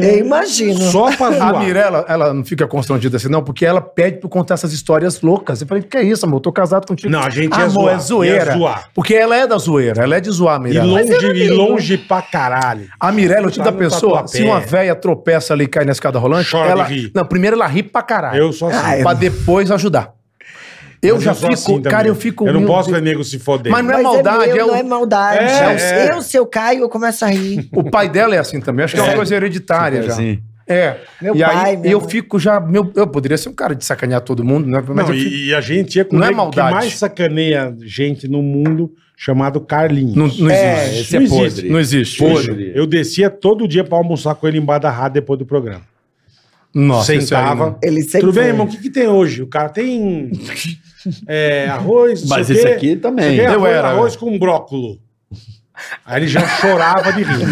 Eu imagino. Só pra A zoar. Mirella, ela não fica constrangida assim, não, porque ela pede pra eu contar essas histórias loucas. Eu falei, que é isso, amor? Eu tô casado contigo. Não, a gente ia amor, zoar, é zoeira. ia zoar. Porque ela é da zoeira, ela é de zoar, E Mirella. longe, e longe pra caralho. A Mirella, eu te Tá da no pessoa, Tatuapé. se uma véia tropeça ali e cai na escada rolante, Chora de ela. rir. Não, primeiro ela ri pra caralho. Eu só assim. Ah, é Pra depois ajudar. Eu Mas já sou fico. assim também. cara, eu fico. Eu não meu posso Deus. ver nego se foder. Mas não é Mas maldade, meu, é o- não é maldade. É, é. Eu, se eu caio, eu começo a rir. O pai dela é assim também. Acho que é uma coisa hereditária já. É. Meu e pai, aí minha eu mãe. fico já. Meu, eu poderia ser um cara de sacanear todo mundo, né? Mas Não, eu fico- e, e a gente é com Não o é nego que maldade. mais sacaneia gente no mundo, chamado Carlinhos. não, não existe. Esse é Não existe. podre. Não existe. Podre. Eu descia todo dia pra almoçar com ele em Badarrá depois do programa. Nossa, isso aí Sentava. não- Ele sempre. Tudo bem, irmão? O que, que tem hoje? O cara tem é, arroz, não Mas sei o esse quê. aqui também. Isso né? aqui é Eu arroz, era, arroz com brócolo. Aí ele já chorava de rir.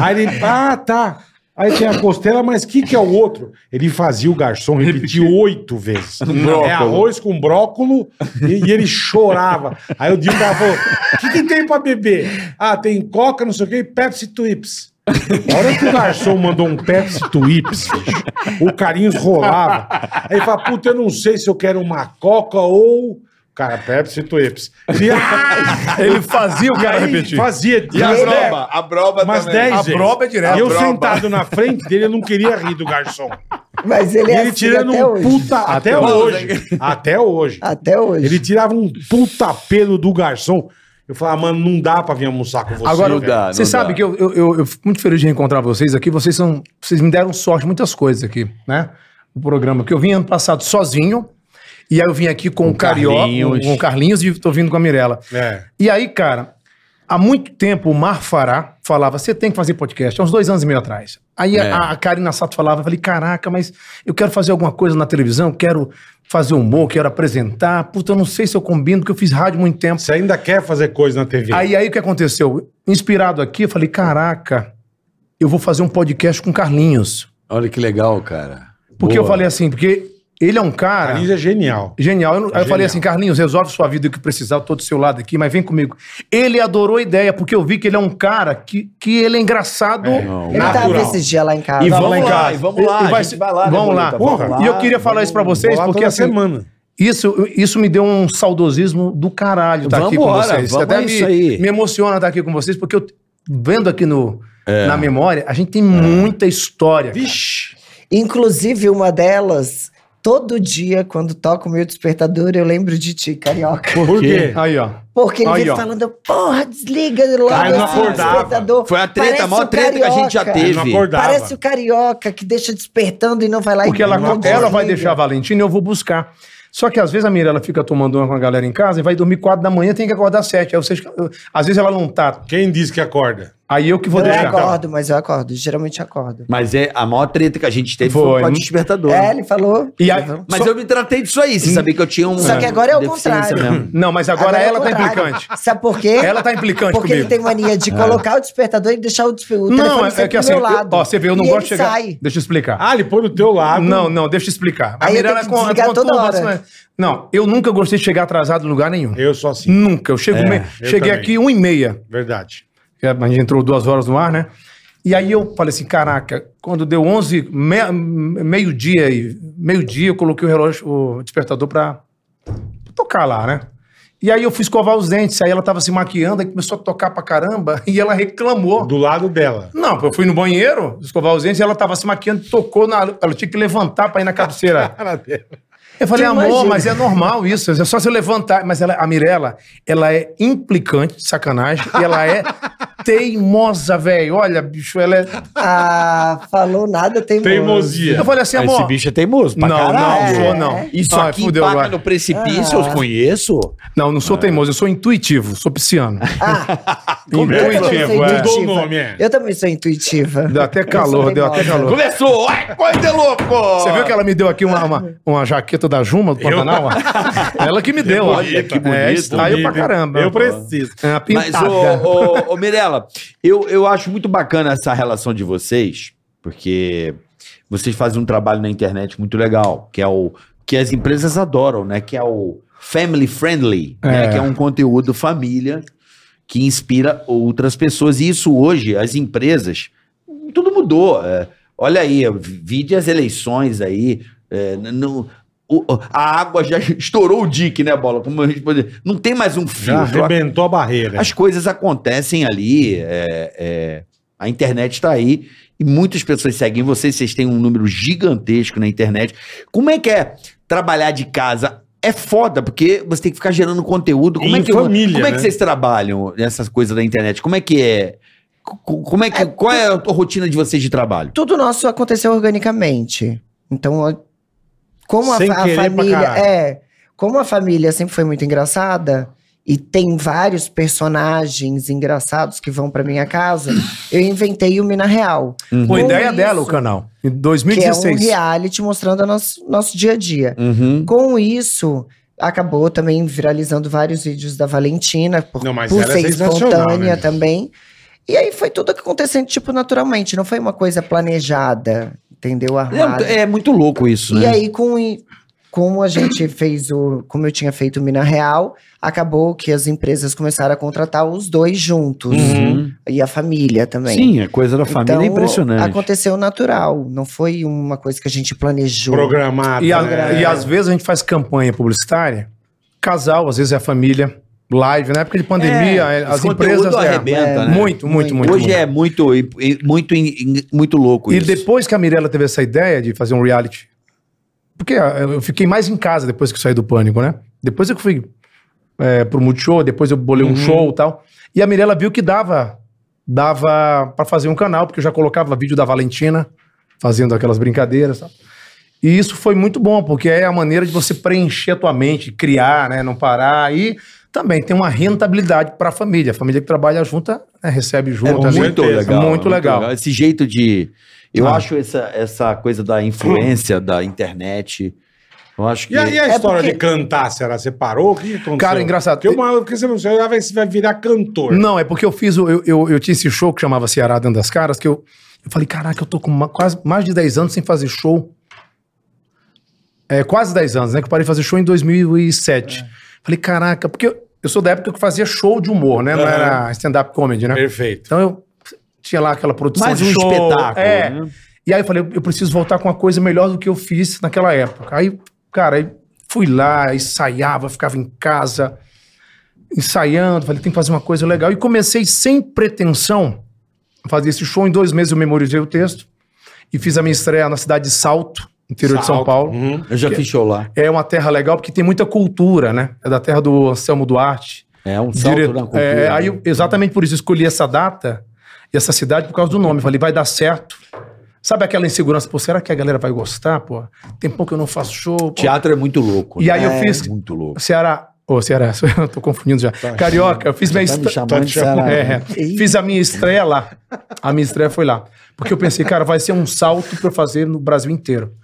Aí ele, ah, tá. Aí tem a costela, mas o que, que é o outro? Ele fazia o garçom repetir oito vezes. É arroz com brócolo e, e ele chorava. Aí o Dinho falou: o que, que tem pra beber? Ah, tem coca, não sei o quê, e Pepsi Twips. A hora que o garçom mandou um Pepsi Twips, bicho, o carinho rolava. Aí ele fala, puta, eu não sei se eu quero uma coca ou... Cara, Pepsi Twips. E, ah, Ele fazia o cara aí repetir. fazia E a dez- broba? A broba Umas também. 10 A vezes. broba é direto. E eu A broba. sentado na frente dele, eu não queria rir do garçom. Mas E ele é ele assim tirando até um hoje. puta... Até, Até hoje. Até hoje. Até hoje. Ele tirava um puta pelo do garçom. Eu falava, "Ah, mano, não dá pra vir almoçar com você. Agora, não velho." dá, você Ah, não sabe dá. que eu, eu, eu, eu fico muito feliz de reencontrar vocês aqui. Vocês são, vocês me deram sorte, muitas coisas aqui, né? O programa que eu vim ano passado sozinho. E aí eu vim aqui com, o Carioca, Carlinhos. com o Carlinhos e tô vindo com a Mirella. É. E aí, cara, há muito tempo o Mar Fará falava, você tem que fazer podcast, há uns dois anos e meio atrás. Aí a- É. a, a Karina Sato falava, eu falei, caraca, mas eu quero fazer alguma coisa na televisão, quero fazer humor, quero apresentar. Puta, eu não sei se eu combino, porque eu fiz rádio há muito tempo. Você ainda quer fazer coisa na TV? Aí, aí o que aconteceu? Inspirado aqui, eu falei, caraca, eu vou fazer um podcast com Carlinhos. Olha que legal, cara. Porque eu Boa. falei assim, porque ele é um cara... Carlinhos é genial. Genial. Eu, não- aí eu Genial. falei assim, Carlinhos, resolve sua vida o que precisar, eu tô do seu lado aqui, mas vem comigo. Ele adorou a ideia, porque eu vi que ele é um cara que, que ele é engraçado. Ele tava Natural. esses dias lá em casa. E Tava vamos lá em lá, casa. e vamos lá, E- e a vai gente se- vai lá, né, vamos lá. Bonita? Porra. Vamos lá, e eu queria falar isso pra vocês, Vou lá porque toda assim, semana. isso, isso me deu um saudosismo do caralho estar aqui com Vambora, vocês. vamos Até isso me, aí. me emociona estar aqui com vocês, porque eu vendo aqui no, na memória, a gente tem muita história. cara. Vixe. Inclusive, uma delas Todo dia, quando toca o meu despertador, eu lembro de ti, carioca. Por quê? Aí, ó. Porque ele Aí, vive ó. falando, porra, desliga logo Aí não esse acordava. despertador. Foi a treta, Parece a maior o treta que a gente já carioca. teve. Não acordava. Parece o carioca que deixa despertando e não vai lá e Porque ela, não ela vai desliga. deixar a Valentina e eu vou buscar. Só que às vezes a Mirella fica tomando uma com a galera em casa e vai dormir quatro da manhã, tem que acordar sete. Aí vocês, às vezes ela não tá. Quem diz que acorda? Aí eu que vou Eu deixar. acordo, mas eu acordo. Geralmente acordo. Mas é a maior treta que a gente teve foi, Foi. com a despertador. É, ele falou. E aí- Uhum. Mas só- eu me tratei disso aí, você sabia que eu tinha um. Só que agora é o deficiência contrário. mesmo. Não, mas agora, é o ela tá contrário. implicante. Sabe por quê? Ela tá implicante Porque comigo. É. ele tem mania de colocar o despertador e deixar o, despe... o Não, telefone é, sempre é que do assim, meu eu- lado. ó, você vê, eu não E gosto de ele chegar. sai. Deixa eu explicar. Ah, ele põe no teu lado. Não, não, deixa eu explicar. Aí eu tenho que desligar com toda hora. assim, Não, eu nunca gostei de chegar atrasado em lugar nenhum. Eu sou assim. Nunca. Eu chego É, me- eu também. cheguei aqui um e meia. Verdade. que A gente entrou duas horas no ar, né? E aí eu falei assim, caraca, quando deu 11, me- meio-dia e meio-dia, eu coloquei o relógio, o despertador pra tocar lá, né? E aí eu fui escovar os dentes, aí ela tava se maquiando, aí começou a tocar pra caramba, e ela reclamou. Do lado dela. Não, eu fui no banheiro, escovar os dentes, e ela tava se maquiando, tocou na. Ela tinha que levantar pra ir na cabeceira. Cara dela. Eu falei, Tu amor, imagina. mas é normal isso. É só se eu levantar. Mas ela, a Mirella, ela é implicante, sacanagem, e ela é teimosa, velho. Olha, bicho, ela é. Ah, falou nada, tem Teimosia. Eu falei assim, amor. Esse bicho é teimoso pra não, caralho. não, sou, não. Isso Ai, aqui fudeu paga agora. no precipício, eu conheço. Não, não sou É. teimoso, eu sou intuitivo, sou pisciano. Ah, eu também sou intuitivo, é. é. Mudou intuitiva. o nome, é. Eu também sou intuitiva. Deu até Eu sou calor, deu até teimosa. calor. Começou! Ai, coisa de louco! Você viu que ela me deu aqui uma, uma, uma jaqueta da Juma do Pantanal? Ela que me deu. ó. bonita, que É, bonita. estaiu pra caramba. Eu preciso. É uma Mas, pintada. ô, ô, ô Mirella, eu, eu acho muito bacana essa relação de vocês, porque vocês fazem um trabalho na internet muito legal, que é o que as empresas adoram, né? Que é o family friendly, né? É. Que é um conteúdo família que inspira outras pessoas. E isso hoje, as empresas, tudo mudou. é. olha aí, vide as eleições aí. é, n- no- o- a água já estourou o dique, né, Bola? Como a gente pode dizer. Não tem mais um Já filtro. arrebentou a É. barreira. As coisas acontecem ali, é, é, a internet está aí e muitas pessoas seguem vocês, vocês têm um número gigantesco na internet. Como é que é trabalhar de casa? É foda, porque você tem que ficar gerando conteúdo. Como, Em é que, família, como é que né? vocês trabalham nessas coisas da internet? Como é que é? Co- Como é que, qual é a tua rotina de vocês de trabalho? Tudo nosso aconteceu organicamente. Então, ó, como a, Sem fa- a querer pra família. caralho. É, como a família sempre foi muito engraçada e tem vários personagens engraçados que vão pra minha casa, eu inventei o Mina Real. uhum. Pô, Com Uhum. ideia isso, dela o canal. Em Que é um 2016. reality mostrando o nosso, nosso dia a dia. Uhum. Com isso, acabou também viralizando vários vídeos da Valentina, por, Não, mas por ela é ser sensacional, né? espontânea também. E aí foi tudo acontecendo, tipo, naturalmente. Não foi uma coisa planejada, entendeu? Armada. É, é muito louco isso, E né? aí, com, i- como a gente fez o. Como eu tinha feito o Mina Real, acabou que as empresas começaram a contratar os dois juntos. Uhum. E a família também. Sim, a coisa da família é Então, impressionante. Aconteceu natural. Não foi uma coisa que a gente planejou. Programada. E, a- né? e às vezes a gente faz campanha publicitária, casal, às vezes é a família, live. Na época de pandemia, É, as esse conteúdo empresas. é, arrebenta, né? Muito, muito, muito. Hoje muito. é muito, e- e- muito, in- in- muito louco E isso. depois que a Mirella teve essa ideia de fazer um reality. Porque ah, eu fiquei mais em casa depois que eu saí do pânico, né? Depois eu fui é, pro Multishow, depois eu bolei Uhum. um show e tal. E a Mirella viu que dava dava para fazer um canal, porque eu já colocava vídeo da Valentina fazendo aquelas brincadeiras e tal. E isso foi muito bom, porque é a maneira de você preencher a tua mente, criar, né, não parar e também tem uma rentabilidade para a família. A família que trabalha junta né, recebe É junto. muito, ajuda. certeza. legal. Muito legal. Esse jeito de. Eu Ah. acho essa, essa coisa da influência da internet. Eu acho que. E aí a É história porque- de cantar, será? Você parou? O que aconteceu? Cara, engraçado. Porque uma hora que você não sei, ela vai, vai virar cantor. Não, é porque eu fiz. o- Eu, eu, eu tinha esse show que chamava Ceará Dentro das Caras, que eu, eu falei, caraca, eu tô com ma- quase mais de 10 anos sem fazer show. É, quase 10 anos, né? Que eu parei de fazer show em 2007. Falei, caraca, porque eu, eu sou da época que eu fazia show de humor, né? Não Aham. era stand-up comedy, né? Perfeito. Então eu tinha lá aquela produção mais de um show. espetáculo. É. né? E aí eu falei, eu preciso voltar com uma coisa melhor do que eu fiz naquela época. Aí, cara, aí fui lá, ensaiava, ficava em casa, ensaiando, falei, tem que fazer uma coisa legal. E comecei sem pretensão a fazer esse show. Em dois meses eu memorizei o texto e fiz a minha estreia na cidade de Salto, interior de São Salto. Paulo. Uhum. Eu já fiz show lá. É uma terra legal porque tem muita cultura, né? É da terra do Anselmo Duarte. É um salto Dire- na cultura. É, aí né? eu- exatamente por isso eu escolhi essa data e essa cidade por causa do nome. Falei, vai dar certo. Sabe aquela insegurança, pô, será que a galera vai gostar, pô? Tem pouco que eu não faço show. pô. Tipo, Teatro é muito louco. E né? aí eu É fiz- Muito louco. Ceará. Ô, Ceará, eu tô confundindo já. Carioca, eu fiz minha Tá me estra- chamando de né? Ceará. É, é. Ih. fiz a minha estreia lá. A minha estreia foi lá. Porque eu pensei, cara, vai ser um salto pra eu fazer no Brasil inteiro.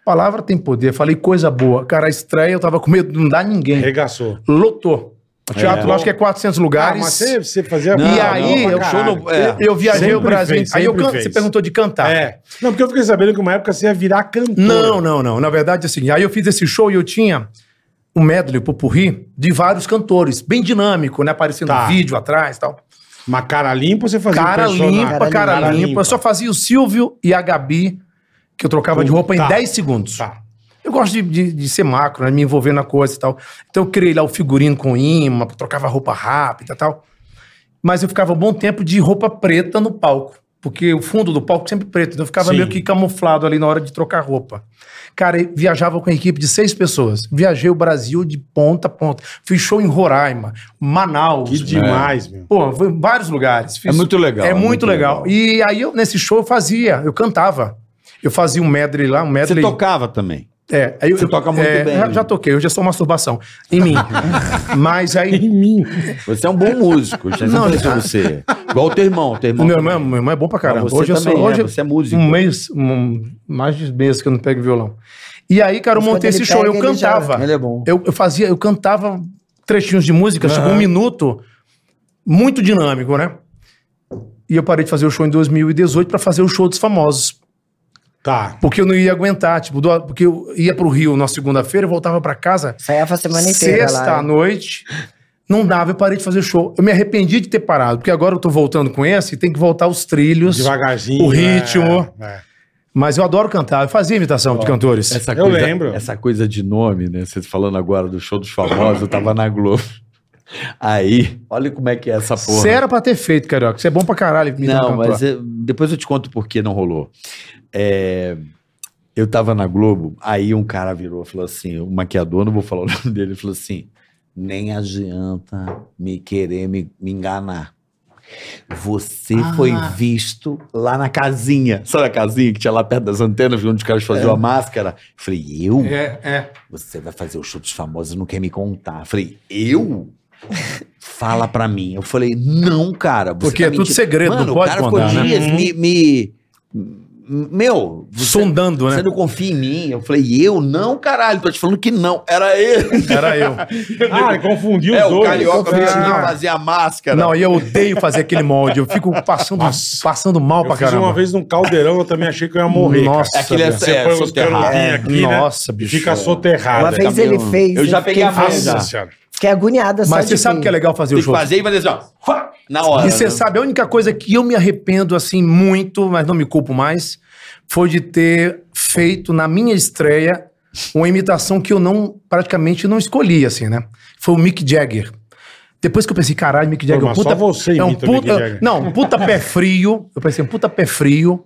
A palavra tem poder. Falei coisa boa. Cara, a estreia eu tava com medo de não dar ninguém. Arregaçou. Lotou. O teatro lá acho que é 400 Ah, lugares. mas você, você fazia... e aí, pra eu- é, caralho. Eu- Eu viajei é. Sempre o Brasil. fez, aí eu sempre can- fez. você perguntou de cantar. É. Não, porque eu fiquei sabendo que uma época você ia virar cantor. tá. Não, não, não. Na verdade, é o seguinte. Aí eu fiz esse show e eu tinha um medley, pupurri, de vários cantores. Bem dinâmico, né? Aparecendo Tá. vídeo atrás e tal. Mas cara limpa você fazia Cara personagem? limpa, cara, Cara limpa. Eu só fazia o Silvio e a Gabi, que eu trocava de roupa Tá. em 10 segundos. Tá. Eu gosto de, de- de ser macro, né? Me envolver na coisa e tal. Então eu criei lá o figurino com imã, trocava roupa rápida e tal. Mas eu ficava um bom tempo de roupa preta no palco. Porque o fundo do palco sempre preto. Então eu ficava Sim. meio que camuflado ali na hora de trocar roupa. Cara, eu viajava com a equipe de seis pessoas. Viajei o Brasil de ponta a ponta. Fiz show em Roraima, Manaus. né? Que demais, meu. Pô, foi em vários lugares. Fiz- É muito legal, É é muito, muito legal. legal. E aí, eu, nesse show, eu fazia, eu cantava. Eu fazia um medley lá, um Você medley. tocava também. É, aí eu- Você eu- toca muito é, bem. Já, já toquei, hoje é só masturbação. Em mim. Mas aí. Em mim. Você é um bom músico. Isso Não, não é você. Igual o teu irmão. Teu irmão Meu irmão, meu irmão é bom pra caramba. Mas você hoje eu também sou. é, Hoje, você é músico. Um mês, um- mais de mês que eu não pego violão. E aí, cara, eu Mas montei quando esse ele show, pega, eu ele já- cantava. Ele é bom. Eu, eu fazia, eu cantava trechinhos de música, tipo um minuto, muito dinâmico, né? E eu parei de fazer o show em 2018 pra fazer o show dos famosos. Tá. Porque eu não ia aguentar, tipo, do- porque eu ia pro Rio na segunda-feira, eu voltava pra casa Saiava a semana inteira sexta à lá. noite. Não dava, eu parei de fazer show. Eu me arrependi de ter parado, porque agora eu tô voltando com esse e tem que voltar os trilhos. Devagarzinho. O ritmo. é, é. Mas eu adoro cantar, eu fazia imitação de cantores. Essa Eu coisa, lembro. Essa coisa de nome, né? Você falando agora do show dos famosos, eu tava na Globo. Aí, olha como é que é essa porra. Você era pra ter feito, Carioca. Você é bom pra caralho imitar Não, cantor. mas é- depois eu te conto por que não rolou. É, eu tava na Globo, aí um cara virou e falou assim: o maquiador, não vou falar o nome dele, falou assim: nem adianta me querer me, me enganar. Você foi visto lá na casinha. Sabe a casinha que tinha lá perto das antenas, onde os caras faziam a máscara? Eu falei, eu? É, é. Você vai fazer o show dos famosos e não quer me contar. Eu falei, eu? Fala pra mim. Eu falei, não, cara. você tá Porque é tudo mentindo." segredo, Mano, não pode o cara contar, ficou né? dias me, me- Meu, você, Sondando, você né? não confia em mim? Eu falei, eu? Não, caralho. Tô te falando que não. Era ele. Era eu. Ah, ele confundiu É, os o dois. carioca Ah, me ensinou a fazer a máscara. Não, e eu odeio fazer aquele molde. Eu fico passando, passando mal Eu pra fiz caramba. uma vez num caldeirão, eu também achei que eu ia morrer. Nossa, cara. Aquele é, Você é, põe os soterrado. canudinhos aqui, né? Nossa, E bicho. fica soterrado. Uma vez ele eu- fez. eu já peguei a fiquei- mão já. Nossa senhora. Fiquei agoniada só Mas você de sabe ver. que é legal fazer o Tem que show. fazer e fazer assim, ó. Fá! Na hora. E você né? sabe, a única coisa que eu me arrependo, assim, muito, mas não me culpo mais, foi de ter feito na minha estreia uma imitação que eu não, praticamente não escolhi, assim, né? Foi o Mick Jagger. Depois que eu pensei, caralho, Mick Jagger é um mas só puta. você é um imita o Mick puta- Jagger. Não, um puta pé frio. Eu pensei, um puta pé frio.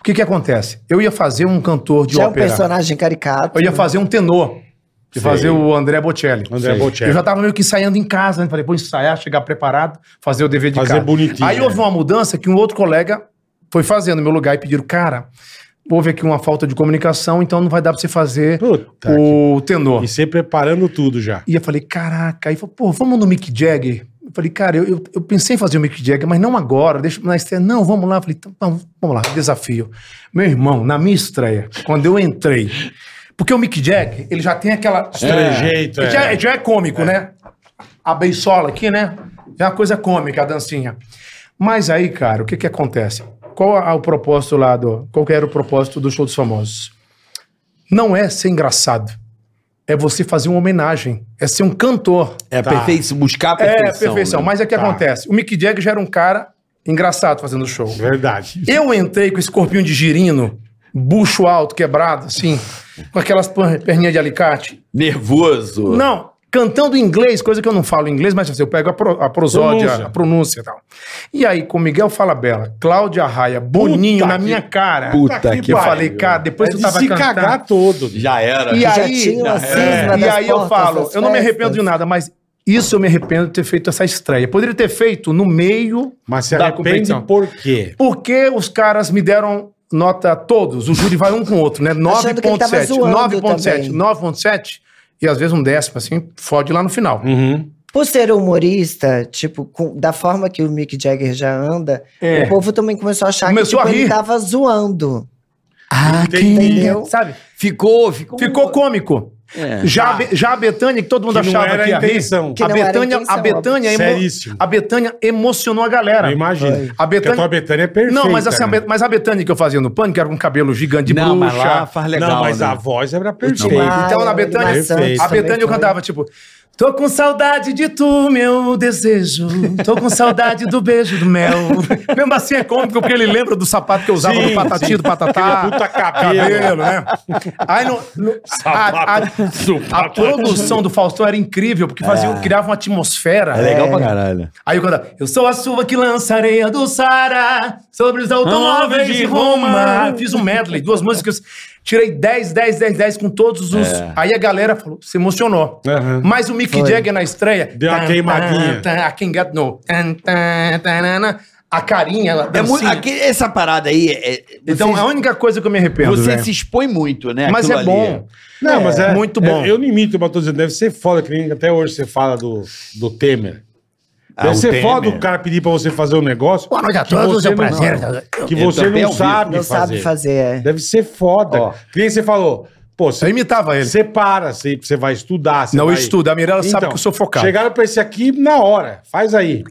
O que que acontece? Eu ia fazer um cantor de Já é um ópera. personagem caricato. né? Eu ia fazer um tenor. De fazer o André Bocelli. André Bocelli. Eu já tava meio que ensaiando em casa, né? Falei, pô, ensaiar, chegar preparado, fazer o dever de Fazer casa. bonitinho, Aí né? houve uma mudança que um outro colega foi fazendo no meu lugar e pediram, cara, houve aqui uma falta de comunicação, então não vai dar pra você fazer Puta o tenor. Tá E você preparando tudo já. E eu falei, caraca. Aí falou, pô, vamos no Mick Jagger. Eu falei, cara, eu, eu, eu pensei em fazer o Mick Jagger, mas não agora, deixa na estreia. Não, vamos lá. Eu falei, então, vamos, vamos lá, desafio. Meu irmão, na minha estreia, quando eu entrei, porque o Mick Jagger, ele já tem aquela... Estrejeito, Ele É. Já, é. já é cômico, né? A beisola aqui, né? Já é uma coisa cômica, a dancinha. Mas aí, cara, o que que acontece? Qual é o propósito lá do... Qual que era o propósito do Show dos Famosos? Não é ser engraçado é você fazer uma homenagem, é ser um cantor. É Tá. perfeição, buscar a É, perfeição. perfeição. né? Mas é que Tá. acontece. O Mick Jagger já era um cara engraçado fazendo show. Verdade. Eu entrei com esse corpinho de girino, bucho alto, quebrado, assim, com aquelas per- perninhas de alicate. Nervoso. Não, cantando em inglês, coisa que eu não falo em inglês, mas assim, eu pego a, pro, a prosódia, Pronúncia. a pronúncia e tal. E aí, com Miguel Falabella, Cláudia Raia, Boninho na minha cara. Puta que eu pariu. falei, cara, depois é tu de tava se cantando. cagar todo. bicho. Já era. E Já aí, tinha uma É. cisma e das aí eu portas falo, das eu não me arrependo festas. de nada, mas isso eu me arrependo de ter feito essa estreia. Poderia ter feito no meio, Mas se Da arrepende competição. por quê? porque os caras me deram nota todos, o júri vai um com o outro, né? Achando que ele tava 9.7, zoando 9.7, também. 9.7 e às vezes um décimo assim, fode lá no final. Por ser humorista, tipo, com- da forma que o Mick Jagger já anda, É. É. o povo também começou a achar Começou que tipo, a rir. ele tava zoando. Ah, Entendeu? É, Sabe? Ficou, ficou. Ficou cômico. É. Já, a Be- já a Betânia, que todo mundo Ah. Que não achava era que ia a rir, intenção. Que a não era a Betânia, a intenção, Betânia, emo- Seríssimo. a Betânia emocionou a galera. Eu imagino. A Porque a tua Betânia Betânia é perfeita. Não, mas, assim, a né? Bet- mas a Betânia que eu fazia no Pânico era com cabelo gigante de Não, mas bruxa. lá faz legal. Não, mas né? a voz era Tim perfeita. Então, Maia, na Betânia- Lima Santos Perfeito. A também Betânia eu foi. cantava, tipo... Tô com saudade de tu, meu desejo. Tô com saudade do beijo do mel. Mesmo assim é cômico, porque ele lembra do sapato que eu usava Sim, no patati, sim. do patatá. Aquele puta cabelo. tá- cabelo, né? Aí no, no- a, a- a produção do Faustão era incrível, porque faziam, criava uma atmosfera. É legal pra caralho. Aí eu cantava, eu sou a chuva que lança areia do Sara sobre os automóveis de Roma. Fiz um medley, duas músicas, tirei 10, 10, 10, 10 com todos os... É. Aí a galera falou, se emocionou. Aham. Mas o Mick Jagger na estreia... Deu uma tan, queimadinha. tan, tan, I can get no... tan, tan, tanana. A carinha, ela É muito, dancinha. aquele- essa parada aí. é- é- Então, você, a única coisa que eu me arrependo, você velho. se expõe muito, né? Mas aquilo é ali. bom. Não, mas é. muito bom. é- eu não imito, mas tô dizendo, deve ser foda, que nem até hoje você fala do, do Temer. Deve o ser Temer. foda o cara pedir pra você fazer um negócio. Ah, Boa noite a que todos, você é um não- prazer. Que você também não ao vivo. sabe Não fazer. sabe fazer. é. Deve ser foda. Ó. Que nem você falou. Pô, Eu você, imitava ele. você para, você, você vai estudar. você Não, eu vai... Então, estudo. A Mirella sabe que eu sou focado. Ah. Chegaram pra esse aqui na hora. Faz aí.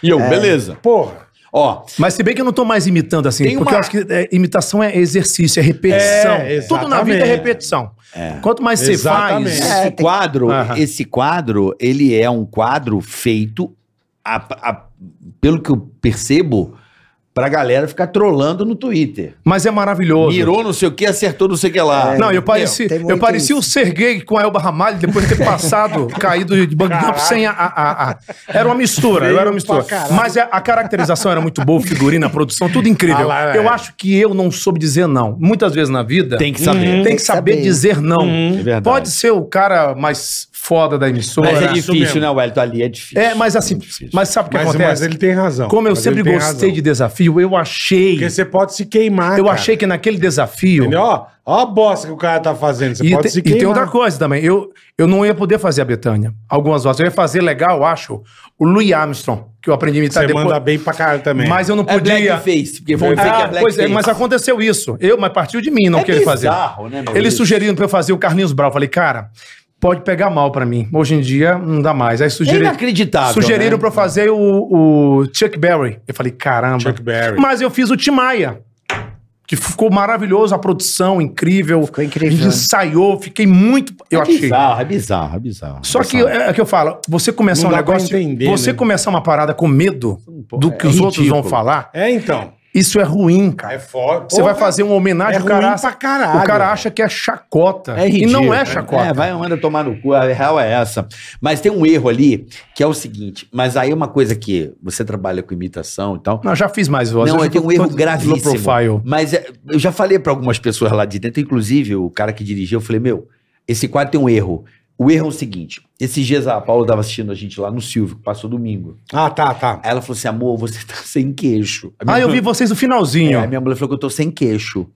E eu, beleza. Porra. Ó, Mas se bem que eu não tô mais imitando assim, Tem porque uma- eu acho que é, imitação é exercício, é repetição. É, Tudo na vida é exatamente. repetição. É. Quanto mais você Exatamente. faz. É, Esse tem que- quadro, Aham. esse quadro, ele é um quadro feito, a- a- pelo que eu percebo, pra galera ficar trolando no Twitter. Mas é maravilhoso. Mirou não sei o que, acertou não sei o que lá. Não, eu pareci, tem muito eu pareci isso. o Serguei com a Elba Ramalho depois de ter passado, caído de banco de campo sem a, a- a- a- Era uma mistura, eu era uma mistura. Mas a, a caracterização era muito boa, o figurino, a produção, tudo incrível. Ah, lá, é. eu acho que eu não soube dizer não. Muitas vezes na vida. Tem que saber. É tem que saber Uhum. dizer não. Uhum. verdade. Pode ser o cara mais foda da emissora. Mas é isso difícil, mesmo. né, Wellington? Ali é difícil. É, mas assim, difícil. mas sabe o que Mas, acontece? mas ele tem razão. Como eu Mas sempre ele tem gostei razão. de desafio, eu achei. Porque você pode se queimar. Eu cara. achei que naquele desafio. Entendeu? Ó, ó a bosta que o cara tá fazendo. Você E, pode te- se e queimar. tem outra coisa também. Eu, eu não ia poder fazer a Betânia. Algumas horas. Eu ia fazer legal, eu acho, o Louis Armstrong, que eu aprendi a Você imitar depois. manda bem pra caralho também. Mas eu não É podia. blackface, porque vão dizer que é Ah, pois blackface. é, mas aconteceu isso. Eu, mas partiu de mim, não É querer fazer. bizarro, né, meu? Eles Isso. sugeriram pra eu fazer o Carlinhos Brau. Eu falei, cara, pode pegar mal pra mim. Hoje em dia não dá mais. Aí É sugeriram. Ah, inacreditável, Sugeriram né? pra eu fazer o, o Chuck Berry. Eu falei, caramba. Chuck Berry. Mas eu fiz o Tim Maia. Que ficou maravilhoso, a produção incrível. Ficou incrível, A gente né? ensaiou, fiquei muito. Eu É achei. bizarro, é bizarro, é bizarro. Só que é, é que eu falo, você começar Não um dá pra negócio. entender, você né? começar uma parada com medo do que os outros vão falar, É, então. isso é ruim, cara. É foda. Você vai fazer uma homenagem, é o cara, ruim acha, pra caralho, o cara velho. acha que é chacota. É e ridículo. não é chacota. É, vai, anda tomar no cu, a real é essa. Mas tem um erro ali, que é o seguinte, mas aí é uma coisa que você trabalha com imitação e tal. Não, eu já fiz mais vozes. não, eu eu tenho um tô- erro tô- gravíssimo. low profile. Mas é, eu já falei pra algumas pessoas lá de dentro, inclusive o cara que dirigiu, eu falei, meu, esse quadro tem um erro. O erro é o seguinte, esses dias a Paula tava assistindo a gente lá no Silvio, que passou domingo. Ah, tá, tá. Aí ela falou assim, amor, você tá sem queixo. A minha Ah, eu vi mulher- vocês no É, finalzinho. a minha mulher falou que eu tô sem queixo.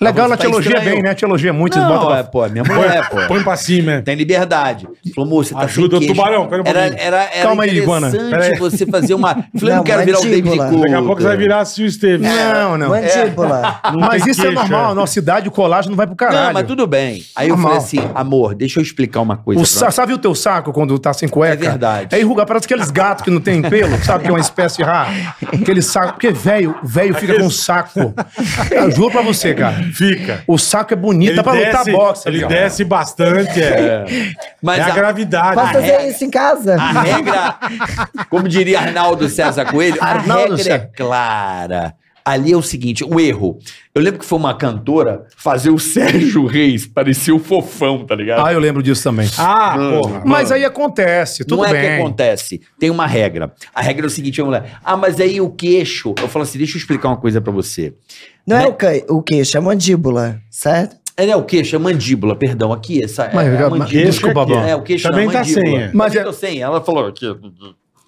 Legal, você ela tá te elogia estranho. bem, né? Te elogia muito. não, bota pra- é, pô, a minha mulher, pô. Põe pra cima, é. Tem liberdade. Falou, moço, você tá Ajuda o sem queixo. tubarão, pera um era, pouquinho. era, era Calma aí, Iguana. é interessante Pera aí. você fazer uma... Falei, eu não, Não, quero virar o David mandíbula. Coulter. Daqui a pouco você vai virar se o Steve. é, Não, não. Mandíbula. Não É, Mas tem isso é queixo, normal. Nossa idade, o colágeno vai pro caralho. Não, mas tudo bem. Aí eu Normal. falei assim, amor, deixa eu explicar uma coisa O pra sa- sabe o teu saco quando tá sem cueca? É verdade. É enrugar, parece aqueles gatos que não tem pelo, sabe? Que é uma espécie rara. Aquele saco. Porque velho, velho fica com um saco. Eu juro pra você, cara. Fica. O saco é bonito, dá pra lutar boxe. ele legal. desce bastante, é. Mas é a, a, gravidade. Posso É. Ah, fazer isso em casa? a regra, como diria Arnaldo César Coelho, a Arnaldo regra César. é clara. Ali é o seguinte, o erro. Eu lembro que foi uma cantora fazer o Sérgio Reis parecer o fofão, tá ligado? Ah, eu lembro disso também. Ah, porra. Mas aí acontece, tudo não bem. é que acontece. Tem uma regra. A regra é o seguinte, a mulher. Ah, mas aí o queixo. Eu falo assim, deixa eu explicar uma coisa pra você. Não é Né? o, que, o queixo, é a mandíbula, certo? É, não é o queixo, é mandíbula, perdão. Aqui, essa Mas, é, é a mas- mandíbula. desculpa, Bob. É, o queixo Também não, a tá mandíbula. sem, é. Mas Mas é- eu tô sem. Ela falou aqui.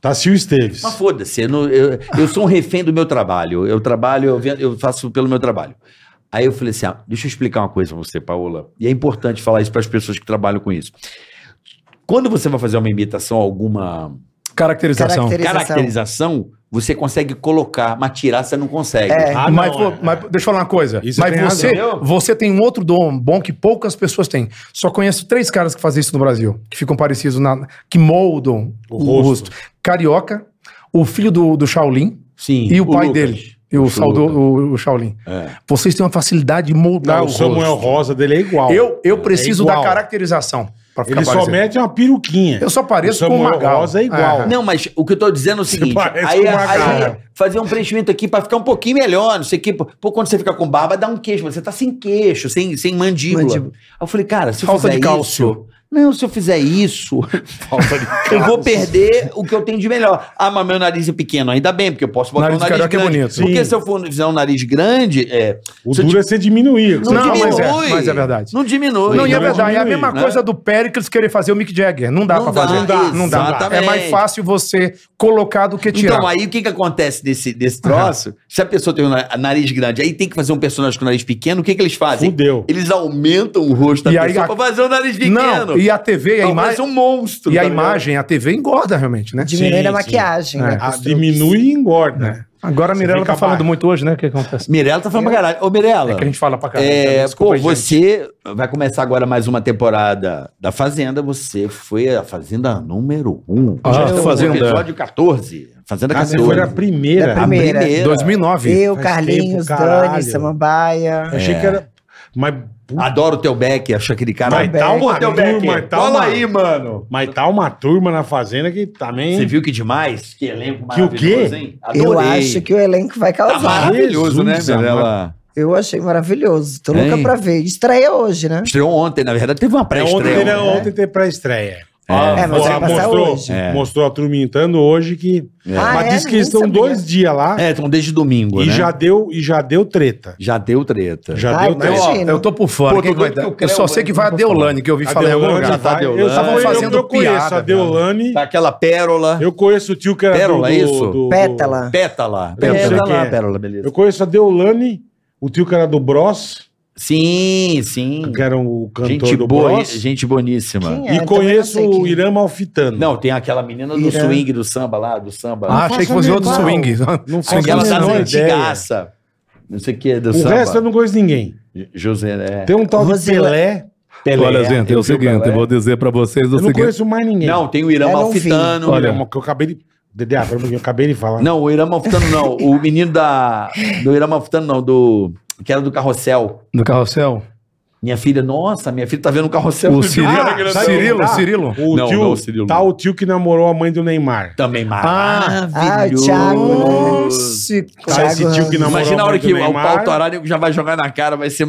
Tá Sil Esteves. Mas foda-se, eu, não- eu- eu sou um refém do meu trabalho. Eu trabalho, eu, vendo- eu faço pelo meu trabalho. Aí eu falei assim: ah, deixa eu explicar uma coisa pra você, Paola. E é importante falar isso para as pessoas que trabalham com isso. Quando você vai fazer uma imitação, alguma Caracterização. Caracterização. caracterização, você consegue colocar, mas tirar você não consegue. É. Ah, não, é. mas, pô, mas deixa eu falar uma coisa. Isso mas tem você, razão. você tem um outro dom bom que poucas pessoas têm. Só conheço três caras que fazem isso no Brasil, que ficam parecidos na. que moldam O o, rosto. rosto. Carioca, o filho do, do Shaolin Sim. e o, pai Lucas. dele. E o, saudo, o, o Shaolin. É. Vocês têm uma facilidade de moldar Não, o o Samuel rosto. Rosa dele é igual. Eu, eu preciso igual. da caracterização. Pra Ele só parecendo. mete uma peruquinha. Eu só O pareço com Samuel o Magal. Rosa é igual. Ah, Não, mas o que eu tô dizendo é o seguinte: parece aí, com uma aí cara. fazer um preenchimento aqui pra ficar um pouquinho melhor, não sei o quê. Pô, quando você fica com barba, dá um queixo, mas você tá sem queixo, sem, sem mandíbula. Mandíbula. Aí eu falei, cara, se eu Falta fizer de cálcio. isso. Não, se eu fizer isso, eu vou perder o que eu tenho de melhor. Ah, mas meu nariz é pequeno, ainda bem, porque eu posso botar Nariz um de nariz carioca é grande. bonito. Sim. Porque se eu for fizer um nariz grande, é, O Você duro é você diminuir. não, Não, diminui. mas é- mas é verdade. Não diminui. Não, e é Não verdade. É a diminui, mesma né? coisa do Pericles querer fazer o Mick Jagger. Não dá pra Não dá, fazer. não dá, não dá. exatamente. É mais fácil você colocar do que é tirar. Então, aí o que que acontece desse, desse troço? Se a pessoa tem um na- nariz grande, aí tem que fazer um personagem com nariz pequeno, o que que eles fazem? Fudeu. Eles aumentam o rosto da E aí pessoa a- pra fazer um nariz pequeno. não, e a TV, e a Então, imagem. parece um monstro. E a tá ligado? imagem, a TV engorda realmente, né? Diminuindo Sim, a sim. maquiagem. É. né, Ah, com os diminui e engorda. Agora a Você Mirella fica tá falando baixo. muito hoje, né? O que acontece? Mirella tá falando pra caralho. Ô, Mirella. É que a gente fala pra caralho. É, também, desculpa pô, aí, gente. você vai começar agora mais uma temporada da Fazenda. Você foi a Fazenda número 1. Um. Ah, estamos no Fazenda. Episódio 14. Fazenda Ah, 14. você foi a primeira. Da primeira. é truques. 2009. Eu, Faz Carlinhos, tempo, caralho. Dani, Samambaia. Eu achei que era. Mas, puta, Adoro o teu Beck, acho aquele cara. Mas tá uma turma, tá Cola uma- aí, mano. mas tá uma turma na fazenda que também. Você viu que demais? Que elenco Que o maravilhoso, quê? hein? Eu acho que o elenco vai tá causar. maravilhoso, Jesus, né, amado. Mirella? Eu achei maravilhoso. Tô louca Hein? pra ver. Estreia hoje, né? Estreou ontem, na verdade, teve uma É, um- ontem, pré-estreia. teve- né? ontem teve pré-estreia. É, mas vai passar mostrou, hoje. É. mostrou a turma entrando hoje que. Ah, mas é? diz que Nem estão sabia. dois dias lá É, então desde domingo, Ah. e, né? já deu, e já deu treta. Já deu treta. Já Ai, deu treta. imagina. Eu tô por fora. Pô, Quem tô vai doido dar? que eu eu, quero só um- sei que vai a Deolane, que eu ouvi falar em algum Deolane lugar. tá vai- Deolane. Eu estavam Estavam fazendo fazendo eu conheço piada, a Deolane. Tá aquela pérola. Eu conheço o tio que era Pérola, é isso? Pétala. Pétala. Eu sei Pétala, quem é. pérola, beleza. Eu conheço a Deolane, o tio que era do Bros, Sim, sim. que era o cantor Gente do boa, Bros. gente boníssima. Quem é? E Eu conheço também não sei o quem. Irã Malfitano. Não, tem aquela menina do Irã. swing, do samba lá, do samba. Ah, achei que faço a fosse menor- outro swing. não faço Swing a Aquela das menor ideia. tá antigaça. Não sei o que, é do O samba. resto eu não conheço ninguém. José, né? Tem um tal de Rosila- Pelé, Pelé, Olha, gente, é eu o vi seguinte, eu Pelé. vou dizer pra né? vocês o eu não seguinte. conheço mais ninguém. Não, tem o É, Irã Eu não vi. Malfitano. olha, Irã, que eu acabei de. Dedé, ah, pera um pouquinho, eu acabei de falar. Não, o Irã Malfitano não. O menino da. Do Irã Malfitano não, do. Que era do carrossel. No carrossel? Minha filha, nossa, minha filha tá vendo o carrossel. O do Cirilo, Irã. grandão. Cirilo, Ah, Cirilo. O Não, tio, não, Cirilo. tá o tio que namorou a mãe do Neymar. Também Ah, o maravilhoso. Thiago. Nossa, Tá esse tio que namorou Imagina a hora mãe do que o Neymar. pau torário já vai jogar na cara, vai ser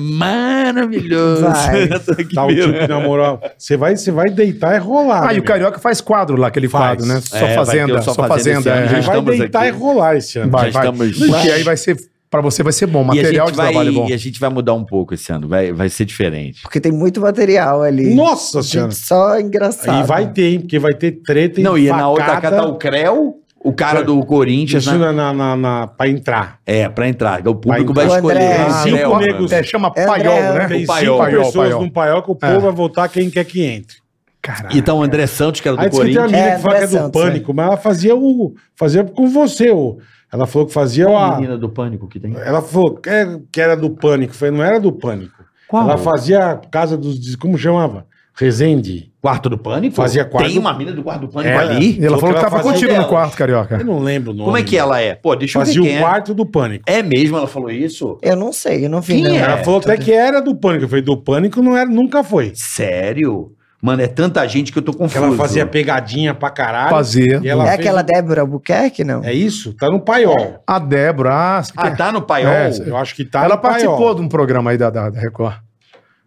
maravilhoso. Vai. Que Tá o tio que namorou. Você vai, você vai deitar e rolar. Ah, e né, o Carioca faz quadro lá, aquele Faz. quadro, né? Só É, vai ter Fazenda, o Só só, Fazenda esse Fazenda. ano, é. já Ele vai estamos deitar aqui. e rolar esse ano. Vai, Já vai. estamos- Porque aí vai ser, pra você vai ser bom, E a, material gente de vai, trabalho é bom. e a gente vai mudar um pouco esse ano, vai, vai ser diferente. Porque tem muito material ali. Nossa senhora. Gente, só Aí engraçado. vai ter, hein? Porque vai ter treta Não, e na outra facada. cara tá o Creu, o cara do Corinthians, Isso né? na, na, na, na- pra entrar. É, pra entrar. O público Vai vai, entrar. escolher. O André- Ah, Tem cinco Creu, negros. mano. É, chama É, paiol, André, né? Tem paiol. É. cinco Paiol, pessoas paiol. num paiol que o povo vai votar quem quer que entre. Caralho. Então, o André Santos, que era do Aí diz que tem uma Corinthians. menina É, que fala que é do André Santos, pânico, mas ela fazia o. Fazia com você. O, ela falou que fazia Qual a. menina do pânico que tem? Ela falou que era- que era do pânico. Falei, não era do pânico. Qual? Ela fazia a casa dos. des- Como chamava? Resende. Quarto do Pânico? Fazia quarto. Tem uma mina do Quarto do Pânico É. E ali? ela Falou que falou que ela tava fazia contigo no dela. quarto, Carioca. Eu não lembro o nome. Como é que ela é? Pô, deixa eu ver Fazia quem o é. quarto do pânico. É mesmo, ela falou isso? Eu não sei, eu não vi. Quem não. é? Ela falou até que era do pânico. Eu falei, do pânico não era, nunca foi. Sério? Mano, é tanta gente que eu tô Que confuso. ela fazia pegadinha pra caralho. Fazer. E ela é fez- um- aquela Débora Albuquerque, não? É isso? Tá no paiol. A Débora. Ah, você Ah, quer- tá no paiol? É, Eu acho que tá ela no paiol. participou de um programa aí da, da, da Record.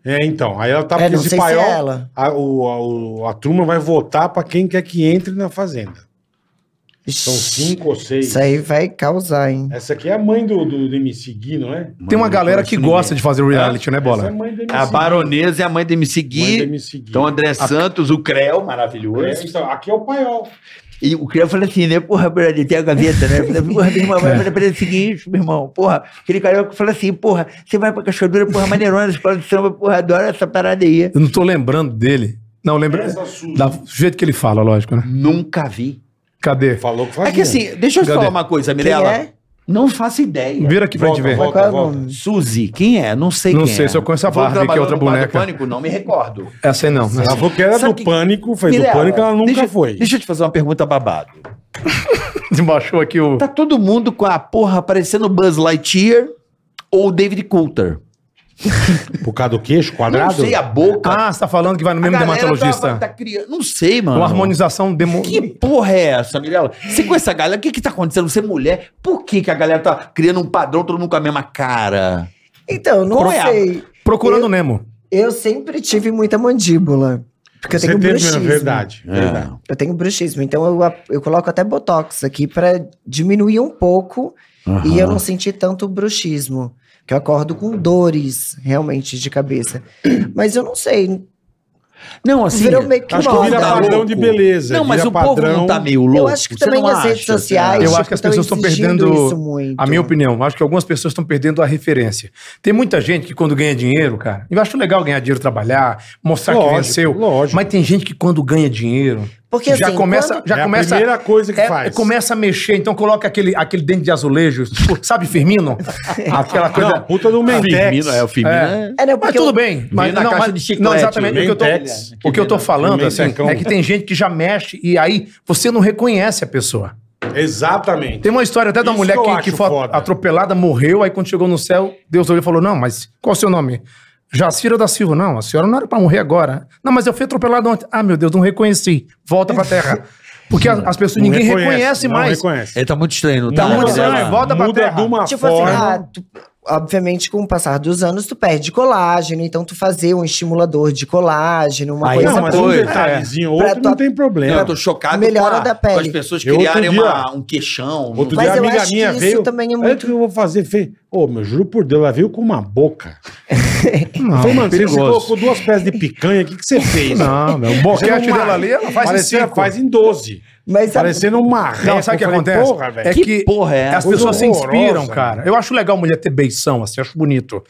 É, então. Aí ela tá É, não esse sei se é ela. A, o- a, o- a turma vai votar pra quem quer que entre na fazenda. São cinco ou seis. Isso aí vai causar, hein? Essa aqui é a mãe do, do, do MC Gui, não é? Tem uma galera que gosta de fazer reality, né, Essa é Bola? a mãe do MC A Gui. baronesa é a mãe de MC Mãe do Gui. MC Gui. Então, André Santos, o Creu, É, maravilhoso. então, aqui é o paiol. E o Creu falou assim, né? Porra, brother, tem a gaveta, né? Eu Falei, porra, meu irmão, vai fazer o seguinte, meu irmão. Porra, aquele carioca falou assim, porra, você vai pra Cachodura, porra, maneirona, escola de samba, porra, adora essa parada aí. Eu não tô lembrando dele. Não, lembra. Essa sua. Da, do jeito que ele fala, lógico, né? Nunca vi. Cadê? Falou que fazia. É que assim, deixa eu te Cadê? falar uma coisa, Mirella. Quem é? Não faço ideia. Vira aqui pra Volta, gente ver. volta, Qual é o volta. nome? Suzy, quem é? Não sei Não quem sei, é. se eu conheço a Foi Barbie, que é outra trabalhando no Bar do boneca. Pânico, não me recordo. Essa aí não. Ela falou que era Sabe do que- pânico, foi Mirella, do pânico, ela nunca deixa- foi. Deixa eu te fazer uma pergunta babado. Desembaixou aqui o. Tá todo mundo com a porra parecendo Buzz Lightyear ou David Coulter? Por causa do queixo Não quadrado? sei, a boca. Ah, você tá falando que vai no a mesmo galera dermatologista. Tá, tá criando... Não sei, mano. Uma harmonização demo... Que porra é essa, Mirella? Você com essa galera, o que que tá acontecendo? Você é mulher, por que que a galera tá criando um padrão, todo mundo com a mesma cara? Então, não Qual é a- sei. procurando Nemo. Eu sempre tive muita mandíbula. Porque eu Você tenho teve, bruxismo. mesmo, É. verdade. verdade. Eu tenho bruxismo. Então eu, a- eu coloco até botox aqui pra diminuir um pouco e eu não sentir tanto bruxismo. Que eu acordo com dores, realmente, de cabeça. Mas eu não sei. Não, assim... virou meio que Acho que moda. vira Tá padrão louco. de beleza. Não, mas vira o povo não padrão- tá meio louco? eu acho que Você também não nas redes né? acha, sociais. será? né? Eu tipo, acho que as tão pessoas tão exigindo perdendo isso muito. A minha opinião, acho que algumas pessoas estão perdendo a referência. Tem muita gente que quando ganha dinheiro, cara, eu acho legal ganhar dinheiro, trabalhar, mostrar que Lógico, venceu. lógico. Mas tem gente que quando ganha dinheiro, Porque já assim, começa, quando- já é começa, a primeira coisa que é, faz. começa a mexer, então coloca aquele aquele dente de azulejo, tipo, sabe Firmino? Aquela coisa Ah, Não, puta do Mentex. Firmino, é o Firmino. É. é- É, não, Mas porque tudo eu- bem. Mas, na não, caixa mas- de chiclete, não, exatamente. O que eu tô, é, Mentex. o que eu tô falando Bem assim, tecão. é que tem gente que já mexe e aí você não reconhece a pessoa. Exatamente. Tem uma história até da Isso mulher que eu que, acho que foi foda. atropelada, morreu, aí quando chegou no céu, Deus olhou e falou: Não, mas qual é o seu nome? Jacira da Silva. Não, a senhora não era pra morrer agora. Não, mas eu fui atropelada ontem. Ah, meu Deus, não reconheci. Volta pra terra. Porque a- as pessoas, Não ninguém reconhece, não mais. reconhece. Ele tá muito estranho, não tá? Tá muito Mirella? estranho, volta pra Muda terra. de uma Tipo assim, forma. ah, tu- obviamente, com o passar dos anos, tu perde colágeno, então tu fazer um estimulador de colágeno, uma Aí coisa assim. não, mas um coisa. detalhezinho ou Pra outro não tua- tem É. Não, problema. eu tô chocado Melhora com, a- é da pele. com as pessoas Eu outro criarem dia- uma- um queixão. um- Outro Mas dia a eu amiga acho que minha isso veio. também é "Olha muito- o que eu vou fazer feio. Ô, meu, juro por Deus, ela veio com uma boca. Ah, eu é falei, mano, você colocou duas peças de picanha, o que, que você fez? Não, meu, o boquete Parecendo dela ali, ela faz em Parecia, cinco. um faz em 12. Mas sabe- Parecendo uma marreco. Não, sabe o que Eu falei, acontece? Porra, velho. é Que que porra é essa? as pessoas assim, se Horrorosa, inspiram, né? cara. Eu acho legal a mulher ter beição, assim, acho bonito.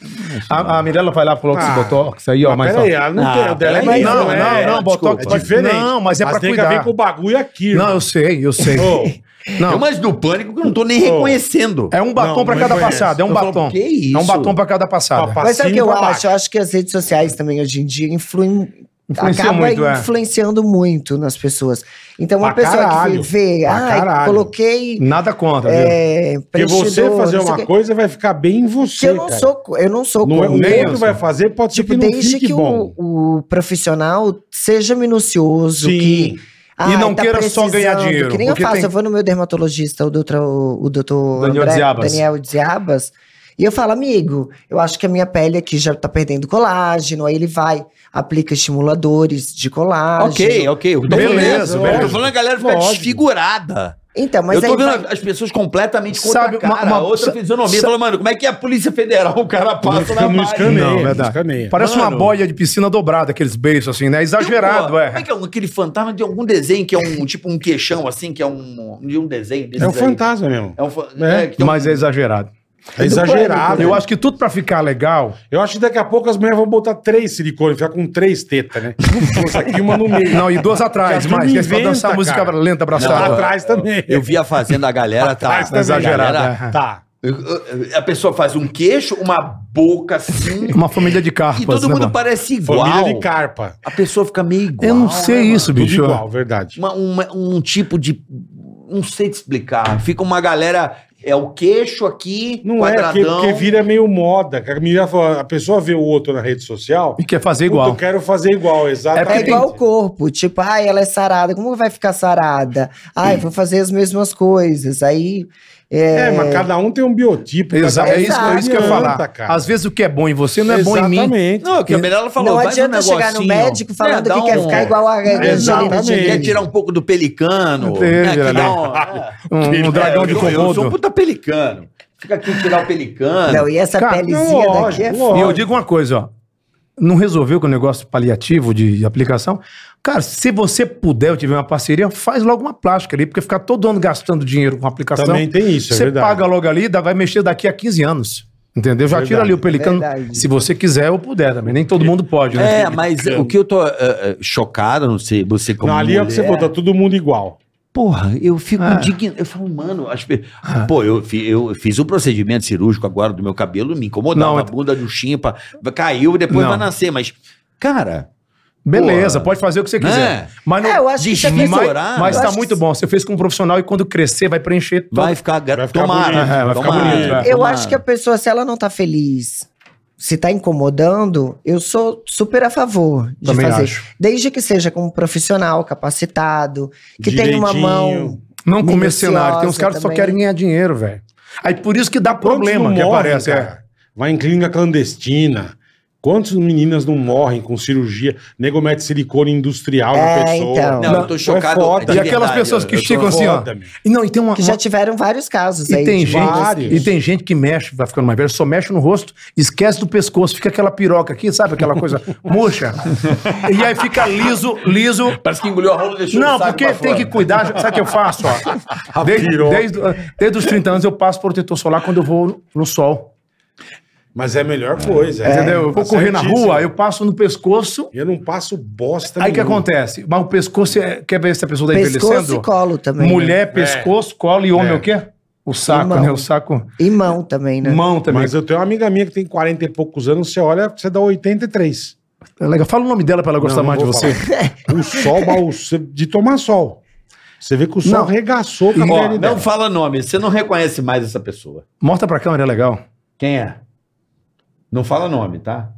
A, a Mirella vai lá e falou que Ah, esse botox aí, ó, Mas mas. ó. peraí, ela não Ah, tem. o dela é peraí, mais- não, é- não, não, é botox desculpa, né? pode- É diferente. não, mas é pra tem que cuidar. ver com o bagulho aqui. Não, irmão. eu sei, eu sei. Ô. Não, Eu, mas do pânico que eu não tô nem reconhecendo. é um batom Não, pra não cada conheço. passada, é um Eu falo, batom. que isso? É um batom pra cada Ó, passada. pra Mas sabe o que cima eu e pra acho? Eu acho que as redes sociais também hoje em dia influem. Influenciam Acaba muito, é. influenciando muito nas pessoas. Então, uma Pra pessoa caralho. que vê, Pra ah, caralho. coloquei. Nada contra, viu? É, Porque você preenchidor, fazer não sei o uma quê, coisa vai ficar bem em que você. eu não cara. sou, co- eu não sou Não é- contra. o Nem outro eu. vai fazer, pode ser Tipo, que não desde fique que bom. o, o profissional seja minucioso, que. tá E não queira só ganhar precisando, dinheiro, Que nem eu porque faço, tem- eu vou no meu dermatologista, o doutor, o doutor Daniel Diabas. Daniel Diabas, e eu falo, amigo, eu acho que a minha pele aqui já tá perdendo colágeno, aí ele vai, aplica estimuladores de colágeno. Ok, ok. Eu tô Beleza, falando- beleza. Eu tô falando a galera fica Lógico. desfigurada. Então, mas eu aí tô vendo vai- as pessoas completamente contra Sabe, a cara, uma- uma- outra sa- é fisionomia. sa- Fala, mano, como é que é a Polícia Federal? O cara passa na não margem. escaneia, Não, não verdade. escaneia. Parece Mano. uma boia de piscina dobrada, aqueles beijos assim, né? Tem um- Exagerado, Como é é. que é um- aquele fantasma de algum desenho que é um tipo um queixão assim, que é um, de um desenho desses É um aí? fantasma mesmo. É um fa- É, é, que tem um- Mas é exagerado. É exagerado. Eu acho que tudo pra ficar legal. Eu acho que daqui a pouco as mulheres vão botar três silicone, ficar com três tetas, né? Pôs aqui uma no meio. Não, e duas atrás, Já mais. tudo Que é pra inventa, dançar cara. música lenta Tá Lá abraçada. atrás também. Eu vi a Fazenda, a galera tá... Atrás a também. exagerada. galera- é. Tá. A pessoa faz um queixo, uma boca assim, Uma família de carpas, e todo né, mundo mano? parece Família igual. de carpa. A pessoa fica meio igual. Eu não sei né, isso, mano? bicho. Tudo igual, verdade. Uma- uma- um tipo de. Não sei te explicar. Fica uma galera é o queixo aqui, Não é, porque, quadradão. porque vira meio moda. que A, menina fala- a pessoa vê o outro na rede social. E quer fazer "Puta, Eu igual. quero fazer igual, exatamente. É igual o corpo, tipo, ai, ela é sarada, como vai ficar sarada? Ai, vou fazer as mesmas coisas. Aí. É, mas cada um tem um biotipo. cada Exato, um é isso, é isso que eu ia adianta, falar. cara. Às vezes o que é bom em você não é bom em mim. Exatamente. Não, que a melhor ela falou, não faz um adianta chegar no negocinho. médico falando É, dá que quer um- ficar igual a Angelina Exatamente. Jolie. né, Quer tirar um pouco do pelicano. Entende, né, que né? dá um- é. Um, um dragão de eu, eu sou um Komodo. puta pelicano. Fica aqui tirar o pelicano. Não, e essa Cara, pelezinha não, daqui é lógico, foda. E eu Lógico. digo uma coisa, ó. Não resolveu com o negócio paliativo de, de aplicação? Cara, se você puder ou tiver uma parceria, faz logo uma plástica ali, porque ficar todo ano gastando dinheiro com aplicação. Também tem isso, é você verdade. paga logo ali, dá- vai mexer daqui a 15 anos. Entendeu? Já tira Verdade. ali o pelicano. Verdade. Se você quiser ou puder também. Nem todo mundo pode, né? É, mas o que eu tô eh, eh, chocado, não sei, você como Não, ali é o que você mulher- botou, todo mundo igual. Porra, eu fico Ah. indignado. Eu falo, mano, as pe- pô, eu, fi- eu fiz um procedimento cirúrgico agora do meu cabelo, me incomodava, Não, a bunda do chimpa caiu, depois Não. vai nascer, mas, cara, Beleza, Pô, pode fazer o que você né? quiser. Mas não. É, eu acho que isso é Desmai- questão- Estourar, mas eu tá acho muito que- bom. Você fez com um profissional e quando crescer vai preencher todo. vai ficar, gra- Vai ficar tomara, bonito, Então, vai ficar tomara, bonito, é. Eu tomara. acho que a pessoa, se ela não tá feliz, se tá incomodando, eu sou super a favor de Também fazer. acho. Desde que seja com um profissional capacitado, que tenha uma mão. Não com mercenário. Tem uns Minuciosa caras que só também. querem ganhar dinheiro, velho. Aí por isso que dá Quantos problema não que morrem, aparece. é. cara? Vai em clínica clandestina. Quantas meninas não morrem com cirurgia? Nego mete silicone industrial É, na pessoa. então. Não, eu tô chocado. É foda. de E aquelas verdade, pessoas que eu tô ficam assim, ó. foda, meu. E não, e tem uma. Que já uma- tiveram vários casos e aí. tem de gente, vários. vários. e tem gente que mexe, vai ficando mais velho, só mexe no rosto, esquece do pescoço, fica aquela piroca aqui, sabe? Aquela coisa murcha. e aí fica liso, liso. Parece que engoliu a rola e deixou Não, o saco porque pra tem fora. que cuidar, sabe o que eu faço? Ó? Desde, piroca. desde, desde os 30 anos eu passo protetor solar quando eu vou no, no sol. Mas é a melhor coisa. entendeu? Eu vou Tá correr na certíssimo. Tá rua, eu passo no pescoço. Eu não passo bosta Aí o que nenhuma. acontece? Mas o pescoço, é- quer ver se a pessoa está Pescoço e envelhecendo? colo também. né? Mulher, pescoço, colo e homem É. o quê? O saco, Mão. né? O saco. E mão também, né? Mão também. Mas eu tenho uma amiga minha que tem 40 e poucos anos, você olha, você dá 83. É legal. Fala o nome dela pra ela gostar Não, não mais de vou você. O sol, o- você- de tomar sol. Você vê que o sol Não. arregaçou com a Ó, pele não dela. fala nome, você não reconhece mais essa pessoa. Mostra pra câmera, é legal. Quem é? Não fala nome, tá?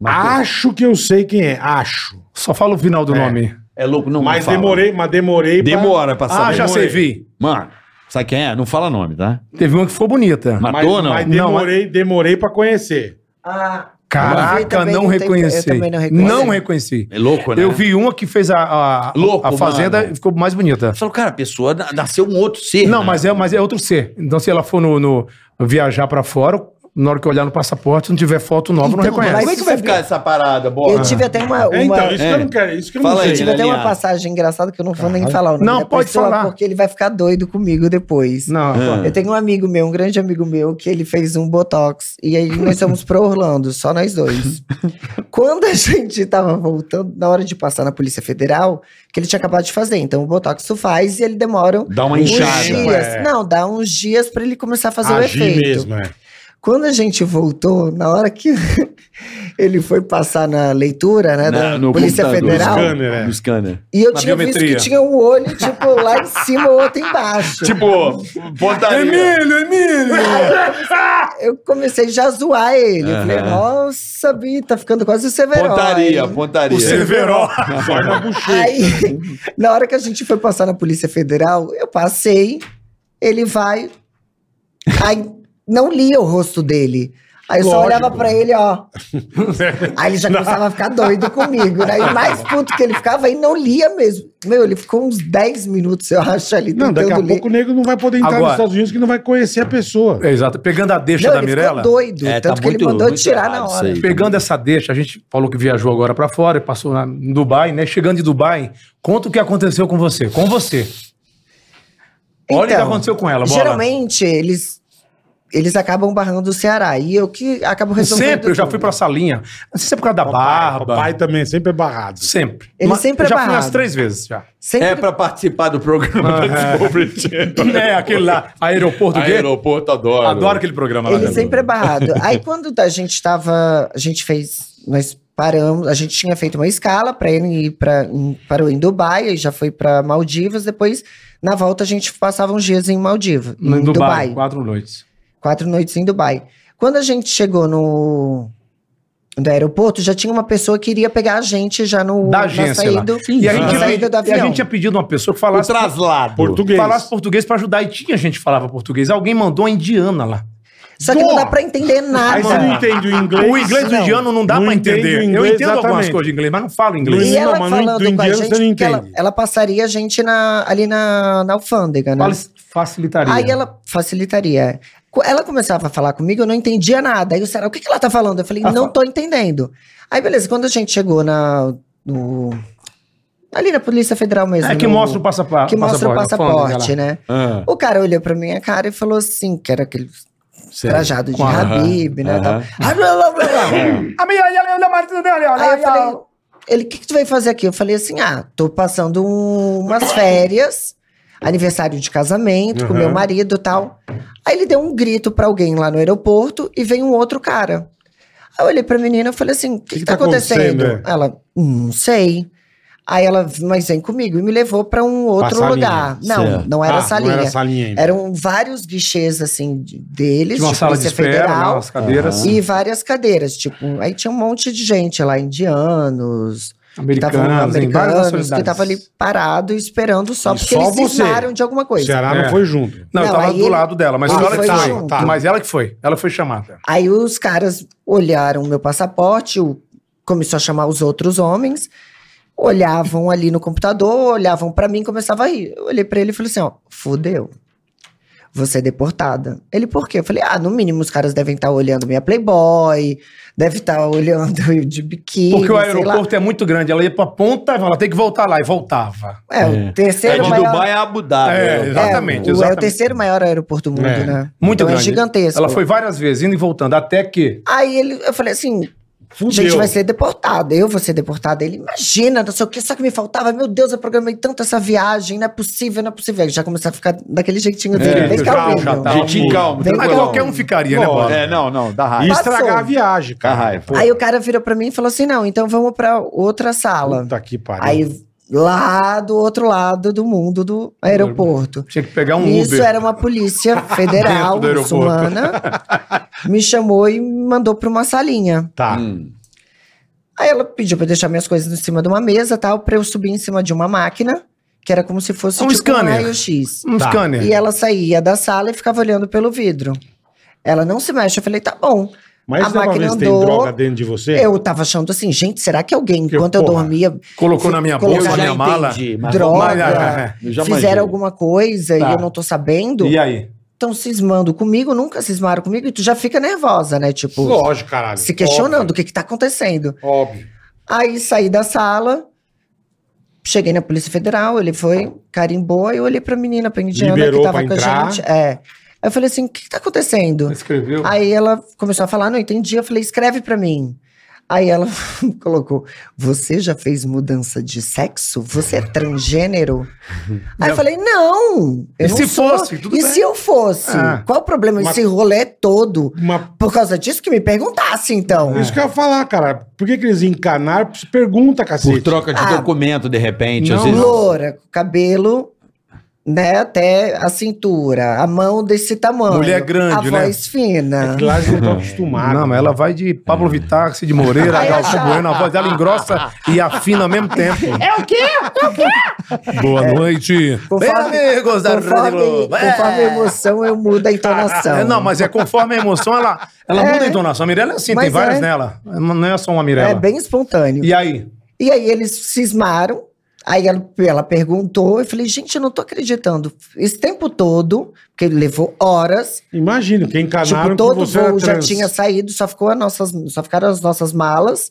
Matheus. Acho que eu sei quem é, acho. Só fala o final do É. nome. é louco, não mas fala. demorei, mas demorei pra- Demora pra Ah, saber. já sei, demorei. vi. Mano, sabe quem é? Não fala nome, tá? Teve uma que ficou bonita. Mas, Matou, não? mas Não, demorei, demorei pra conhecer. Ah, eu Caraca, também não, não tenho- reconheci. eu também não reconheci. Não reconheci. É louco, né? Eu vi uma que fez a, a, Louco, a Fazenda mano. e ficou mais bonita. Eu falo, cara, a pessoa na- nasceu um outro ser. Não, né? mas é, mas é outro ser. Então, se ela for no, no- viajar pra fora, na hora que olhar no passaporte, se não tiver foto nova, não Então, reconhece. mas- Como é que vai ficar essa parada, bola? eu tive até uma. É, uma- então, isso é. que eu não quero, isso que eu Fala não aí, Eu sei. tive até uma Alinhado. passagem engraçada que eu não vou nem falar o nome Não, da pode pessoa, falar. porque ele vai ficar doido comigo depois. Não, Eu tenho um amigo meu, um grande amigo meu, que ele fez um Botox. E aí nós fomos pra Orlando, só nós dois. Quando a gente tava voltando, na hora de passar na Polícia Federal, que ele tinha acabado de fazer. Então o Botox tu faz e ele demora Dá uma uns inchada. dias. é. Não, dá uns dias pra ele começar a fazer o Agir efeito. mesmo, é. Quando a gente voltou, na hora que ele foi passar na leitura, né, da Polícia Federal, Os scanner, é. No scanner. e eu Na tinha visto que biometria. tinha um olho, tipo, lá em cima, o outro embaixo. Tipo, portaria. Eu comecei já a zoar ele. Eu Falei, Aham. nossa, Bi, tá ficando quase o Severo. Pontaria, pontaria. Severo. Só na bochecha. Aí, na hora que a gente foi passar na Polícia Federal, eu passei, ele vai. Aí não lia o rosto dele. Aí eu só Lógico. olhava pra ele, ó. Aí ele já começava a ficar doido comigo, né? E mais puto que ele ficava, aí não lia mesmo. Meu, ele ficou uns 10 minutos, eu acho, ali Não, daqui a Então, tentando ler. pouco o nego não vai poder entrar Agora- nos Estados Unidos que não vai conhecer a pessoa. É, exato. Pegando a deixa Não, da ele Mirella. ficou doido. É, tanto tá que ele muito- mandou muito tirar na errado isso hora. aí. Pegando essa deixa, a gente falou que viajou agora pra fora, passou na, em Dubai, né? Chegando de Dubai, conta o que aconteceu com você. Com você. Olha o que aconteceu com ela, bola. Então, Geralmente, eles, eles acabam barrando o Ceará. E eu que acabo resolvendo. Sempre, eu já fui tudo. pra salinha. Não sei se é por causa da barba. Papai também sempre é barrado. Sempre. Ele sempre eu é já fui barrado. umas três vezes já. Sempre É pra participar do programa da Discovery Channel. é, aquele lá, aeroporto gay. Aeroporto, adoro. Adoro aquele programa lá. Ele é né? sempre é barrado. Aí quando a gente tava. A gente fez. Nós paramos, a gente tinha feito uma escala para ele ir para parou em Dubai, aí já foi para Maldivas, depois na volta a gente passava uns dias em Maldivas, em Em Dubai, Dubai. quatro noites. quatro noites em Dubai. Quando a gente chegou no do aeroporto, já tinha uma pessoa que iria pegar a gente já no Da na agência saída, E a, na gente, saída do e a avião. é gente é tinha pedido uma pessoa que O falasse, traslado. Português. falasse português pra ajudar. E tinha gente que falava português. Alguém mandou a indiana lá. Só que não dá Porra! pra entender Aí nada. você não entende Ah, o inglês. O inglês do não. indiano não dá Não pra entende entender. o inglês, eu entendo algumas exatamente. coisas de inglês, mas não falo inglês. E Não, mas ela não- falando do com a indiano gente, você não porque ela, entende. ela passaria a gente na- ali na, na alfândega, né? Fala- Facilitaria. Aí ela facilitaria. Co- Ela começava a falar comigo, eu não entendia nada. Aí o Sarah, o que, que ela tá falando? Eu falei, Ah, não fa- tô entendendo. Aí, beleza, quando a gente chegou na. no- ali na Polícia Federal mesmo. É que no- mostra o passapá- passaporte. tá que mostra o alfândega passaporte, lá. né? Ah, O cara olhou pra minha cara e falou assim, que era aquele sério. trajado de Com a- Habib, né? Aham. tal. Ah, blá, blá, blá, blá. né? Aí Ah, eu falei, ele, o que, que tu veio fazer aqui? Eu falei assim, ah, tô passando um- umas férias, aniversário de casamento com Uhum. meu marido e tal. Aí ele deu um grito pra alguém lá no aeroporto e veio um outro cara. Aí eu olhei pra menina e falei assim, o que, que tá acontecendo? acontecendo, Ela, não sei. Aí ela, mas vem comigo, e me levou pra um outro salinha, lugar. Não, certo. não era É, Ah, salinha. Não era salinha ainda. Eram vários guichês, assim, de- deles, Tinha uma de sala de Polícia espera, lá, as cadeiras. e várias cadeiras, tipo, aí tinha um monte de gente lá, indianos, Americanas, estavam em várias americanos, que nacionalidades. estavam ali parado esperando só, E porque só eles você. cismaram de alguma O coisa. Ceará É. não foi junto. Não, eu Não, tava aí do ele- lado dela, mas Ah, ela que foi foi. junto. Tá, Mas ela que foi. Ela foi chamada. Aí os caras olharam o meu passaporte, o- começou a chamar os outros homens, olhavam ali no computador, olhavam pra mim, começava a rir. Eu olhei pra ele e falei assim, ó, fudeu. Você é deportada. Ele, por quê? Eu falei, ah, no mínimo os caras devem estar olhando minha Playboy, deve estar olhando eu de biquíni. Porque o sei lá. aeroporto é muito grande. Ela ia pra ponta, ela tem que voltar lá. E voltava. É, o É terceiro de maior. Dubai a Abu Dhabi. É, né? exato. exatamente, é, o- É o exatamente. terceiro maior aeroporto do mundo, É, né? muito então grande. é gigantesco. Ela foi várias vezes, indo e voltando, até que... Aí ele, eu falei assim, Fudeu. gente vai ser deportada, eu vou ser deportada. Ele, imagina, não sei o que, só que me faltava, meu Deus, eu programei tanto essa viagem, não é possível, não é possível. Ele já começou a ficar daquele jeitinho dele, É, bem já- calminho. já tá. Jeitinho calmo, Vem Mas tranquilão. qualquer um ficaria, né, Bom, Bola? É, não, não, dá E raiva. estragar Ah, Passou. a viagem, Dá cara. raiva. Aí o cara virou pra mim e falou assim, não, então vamos pra outra sala. Puta que pariu. Aí lá do outro lado do mundo do aeroporto. Tinha que pegar um Isso Uber. era uma polícia federal Dentro do aeroporto. muçulmana. me chamou e me mandou pra uma salinha. Tá. Hum. Aí ela pediu pra eu deixar minhas coisas em cima de uma mesa tal, pra eu subir em cima de uma máquina, que era como se fosse tipo Um scanner. raio-x. Um Tá. scanner. E ela saía da sala e ficava olhando pelo vidro. Ela não se mexe. Eu falei, tá bom. Mas A você tava máquina vendo se tem andou. droga dentro de você? Eu tava achando assim, gente, será que alguém, Que enquanto eu porra. dormia, Colocou na minha Colocou bolsa, na na minha mala. Entendi, mas Droga. vamos né, lá. Mas- Eu já imagino. fizeram alguma coisa Tá. e eu não tô sabendo? E aí? Estão cismando comigo, nunca cismaram comigo, e tu já fica nervosa, né? Tipo, Lógico, caralho. se questionando o que que tá acontecendo. Óbvio. Aí saí da sala, cheguei na Polícia Federal, ele foi, carimbou, aí eu olhei pra menina, pra indiana Liberou que tava pra com entrar. a gente. É. Aí eu falei assim, o que, que tá acontecendo? Escreveu. Aí ela começou a falar, não entendi, eu falei, escreve pra mim. Aí ela colocou, você já fez mudança de sexo? Você é transgênero? Aí eu falei, não! Eu E não se sou. fosse? Tudo e bem. se eu fosse? Ah. Qual o problema? Mas- Esse rolê todo? Uma... Por causa disso que me perguntasse, então. É. Isso que eu ia fafalar, cara. Por que, que eles encanaram? Pergunta, cacete. Por troca de Ah. documento, de repente. Não, às vezes... loura, com cabelo, né, até a cintura, a mão desse tamanho. Mulher grande, a né? voz fina. É que lá eles não estão acostumados. Não, mas ela vai de É. Pablo Vittar, Cid Moreira, Aí Galvão já- Bueno, a voz dela engrossa e afina ao mesmo tempo. É o quê? É o quê? Boa noite. Conforme- Bem, amigos da Rede Conforme, Globo. conforme a emoção, eu mudo a entonação. É, não, mas é conforme a emoção, ela, Então. ela É. muda a entonação. A Mirella é assim, Mas tem várias é. nela. Não é só uma É Mirella. bem espontâneo. E aí? E aí eles cismaram. Aí ela, ela perguntou, eu falei, gente, eu não tô acreditando. Esse tempo todo, porque levou horas, Imagina, quem encanaram tipo, que todo você era voo já trans. tinha saído, só, ficou as nossas, só ficaram as nossas malas,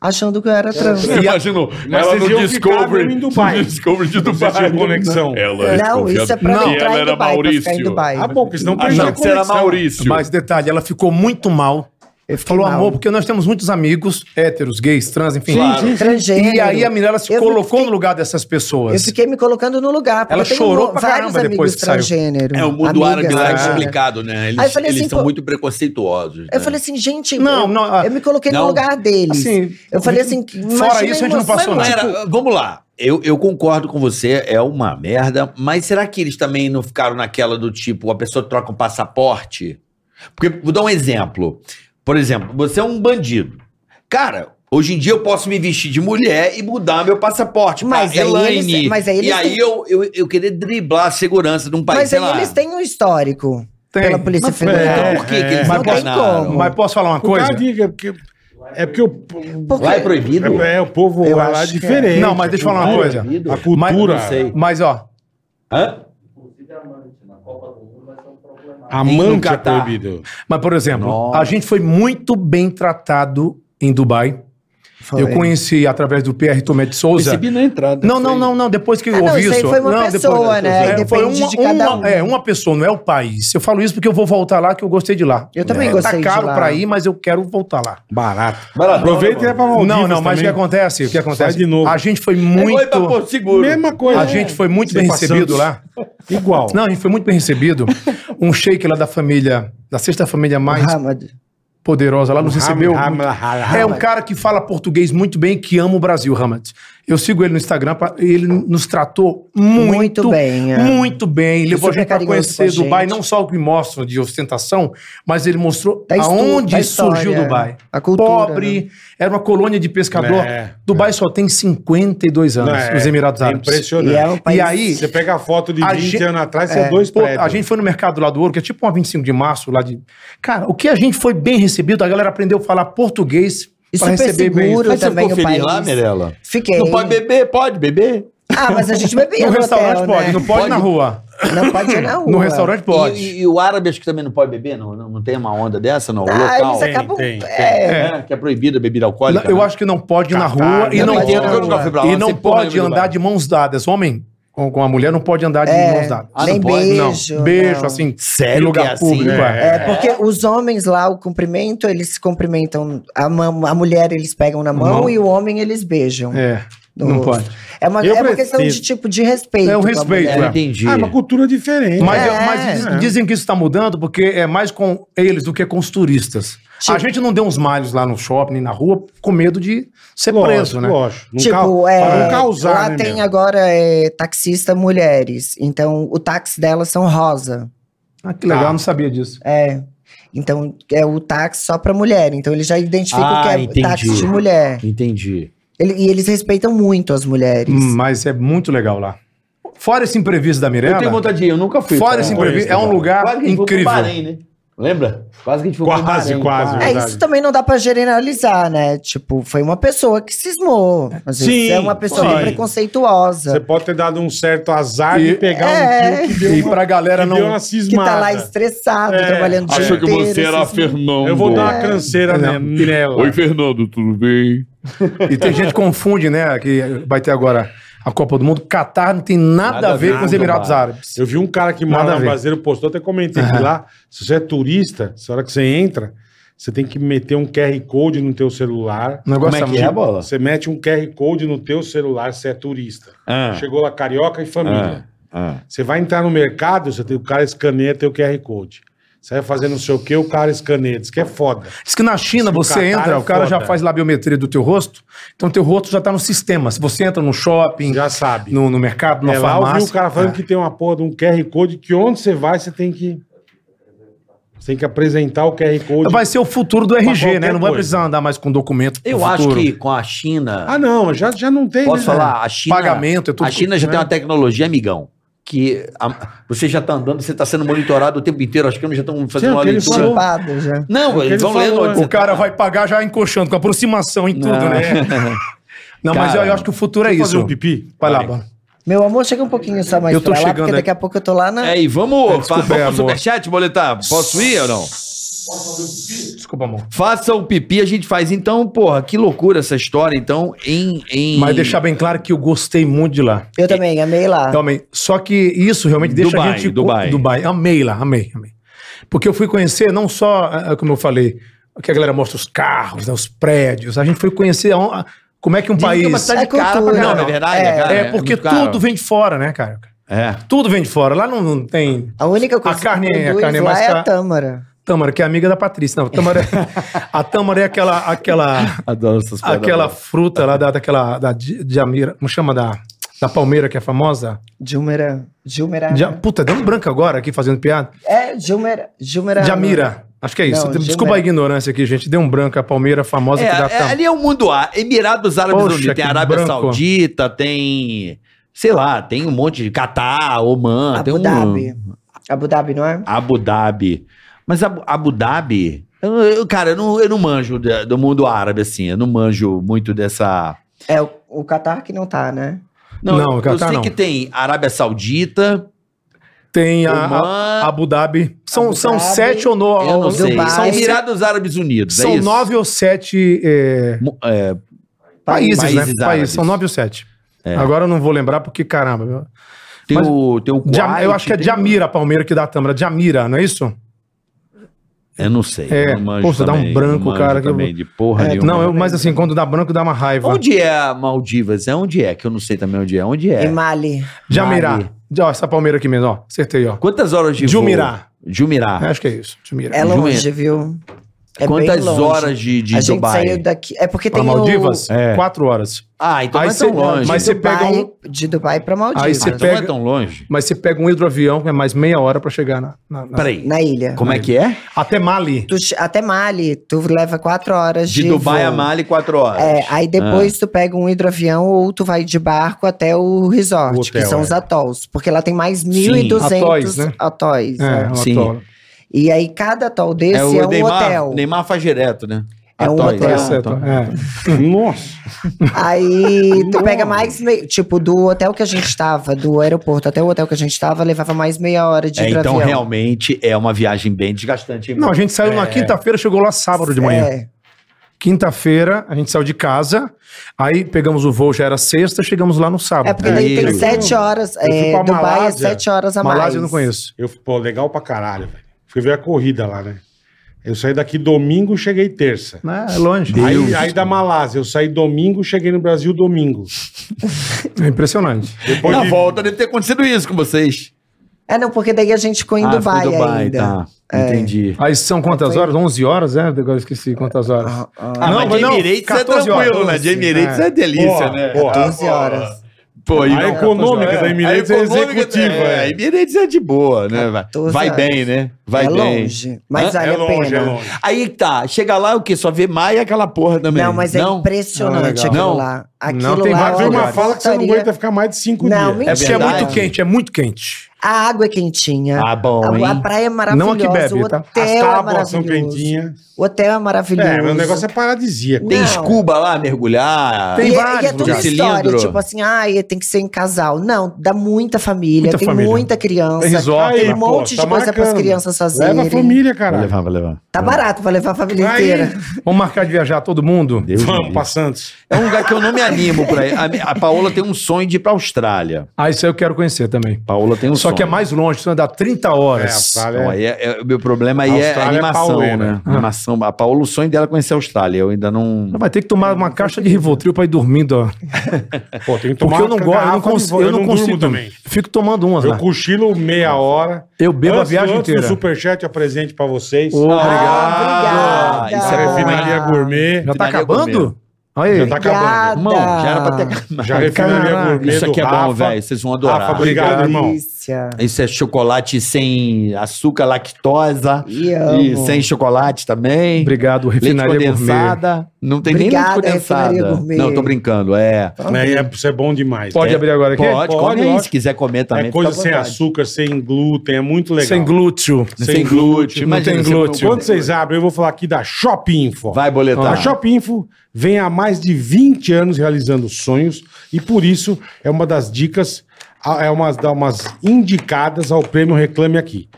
achando que eu era trans. Você imaginou? Mas ela vocês no iam ficar Discovery. mesmo em Dubai. no Discovery de Você Dubai. tinha conexão. Ela Não, isso é pra Não, não, ela entrar em era Dubai, pra ficar em Maurício. Dubai. Ah, bom, porque senão Achando perdeu a que você era conexão. Maurício. Mas detalhe, ela ficou muito mal Eu fiquei Falou mal. amor, porque nós temos muitos amigos héteros, gays, trans, enfim. Transgênero. E aí a Mirella se Eu colocou fiquei- no lugar dessas Eu pessoas. fiquei me colocando no lugar. porque Ela eu tenho chorou mo- pra vários caramba amigos depois que saiu. transgênero, É, o mundo amigas árabe lá é transgênero. complicado, né? Eles, Aí eu falei eles assim, são pô- muito preconceituosos. Eu né? falei assim, gente, Não, eu, não, ah, eu me coloquei não, no lugar deles. assim, É eu falei assim, que fora imagina isso, a gente não emoção, passou Não nada. era- ah, vamos lá. Eu, eu concordo com você, é uma merda, mas será que eles também não ficaram naquela do tipo, a pessoa troca um passaporte? Porque, vou dar um exemplo. Por exemplo, você é um bandido. Cara, hoje em dia eu posso me vestir de mulher e mudar meu passaporte Mas pra aí Elaine. eles- mas aí eles e aí têm- eu, eu, eu querer driblar a segurança de um país, Mas sei aí lá. eles têm um histórico Tem. Então, pela Polícia Mas Federal. por que, que eles É, Mas não tem enganaram? como. Mas posso falar uma Por coisa? causa de- é porque, é porque o, po- Porque- Lá é proibido? é, é, o povo Eu lá é acho que é. diferente. É. Não, mas deixa eu falar uma coisa. A cultura. Mas- Mas, ó, Hã? A manca é Catar. proibido. mas por exemplo, Nossa. a gente foi muito bem tratado em Dubai. Foi. Eu conheci através do PR Tomé de Souza. Recebi na entrada. Não, não, não, não. Depois que eu Ah, não, ouvi isso aí foi uma não, pessoa, né? É, Depende foi uma, de cada uma- um. É, uma pessoa, não é o país. Eu falo isso porque eu vou voltar lá, que eu gostei de lá. Eu também É, gostei de Tá caro lá. pra ir, mas eu quero voltar lá. Barato. Vai lá, Aproveita e é pra Maldivas não, não, mas o que Tá também. acontece? O que Sai acontece? de novo. A gente foi Oi, pra muito. Porto Seguro. Mesma coisa. A gente foi muito Sem bem passando. recebido lá. Igual. Não, a gente foi muito bem recebido. Um sheik lá da família, da sexta família mais Muhammad. poderosa lá, nos Ram- recebeu. Ram- muito- Ram- É um Ram- cara que fala português muito bem e que ama o Brasil, Hamad. Eu sigo ele no Instagram, pra- ele nos tratou muito, Muito bem, é. Muito bem. Levou a super gente pra carinhoso conhecer com a Dubai, gente. não só o que mostram de ostentação, mas ele mostrou Da histó- da aonde Tá história, surgiu Dubai. a cultura, né? Pobre, era uma colônia de pescador. É, Dubai só tem 52 anos, É, os Emirados é Árabes. Impressionante. E é um país- E aí- Você pega a foto de A 20 gente- anos atrás, você É, é dois pô, prédios. A gente foi no mercado lá do ouro, que é tipo uma 25 de março lá de. Cara, o que a gente foi bem recebido, a galera aprendeu a falar português E pra super receber bem. seguro Mas você também ficou o país. feliz lá, Mirella? Fiquei. Não pode beber? Pode beber? Ah, mas a gente bebia No no, restaurante hotel, pode, né? não pode, na rua. Não pode ir na rua. No restaurante pode. E, e- e o árabe acho que também não pode beber? Não, não, não tem uma onda dessa, não? O Ah, local. eles acabam... tem, tem. é, É, que é proibida a bebida alcoólica. né? Não, eu acho que não pode ir na né? Catar, né? rua e eu não, não entendo que eu pode, né? nunca fui pra lá, e não sempre porra pode nenhuma andar vai. de mãos dadas. Homem com, com a mulher não pode andar de É. mãos dadas. Ah, nem não pode? Não. beijo. Beijo, não. assim, Sério em que é lugar assim? público. é. É, porque os homens lá, o cumprimento, eles se cumprimentam. A, mão- a mulher eles pegam na mão Mão. e o homem eles beijam. É, no não rosto. pode. É uma, Eu é uma questão preciso. de tipo de respeito. É um com a respeito, mulher. é. entendi. Ah, uma cultura diferente. Mas, É. mas diz- dizem que isso está mudando porque é mais com eles do que com os turistas. Tipo- a gente não deu uns malhos lá no shopping, nem na rua, com medo de ser Lógico, preso, né? Lógico. Não Tipo, cau- um pra é, não causar, lá né, tem meu? agora é, taxista mulheres. Então, o táxi delas são rosa. Ah, que legal, Tá. não sabia disso. É. Então, é o táxi só pra mulher. Então, eles já identificam Ah, que é entendi. táxi de mulher. Entendi. Ele- e eles respeitam muito as mulheres. Hum, Mas é muito legal lá. Fora esse imprevisto da Eu Mirella, tenho vontade de ir, eu nunca fui. Ah, fora pra- esse Não conheço, imprevisto, é um cara. lugar Quase que a gente foi pro incrível. Bahrein, né? Lembra? Quase que a gente foi pro Quase, Bahrein, quase. É, verdade. isso também não dá pra generalizar, né? Tipo, foi uma pessoa que cismou. Às vezes Sim, é uma pessoa sim. Você preconceituosa. pode ter dado um certo azar E- de pegar É. um tio que deu E uma, pra galera que não. deu uma Que cismada. tá né? lá estressado, É. trabalhando o dia Achou que inteiro, assim. você era cismou. Fernando. Eu vou dar É. uma né? canseira ne- nela. Oi, Fernando, tudo bem? E tem gente que confunde, né? Que vai ter agora a Copa do Mundo. Catar não tem nada, a ver com os nada, Emirados mano. Árabes. Eu vi um cara que Nada mora a no ver. brasileiro, postou, até comentei que lá, se você é turista, se a hora que você entra, você tem que meter um QR Code no teu celular. O negócio Como é que é, bola? Você mete um QR Code no teu celular se é turista. Ah. Chegou lá carioca e família. Você vai entrar no mercado, você tem o cara escaneia teu QR Code. Você vai fazer não sei o que, o cara escaneia. Diz que é foda. Diz que na Diz China que o você Catar entra, é o cara já foda. faz lá a biometria do teu rosto, então teu rosto já tá no sistema. Se você entra no shopping, Já sabe. no, no mercado, na é, lá eu vi farmácia. o cara falando que tem uma porra de um QR Code que onde você vai, você tem que. Você tem que apresentar o QR Code. Vai ser o futuro do qualquer RG, né? Não vai coisa. precisar andar mais com documento. pro Eu acho futuro. que com a China. Ah, não, já, já não tem. Posso né? falar? A China, Pagamento, é tudo- A China já né? tem uma tecnologia, amigão. Que a- você já tá andando, você tá sendo monitorado o tempo inteiro. As câmeras já estão Sim, fazendo uma aquele leitura. falou. Chipado já. Não, que eles ele vão falou, lendo onde né? você O cara tá. vai pagar já encoxando, com aproximação em tudo, Não. né? Não, mas Cara. eu acho que o futuro é Vou fazer isso. um pipi? Vai lá, Vai. Bola. Meu amor, chega um pouquinho só mais Eu tô pra lá, chegando porque aí. daqui a pouco eu tô lá na... É, e vamos, Desculpa, fa- vamos pro amor. superchat, boletar? Posso ir ou não? Desculpa, amor. Faça o pipi, a gente faz. Então, porra, que loucura essa história. Então, em. em... Mas deixar bem claro que eu gostei muito de lá. Eu também, amei lá. Também. Então, Só que isso realmente deixa Dubai, a gente. Dubai. Dubai. Amei lá, amei, amei. Porque eu fui conhecer não só, ah, eh, como eu falei, que a galera mostra os carros, né, os prédios. A gente foi conhecer a- a- como é que um Dizem que é uma país. cidade É cara pra cultura. caramba, Não, é verdade, é, cara, É, é porque muito caro. tudo vem de fora, né, cara? É. Tudo vem de fora. Lá não, não tem. A única coisa A carne é- a que produz carne é lá mais é cara. a tâmara. Tâmara, que é amiga da Patrícia. Não, Tâmara é- a Tâmara é aquela, aquela, Adoro essas paradas. aquela fruta lá da, daquela. Da, Di- Diamira. Como chama? Da, da Palmeira, que é famosa. Gilmera. É. Gilmera. Dia- puta, deu um branco agora aqui fazendo piada. É, Gilmera. Gilmera. Jamira. Acho que é isso. Não, Desculpa Gilmera. a ignorância aqui, gente. Deu um branco, a Palmeira famosa É, que dá é, tam- ali é o mundo A. Emirados Árabes Poxa, Unidos. Tem que Arábia branco. Saudita, tem. Sei lá, tem um monte de. Catar, Oman, tem Abu um. Dhabi. Abu Dhabi, não é? Abu Dhabi. Mas Abu, Abu Dhabi. Eu, eu- cara, eu não, eu não manjo da- do mundo árabe, assim. Eu não manjo muito dessa. É o, o Qatar que não tá, né? Não, Não, eu, eu Catar sei não. que tem Arábia Saudita, Tem a, a- Oman. Abu Dhabi. São, Abu são Dhabi. sete ou nove. eu não sei. Dubai. São São, sete- Emirados Árabes Unidos. é oh, são isso? nove ou sete é, Mo- é, países, né? Países árabes. É. Países. São nove ou sete. Agora eu não vou lembrar porque, caramba. meu- tem, Mas- o, tem o Jam- eu Kuwait, acho que é tem- Jamira, a Palmeira, que dá a Tâmara. Jamira, não é isso? Eu não sei. É, eu não manjo poxa, dá um também, branco, não manjo cara, que eu- É, também, de porra nenhuma. não, eu, mas assim, quando dá branco, dá uma raiva. É, Onde é a Maldivas? É onde é? Que eu não sei também onde é. Onde é? Em Mali. Jamirá. Ó, essa Palmeira aqui mesmo, ó. Acertei, ó. Quantas horas de voo? Jumirá. Jumirá. Acho que é isso. Jumirá. É longe, Jumento. viu? É bem Quantas longe. horas de, de a gente Dubai? saiu daqui. É porque Pra tem Maldivas, o... É. quatro horas. Ah, então Aí não é tão cê- longe. mas cê- Você pega Dubai, um- De Dubai pra Maldivas. Aí Ah, você então não é pega, tão longe. mas você pega um hidroavião, que é mais meia hora pra chegar na. na- na- Peraí. Na ilha. Como é que é? Até Mali. Tu che- até Mali, tu leva quatro horas De de, Dubai voo. a Mali, Ah. quatro horas. É, aí depois tu pega um hidroavião ou tu vai de barco até o resort, O hotel, que são é. os atolls. Porque lá tem mais 1.200 Atóis, né? atóis. É, é. uma Sim. tola. E aí cada atol desse é, um Neymar, hotel. Neymar faz direto, né? É um Atóis, hotel. né? Essa é a tola. É. Nossa. Aí tu Nossa. pega mais meio. Tipo, do hotel que a gente tava, do aeroporto até o hotel que a gente tava, levava mais meia hora de É, então, hidroavião. realmente, é uma viagem bem desgastante. hein, Não, a mano? gente saiu É. na quinta-feira, chegou lá sábado de manhã. É, Quinta-feira, a gente saiu de casa, aí pegamos o voo, já era sexta, chegamos lá no sábado. é porque daí tem Isso. sete horas. fui é, pra Dubai Malásia. é sete horas a mais. Malásia eu não conheço. Eu, pô, legal pra caralho, velho. Fui ver a corrida lá, né? Eu saí daqui domingo, cheguei terça. É, é longe. Aí, aí da Malásia, eu saí domingo, cheguei no Brasil domingo. É impressionante. Depois Na de- volta deve ter acontecido isso com vocês. É, não, porque daí a gente ficou em Ah, Dubai, foi ainda. É. Tá. Entendi. Aí são quantas horas? 11 horas, é? Agora eu esqueci quantas horas. Ah, ah, Ah, Não, mas mas de não, Emirates é 14 horas, tranquilo, né? De Emirates é, delícia, Porra, né? porra. 12 horas. Pô, e A não- econômica da Emirates é econômica- executiva. É, a é. Emirates é de boa, né? Vai- 14 Vai horas. bem, né? Vai é bem. longe, mas Hã? vale É a longe, pena. é longe. Aí tá, chega lá o quê? Só vê Maia e aquela porra também. Não, mas é impressionante Não é legal. aquilo Não? lá. Aquilo Não, tem lá, vários- Mas vem olha, uma fala que você não estaria- aguenta ficar mais de cinco Não, dias. mentira. Porque é verdade. muito quente, é muito quente. A água é quentinha. Ah, bom, a, a hein? praia é Não a que maravilhosa. bebe, o tá? As hotel é tábuas são maravilhoso. quentinhas. O hotel é maravilhoso. É, mas o negócio é paradisíaco. Tem Não. escuba lá, mergulhar. Tem e, vários e é toda lugares. história, Cilindro. tipo assim, ai, tem que ser em casal. Não, dá muita família, Muita tem família. muita criança, Tem resort, tem né? um monte Pô, tá de coisa para as marcando. crianças Leva a fazerem. família, cara. vai levar. Tá barato pra levar a família Aí. inteira. Vamos marcar de viajar todo mundo? Deus me Vamos livre. pra Santos. É um lugar que eu não me animo pra ir. A, mi- a Paola tem um sonho de ir pra Austrália. Ah, isso aí eu quero conhecer também. Paola tem um Só sonho. que é mais longe, isso dá 30 É, a horas. Austrália Então, é- aí é- é- o meu problema aí é Austrália é animação, pauleira. né? Animação. A Paola, o sonho dela é conhecer a Austrália. Eu ainda não. Vai ter que tomar uma caixa de Rivotril pra ir dormindo, ó. Pô, tem que Porque tomar eu não uma gosto, eu não, garrafa de consigo, vo- eu não consigo durmo também. Fico tomando umas, Eu né? cochilo meia hora. Eu bebo a viagem antes inteira. do Superchat, eu apresente pra vocês. Ô, Ah, Obrigada. Isso é bom, refinaria hein? gourmet. Já tá Finaria acabando? Olha aí. Já tá acabando. Obrigada. Irmão, já era pra ter Já refinaria Caraca. gourmet Isso do aqui é Rafa. bom, velho. Vocês vão adorar. Rafa, obrigado, irmão. Delícia. Isso é chocolate sem açúcar, lactosa. E E amo. sem chocolate também. Obrigado, Leite refinaria gourmet. condensada. Não tem nem leite Obrigada, refinaria condensada. gourmet. Não, tô brincando. É. Né, é- Isso é bom demais. Pode é, abrir agora aqui? Pode, come aí, lógico. se quiser comer também. é fica coisa à sem vontade. açúcar, sem glúten, é muito legal. Sem glúteo. Sem, glúten. não imagina tem você glúten. comer um Quando vocês abrem, eu vou falar aqui da Shop Info. Vai boletar. A Shop Info vem há mais de 20 anos realizando sonhos e por isso é uma das dicas, é uma das indicadas ao prêmio Reclame Aqui.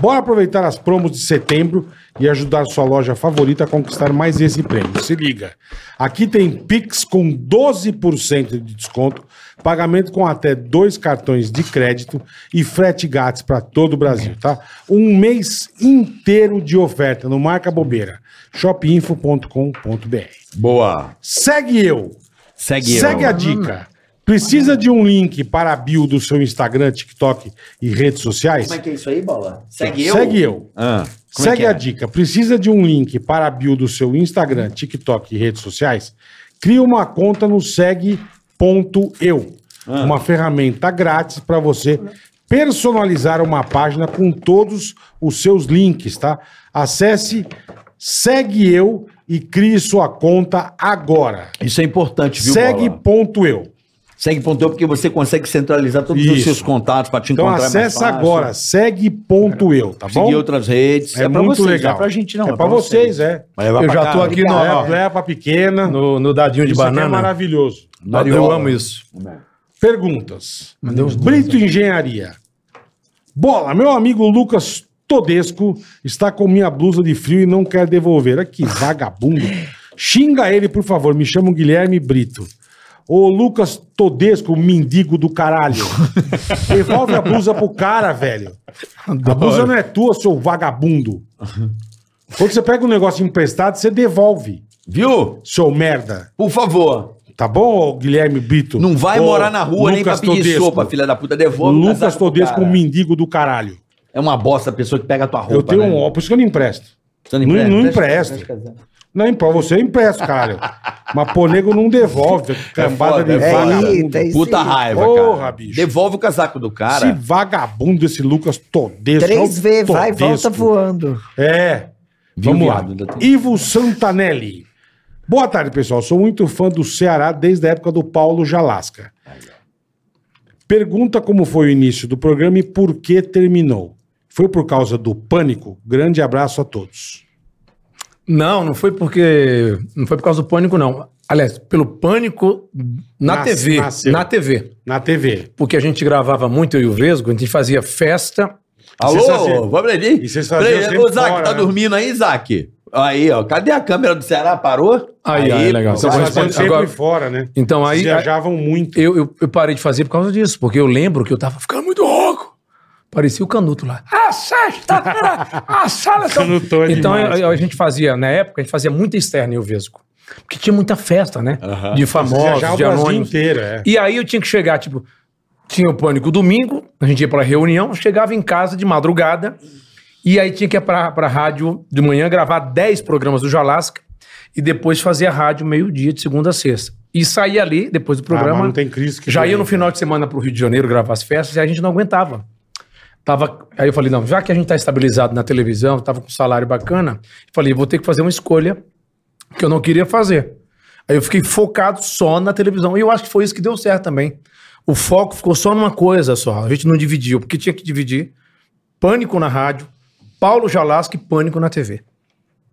Bora aproveitar as promos de setembro e ajudar sua loja favorita a conquistar mais esse prêmio. Se liga. Aqui tem Pix com 12% de desconto, pagamento com até dois cartões de crédito e frete grátis para todo o Brasil, tá? Um mês inteiro de oferta, não marca bobeira. shopinfo.com.br. Boa. Segue eu. Segue eu. Hum. Segue a dica. Precisa de um link para a bio do seu Instagram, TikTok e redes sociais? Como é que é isso aí, bola? Segue eu? Segue eu. Ah, como é Segue que é? a dica. Precisa de um link para a bio do seu Instagram, TikTok e redes sociais? Cria uma conta no segue.eu. Ah. Uma ferramenta grátis para você personalizar uma página com todos os seus links, tá? Acesse Segue Eu e crie sua conta agora. Isso é importante, viu, Bola? Segue.eu. Segue ponto eu, porque você consegue centralizar todos os Isso. seus contatos para te Então encontrar é acessa mais fácil. agora, segue.eu, tá bom? Seguir outras redes. É, pra muito vocês, legal. Não é pra gente, não. É, pra vocês, é. Vai levar Eu pra já tô casa. aqui no, é, ó, leva pequena. no, no dadinho de Isso aqui é banana. maravilhoso. eu amo isso. Perguntas. Brito Engenharia. Bola, meu amigo Lucas Todesco está com minha blusa de frio e não quer devolver. Olha Que vagabundo. Xinga ele, por favor. Me chamo Guilherme Brito. Ô Lucas Todesco, mendigo do caralho. Devolve a blusa pro cara, velho. A blusa não é tua, seu vagabundo. Quando você pega um negócio emprestado, você devolve, Viu? seu merda. Por favor. Tá bom, ô Guilherme Brito? Não vai Ô, morar na rua nem pra Lucas pedir Todesco. sopa, filha da puta. Devolve o Lucas casaco pro Todesco, cara. um mendigo do caralho. É uma bosta a pessoa que pega a tua roupa. eu tenho né? um ó, por isso que eu não empresto. Você Não, empresta? não É empresto. Não, pra você eu empresto, caralho. Mas pô, nego não devolve. Cambada foda, de é foda. vagabundo. É isso Puta aí. raiva, Porra, cara. bicho. Devolve o casaco do cara. Esse vagabundo, esse Lucas Todesco. Três é o v vai, volta Todesco. voando. É. Viu, Vamos lá. viado? Ainda tem- Ivo Santanelli. Boa tarde, pessoal. Sou muito fã do Ceará desde a época do Paulo Jalasca. Pergunta como foi o início do programa e por que terminou. Foi por causa do pânico? Grande abraço a todos. Não, não foi porque. Não foi por causa do pânico, não. Aliás, pelo pânico na Nas- TV. nasceu. Na TV. Na TV. Porque a gente gravava muito, eu e o Vesgo, a gente fazia festa. vocês faziam- Alô, vamos ali? e vocês faziam Peraí, sempre Ô, Zac, fora, tá né? dormindo aí, Zac? Aí, ó. Cadê a câmera do Ceará? Parou? Aí, aí, legal. Vocês Agora- faziam sempre agora- fora, né? Então Vocês aí. viajavam muito. Eu, eu, eu parei de fazer por causa disso, porque eu lembro que eu tava ficando muito rouco. Parecia o Canuto lá. A sexta-feira, a sala... Canutou é então demais, eu- eu- a, gente fazia, na época, a gente fazia muita externa em Vesgo. Porque tinha muita festa, né? De famosos, Viajavam de o Brasil anônimos. inteiro, é. E aí eu tinha que chegar, tipo, tinha o pânico domingo, a gente ia pra reunião, chegava em casa de madrugada, e aí tinha que ir pra, pra rádio de manhã gravar 10 programas do Jalasca e depois fazer a rádio meio-dia de segunda a sexta. E saía ali, depois do Ah, mas programa. não tem crise que já ia no final de semana pro Rio de Janeiro gravar as festas e a gente não aguentava. Tava, aí eu falei, não, já que a gente tá estabilizado na televisão, tava com um salário bacana, eu falei, vou ter que fazer uma escolha que eu não queria fazer. Aí eu fiquei focado só na televisão. E eu acho que foi isso que deu certo também. O foco ficou só numa coisa só. A gente não dividiu, porque tinha que dividir pânico na rádio, Paulo Jalasca e pânico na TV.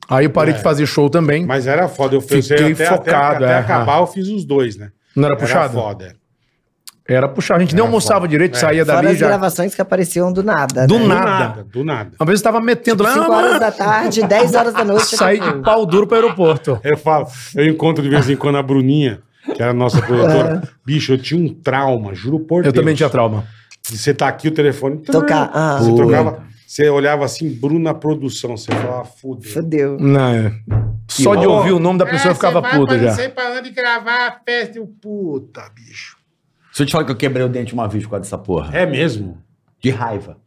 Aí eu parei de fazer show também. Mas era foda. Eu fiz Fiquei até, focado, Até, até é. acabar, eu fiz os dois, né? não era Era puxado? foda. é. Era puxado. A gente nem almoçava direito, saía Fora dali as já. gravações que apareciam do nada. Do né? nada. Do nada. Uma vez eu tava metendo lá. 5 Tipo, horas da tarde, 10 horas da noite. tipo, Saí de pau duro pro aeroporto. Eu falo, eu encontro de vez em quando a Bruninha, que era a nossa produtora. Bicho, eu tinha um trauma, juro por É. Eu Deus. também tinha trauma. De você tá aqui o telefone. Tocar, ah. você Puta. trocava. Você olhava assim, Bruna Produção. Você falava, fudeu. Fudeu. Não, é. Só de ouvir o nome da É, pessoa eu ficava puta já. pra onde gravar a festa, eu, puta, bicho. Deixa eu te falar que eu quebrei o dente uma vez por causa dessa porra. É mesmo? De raiva.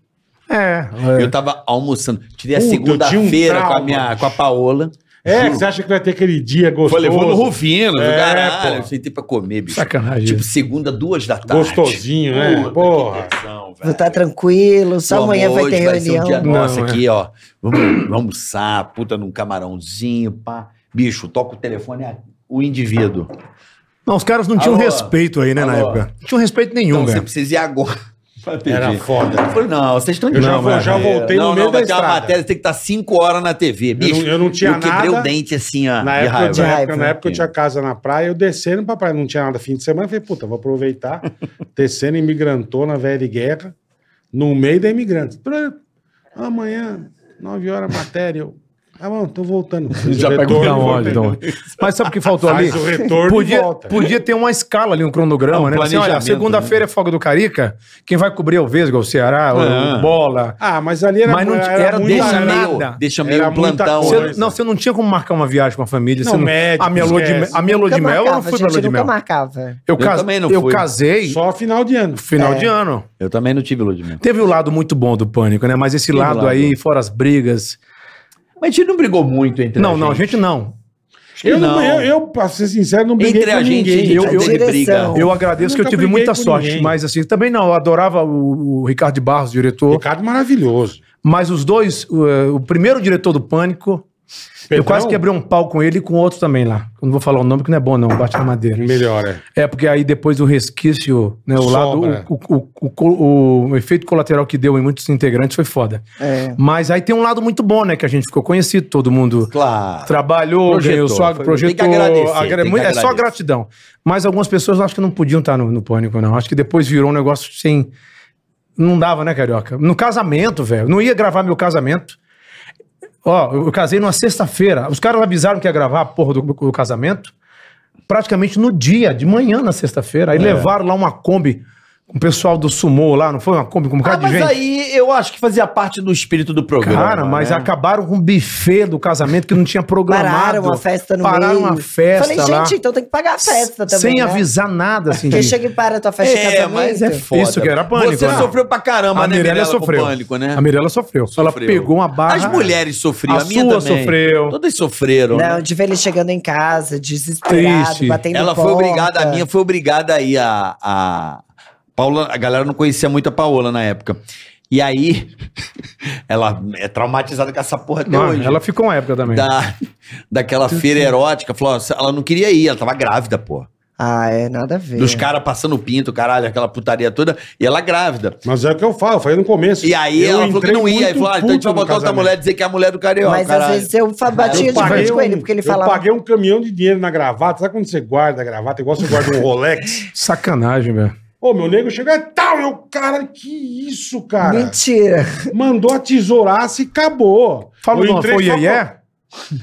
É. Eu tava almoçando. Tirei a Puta, eu tinha um segunda-feira com a trauma, minha, bicho. com a Paola. É, Juro. que você acha que vai ter aquele dia gostoso? Foi levou no Rufino, É, é, caralho. pô. Eu sentei pra comer, bicho. Sacanagem. Tipo, segunda, duas da tarde. Gostosinho, né? Puta, Porra. que tesão, velho. Não tá tranquilo, só Pô, amanhã amor, vai ter hoje ser reunião. um dia nosso Não, é. aqui, ó. Vamos, vamos almoçar, puta, num camarãozinho, pá. Bicho, toca o telefone, é o indivíduo. Não, os caras não tinham Alô? respeito aí, né, na Alô? época. Não tinham respeito nenhum, Então você velho. precisa ir agora. pra ter Era jeito. foda. Eu falei, não, vocês estão Eu já entendendo, vou- já cara. voltei no não, meio não, da vai ter uma estrada. matéria, você tem que estar cinco horas na TV. Bicho, não- eu não tinha quebrei nada. o dente assim, ó. Na de época, eu raiva. tinha- na, época, raiva, na né? época eu tinha casa na praia, eu descendo pra praia, não tinha nada fim de semana, eu falei, puta, vou aproveitar. descendo imigrantona, velha de guerra, no meio da imigrante. Prã. Amanhã, 9 horas, matéria. Eu, Tá bom, tô voltando. Já Faz o pegou retorno, da vou onde, da então? pegando. onde. Então, Mas sabe o que faltou ali? Faz o retorno e Podia, volta. podia ter uma escala ali, um cronograma, Ah, um né? Assim, olha, planejamento, segunda-feira é né? folga do Carica, quem vai cobrir é o Vesga, o Ceará, o- Ah. o Bola. Ah, mas ali era, Mas não era, era muito desse Deixa Não, arado. nada. meio, deixa Era meio muita plantão. Você- né? coisa. não, você não tinha como marcar uma viagem com a família. Não, você médico, a minha lua de, me- esquece. a minha lua Nunca de mel, eu não Então marcava, fui a pra lua gente de nunca mel. marcava. Eu, cas- também não eu fui. É. casei Só final de ano. final de ano. Eu também não tive iludimento. Teve o lado muito bom do pânico, né? Mas esse Teve lado, lado. aí, fora as brigas. Mas a gente não brigou muito entre não, a não, a gente. gente não. Eu, não. Não. eu, eu, pra ser sincero, não briguei Entre com a gente, ninguém. a gente Eu- não eu- teve briga. Direção. Eu agradeço Eu que eu nunca tive briguei muita com sorte, ninguém. mas assim, também não, eu adorava o, o Ricardo de Barros, diretor. Ricardo maravilhoso. Mas os dois, o, eh, o primeiro diretor do Pânico, eu Pedrão? quase quebrei um pau com ele e com outro também lá. Eu não vou falar o nome, que não é bom, não, bate na madeira. Melhor, é. É, porque aí depois do resquício, né, o lado, Sobra. o, o- o- o- o efeito colateral que deu em muitos integrantes foi foda. É. Mas aí tem um lado muito bom, né, que a gente ficou conhecido, todo mundo Claro. trabalhou, Projetou, ganhou só foi- projetou. tem que agradecer, agra- tem que é só agradecer. gratidão. Mas algumas pessoas eu acho que não podiam estar no, no pânico, não. Acho que depois virou um negócio sem. Não dava, né, Carioca? No casamento, velho. Não ia gravar meu casamento. Ó, eu eu casei numa sexta-feira. Os caras avisaram que ia gravar a porra do, do casamento. Praticamente no dia, de manhã na sexta-feira. Aí É. levaram lá uma Kombi com o pessoal do Sumô lá, não foi uma Kombi com um Ah, bocado de mas gente. aí eu acho que fazia parte do espírito do programa. Cara, mas né? acabaram com o buffet do casamento que não tinha programado. Pararam uma festa no Pararam meio. uma festa Falei, lá. gente, então tem que pagar a festa também, Sem né? avisar nada, assim. Porque gente. chega e para a tua festa de É, casamento. mas é foda. Isso que era pânico, Você né? sofreu pra caramba, a né, Mirella Mirella, com sofreu. pânico, né? A Mirella sofreu. Ela Sofreu. pegou uma barra. As mulheres sofriam, A a, minha sua também. sofreu. Todas sofreram. né? Não, de ver ele chegando em casa, desesperado, Triste. batendo Ela foi porta. obrigada, a minha foi obrigada aí a, a Paula, a galera não conhecia muito a Paola na época. E aí ela é traumatizada com essa porra até Mano, hoje. ela ficou uma época também. da, daquela feira erótica, falou, ó, ela não queria ir, ela tava grávida, pô. Ah, é nada a ver. Dos caras passando pinto, caralho, aquela putaria toda, e ela grávida. Mas é o que eu falo, eu falei no começo. E aí Eu ela falou que entrei não ia, aí muito falou, ah, então a gente vai puto no botar outra casamento. mulher e dizer que é a mulher do carioca, Mas às caralho. vezes eu fa- batia de paguei frente com um- ele, porque ele Eu falava. paguei um caminhão de dinheiro na gravata. Sabe quando você guarda a gravata, igual você guarda um Rolex? Sacanagem, velho. Ô, meu nego chegou e tal, eu, cara, que isso, cara? Mentira. Mandou a tesouraça e acabou. Fala, Eu não, entrei foi o só Ié?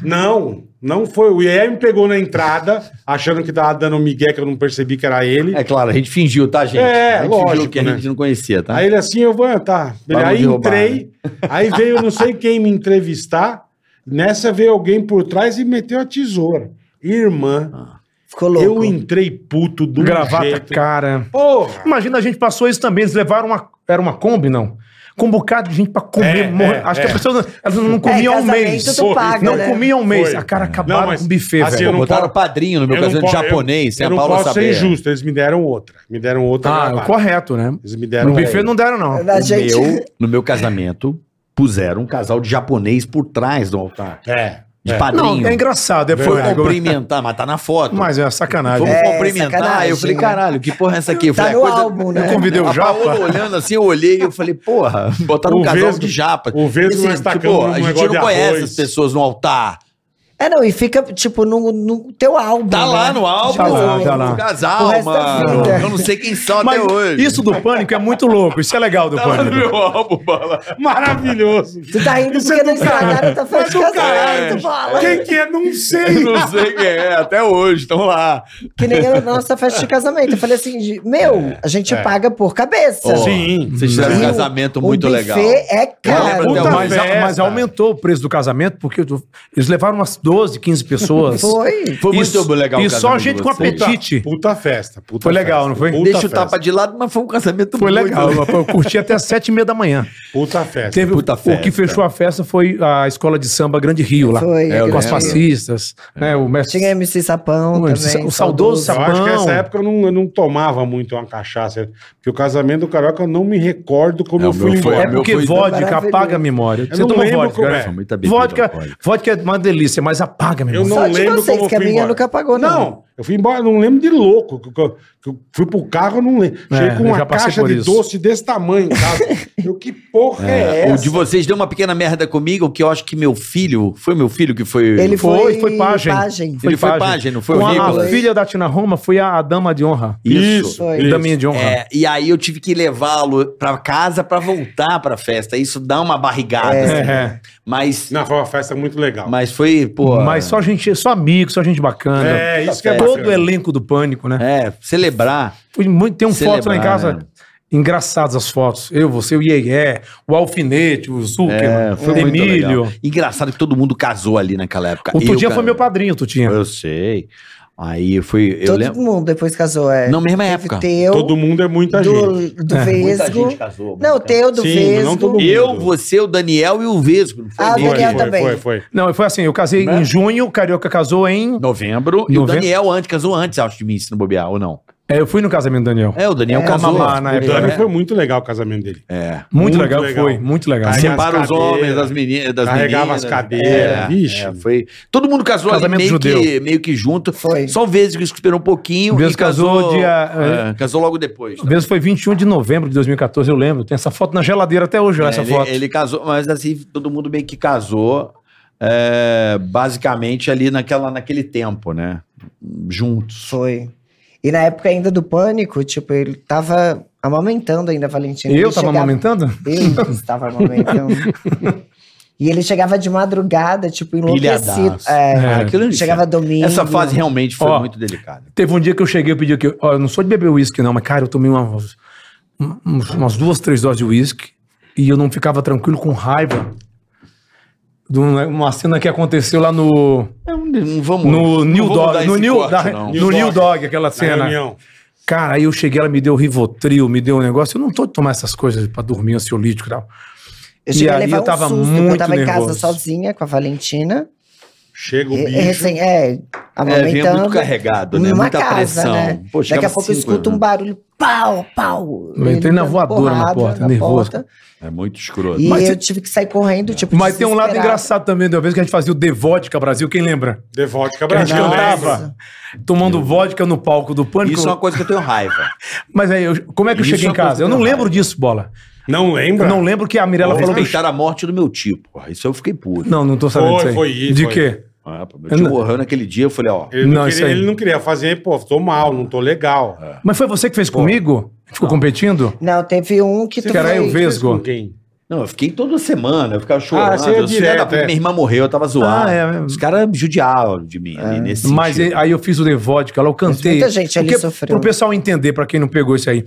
Não, não foi. O IE me pegou na entrada, achando que tava dando um migué que eu não percebi que era ele. É claro, a gente fingiu, tá, gente? É, a gente lógico, fingiu que a né? gente não conhecia, tá? Aí ele assim, eu vou, ah, tá. Pra não aí derrubar, né? entrei, aí veio não sei quem me entrevistar. Nessa veio alguém por trás e meteu a tesoura. Irmã, Ah. Ficou louco. eu entrei puto do Gravata, jeito. cara. Porra! Imagina, a gente passou isso também. Eles levaram uma. Era uma Kombi, não? Com um bocado de gente pra comer. É, morrer. é, Acho que é. a pessoa. não- Elas não comiam há um É, casamento mês. tu paga, não né? comiam há um mês. Foi. A cara acabaram mas, com o buffet, assim, eu velho. não Botaram posso- padrinho no meu Eu não casamento posso- japonês, sem eu a não Paula posso ser saber. injusto, eles me deram outra. Me deram outra Ah, gravata. correto, né? Eles me No deram buffet não deram, não. A gente. Meu, no meu casamento, puseram um casal de japonês por trás do altar. É. De É. padrinho. Não, é engraçado. É Foi um verdade. cumprimentar, mas tá na foto. Mas é sacanagem. Vamos É, cumprimentar. sacanagem, eu falei, né? caralho, que porra é essa aqui? Eu Tá falei, no a álbum, né? Eu convidei o a Japa. Paola olhando assim, eu olhei e eu falei, porra, botaram O um casal Vesgo- de japa. o Vesgo E, não está tipo, tacando um A gente negócio de não conhece arroz. as pessoas no altar. É, não, e fica, tipo, no, no teu álbum. Tá lá né? no álbum, Tá lá, tá lá. o O casal, resto da mano. vida. Eu não sei quem são Mas até hoje. isso do pânico é muito louco. Isso é legal do pânico. álbum, bala. Maravilhoso. Tu tá rindo é porque não estragaram a tua festa de casamento, bola. Quem que é? Não sei. Não sei quem é, até hoje, estão lá. Que nem a nossa festa de casamento. Eu falei assim, de- meu, a gente paga por cabeça. Ó, Vocês E tiveram um o- casamento muito o legal. buffet é Eu lembro caro. até hoje. mas, festa. mas aumentou o preço do casamento, porque tu- eles levaram umas 12, 15 pessoas. Foi. Foi muito Isso- legal o E só casamento gente de com vocês. apetite. Puta festa. puta Foi legal, não foi? Puta Deixa o festa, tapa de lado, mas foi um casamento Foi muito legal. Eu, eu curti até as 7 e meia da manhã. é Puta festa. Teve Puta o, festa. que fechou a festa foi a escola de samba Grande Rio lá. Foi, É, eu com as lembro. fascistas, né? O mestre. Tinha MC Sapão O também. saudoso Sapão. Eu acho que Sabão. nessa época eu não, eu não tomava muito uma cachaça. Porque o casamento do Carioca eu não me recordo como É, eu o fui meu foi- embora. É meu porque foi vodka maravilhoso. apaga a memória. Eu Você não tomou lembro vodka, como né? é. Muita bebida Vodka, alcoólica. vodka é uma delícia, mas apaga a memória. Eu não Só de lembro vocês, como eu que a fui minha embora. nunca pagou, não. Não, Eu fui embora, não lembro de louco. que eu- que eu fui pro carro, eu não lembro. É, Cheguei com eu uma já passei caixa por de isso. doce desse tamanho, cara. eu, que porra é, É, essa? o de vocês deu uma pequena merda comigo, que eu acho que meu filho. Foi meu filho que foi. Ele foi, Foi, foi pajem. ele foi página. página, não foi Com o a, Nicolas? filha da Tina Roma foi a, a dama de honra. Isso. Foi. A daminha de honra. É, e aí eu tive que levá-lo pra casa pra voltar pra festa. Isso dá uma barrigada. assim. É. Mas, Não, foi uma festa muito legal. mas foi, pô. Mas só gente, só amigo, só gente bacana. é, isso que é Todo o bacana. elenco do pânico, né? É, celebrar. Foi muito- tem um Celebrar, foto lá em casa. né? Engraçadas as fotos. Eu, você, o Yeye, o Alfinete, o Zuckerman, É, foi o muito Emílio. legal. Engraçado que todo mundo casou ali naquela época. O Tudinha Eu, foi cara, meu padrinho, Tudinha. Eu sei. Aí foi. Eu Todo lembro. mundo depois casou, é. Não, mesma Teve época. Teu, Todo mundo é muita gente. do, do Vesgo. casou. Não, teu, do Sim, mas não todo Vesgo. mundo. Eu, você, o Daniel e o Vesgo. não foi Ah, o mesmo? Daniel foi, também. foi, foi. Não, foi assim, eu casei Né? em junho, o Carioca casou em... Novembro. E o Novembro. Daniel antes, casou antes, acho, de mim, se não bobear, ou não? É, eu fui no casamento do Daniel. É, o Daniel É, casou. mamá, né? O O Dani Daniel- foi muito legal o casamento dele. É. Muito, Muito legal, legal. foi, muito legal. Aí, Separa as os homens cadeiras. das meninas. Das Carregava meninas. as cadeiras, É, vixe. é, foi. Todo mundo casou Casamento ali meio judeu. que, meio que junto. Foi. Só o Vesgo que esperou um pouquinho. O Vesgo casou dia- é, casou logo depois. O mesmo foi 21 de novembro de 2014, eu lembro. Tem essa foto na geladeira até hoje, olha É, essa ele, foto. ele casou, mas assim, todo mundo meio que casou, é, basicamente ali naquela, naquele tempo, né? Juntos. Foi. E na época ainda do pânico, tipo, ele tava amamentando ainda a Valentina. eu Ele tava chegava- amamentando? Eu estava amamentando. e ele chegava de madrugada, tipo, enlouquecido. Pilhadaço. É, É. Ah, Aquilo ali, Chegava domingo. Essa fase realmente foi Ó. muito delicada. Teve um dia que eu cheguei e pedi aqui, ó, eu não sou de beber uísque não, mas cara, eu tomei uma- um- umas duas, três doses de uísque e eu não ficava tranquilo com raiva de um- uma cena que aconteceu lá no Não, não vamos. no não New vamos dar Dog, no esse New, corte, da- não. no New New Dog. Dog, aquela Na cena. reunião. Cara, aí eu cheguei, ela me deu Rivotril, me deu um negócio, eu não tô de tomar essas coisas pra dormir ansiolítico e tal. Eu cheguei E a aí levar eu um tava susto, porque muito eu tava em casa nervoso. sozinha com a Valentina. Chega o E- e bicho. recém- é, É, vinha muito amamentando. carregado, né? numa Muita casa, pressão. né? Pô, Daqui chegava a pouco eu cinco, escuto né? um barulho, pau, pau. Eu entrei na Ele dando voadora na porta, nervoso. É muito escroto. E Mas eu tem- tive que sair correndo, tipo, Mas tem um lado desesperada. engraçado também, de uma vez que a gente fazia o The Vodka Brasil, quem lembra? The Vodka Que a gente Brasil. eu lembro. cantava, tomando vodka no palco do Pânico. Isso é uma coisa que eu tenho raiva. Mas aí, eu- como é que eu Isso cheguei é em casa? coisa Eu não que eu lembro disso, bola. Não Eu lembra? não lembro que a Mirella falou. que eu- Respeitar a morte do meu tio. porra. Isso eu fiquei puto. Não, não tô sabendo Foi, disso aí. foi isso, De foi. quê? Ah, pô, meu tio Eu não- morreu naquele dia, eu falei, ó. Ele não, Não, isso queria, aí. É. ele não queria fazer, pô, tô mal, não tô legal. Mas foi você que fez comigo? Ah. Ficou competindo? Não, teve um que tu Cara, eu foi... vesgo. Com quem? Não, eu fiquei toda semana, eu ficava chorando. Ah, você ia eu sei, direto, da puta, é. Minha irmã morreu, eu tava zoado. Ah, é. Os caras judiaram de mim É. ali nesse Mas aí, sentido. aí eu fiz o The Vodka, lá eu cantei. muita gente ali Porque, sofreu. Pro pessoal entender, pra quem não pegou isso aí.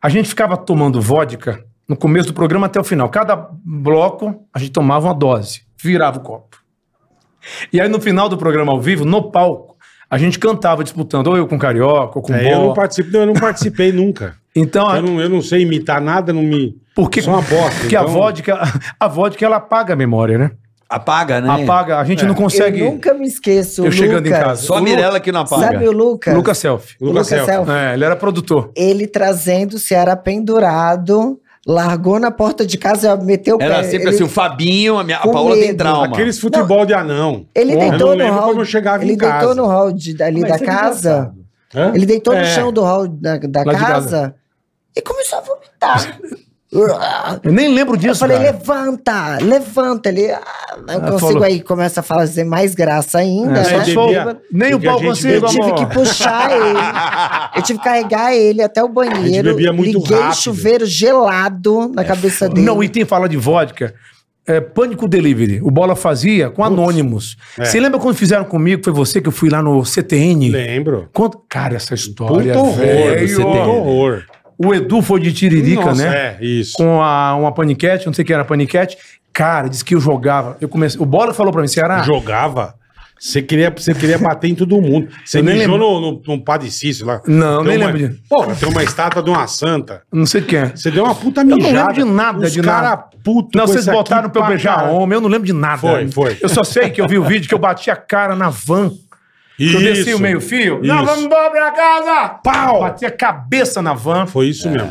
A gente ficava tomando vodka no começo do programa até o final. Cada bloco, a gente tomava uma dose, virava o copo. E aí no final do programa ao vivo, no palco, a gente cantava disputando, ou eu com carioca, ou com É, eu bola. não participo, não, eu não participei nunca. Então, Eu não, eu não sei imitar nada, não me. Porque, Só uma bosta, porque a então. vodka, a vodka ela apaga a memória, né? Apaga, né? Apaga, a gente É. não consegue. Eu nunca me esqueço, o Eu Lucas. chegando em casa. Só a Mirella que não apaga. Sabe o Lucas? Lucas Selfie. O Lucas Selfie. Selfie. É, ele era produtor. Ele trazendo o Ceará pendurado, largou na porta de casa, meteu o pé. é? Era sempre ele, assim, o Fabinho, a, minha, a Com Paola tem medo. trauma. Aqueles futebol de anão. ele Porra, deitou eu não no lembro hall. como eu chegava ele em deitou casa. no hall de- ali Mas da isso é casa. Hã? Ele deitou no É. chão do hall da, da Lá de casa, casa. e começou a vomitar. Eu Eu nem lembro disso. falei, cara. levanta, levanta. Ele, ah, não Ah, consigo falou. aí, começa a fazer mais graça ainda, É, Você só né? se bebia- for- nem o porque a pau gente consigo, Eu bebia- tive que puxar ele. Eu tive que carregar ele até o banheiro. bebia muito liguei rápido. chuveiro gelado na cabeça dele. Não, e tem fala de vodka. É, Pânico Delivery. O Bola fazia com Anônimos. Você lembra quando fizeram comigo? Foi você que eu fui lá no CTN? É. Lembro. Conta- Cara, essa história. Puta horror, velho. você tem horror. O Edu foi de tiririca, Nossa, né? É, isso. Com a, uma paniquete, não sei o que era paniquete. Cara, disse que eu jogava. Eu comecei, o Bola falou pra mim, Ceará, Jogava. Você queria, você queria bater em todo mundo. Você Eu nem mijou lembro. no, no, num padecício lá. Não, Tem nem uma- lembro disso. Porra, tem uma estátua de uma santa. não sei quem é. Você deu uma puta não mijada. lembro de nada, Os de cara nada. puto Não, com vocês isso aqui botaram pra eu pra beijar caralho. homem, eu não lembro de nada. Foi, foi. Eu só sei que eu vi o vídeo que eu bati a cara na van. Que eu desci Isso. o meio-fio. Não, Isso. vamos embora pra casa! Pau! Bati a cabeça na van. É. Foi isso mesmo.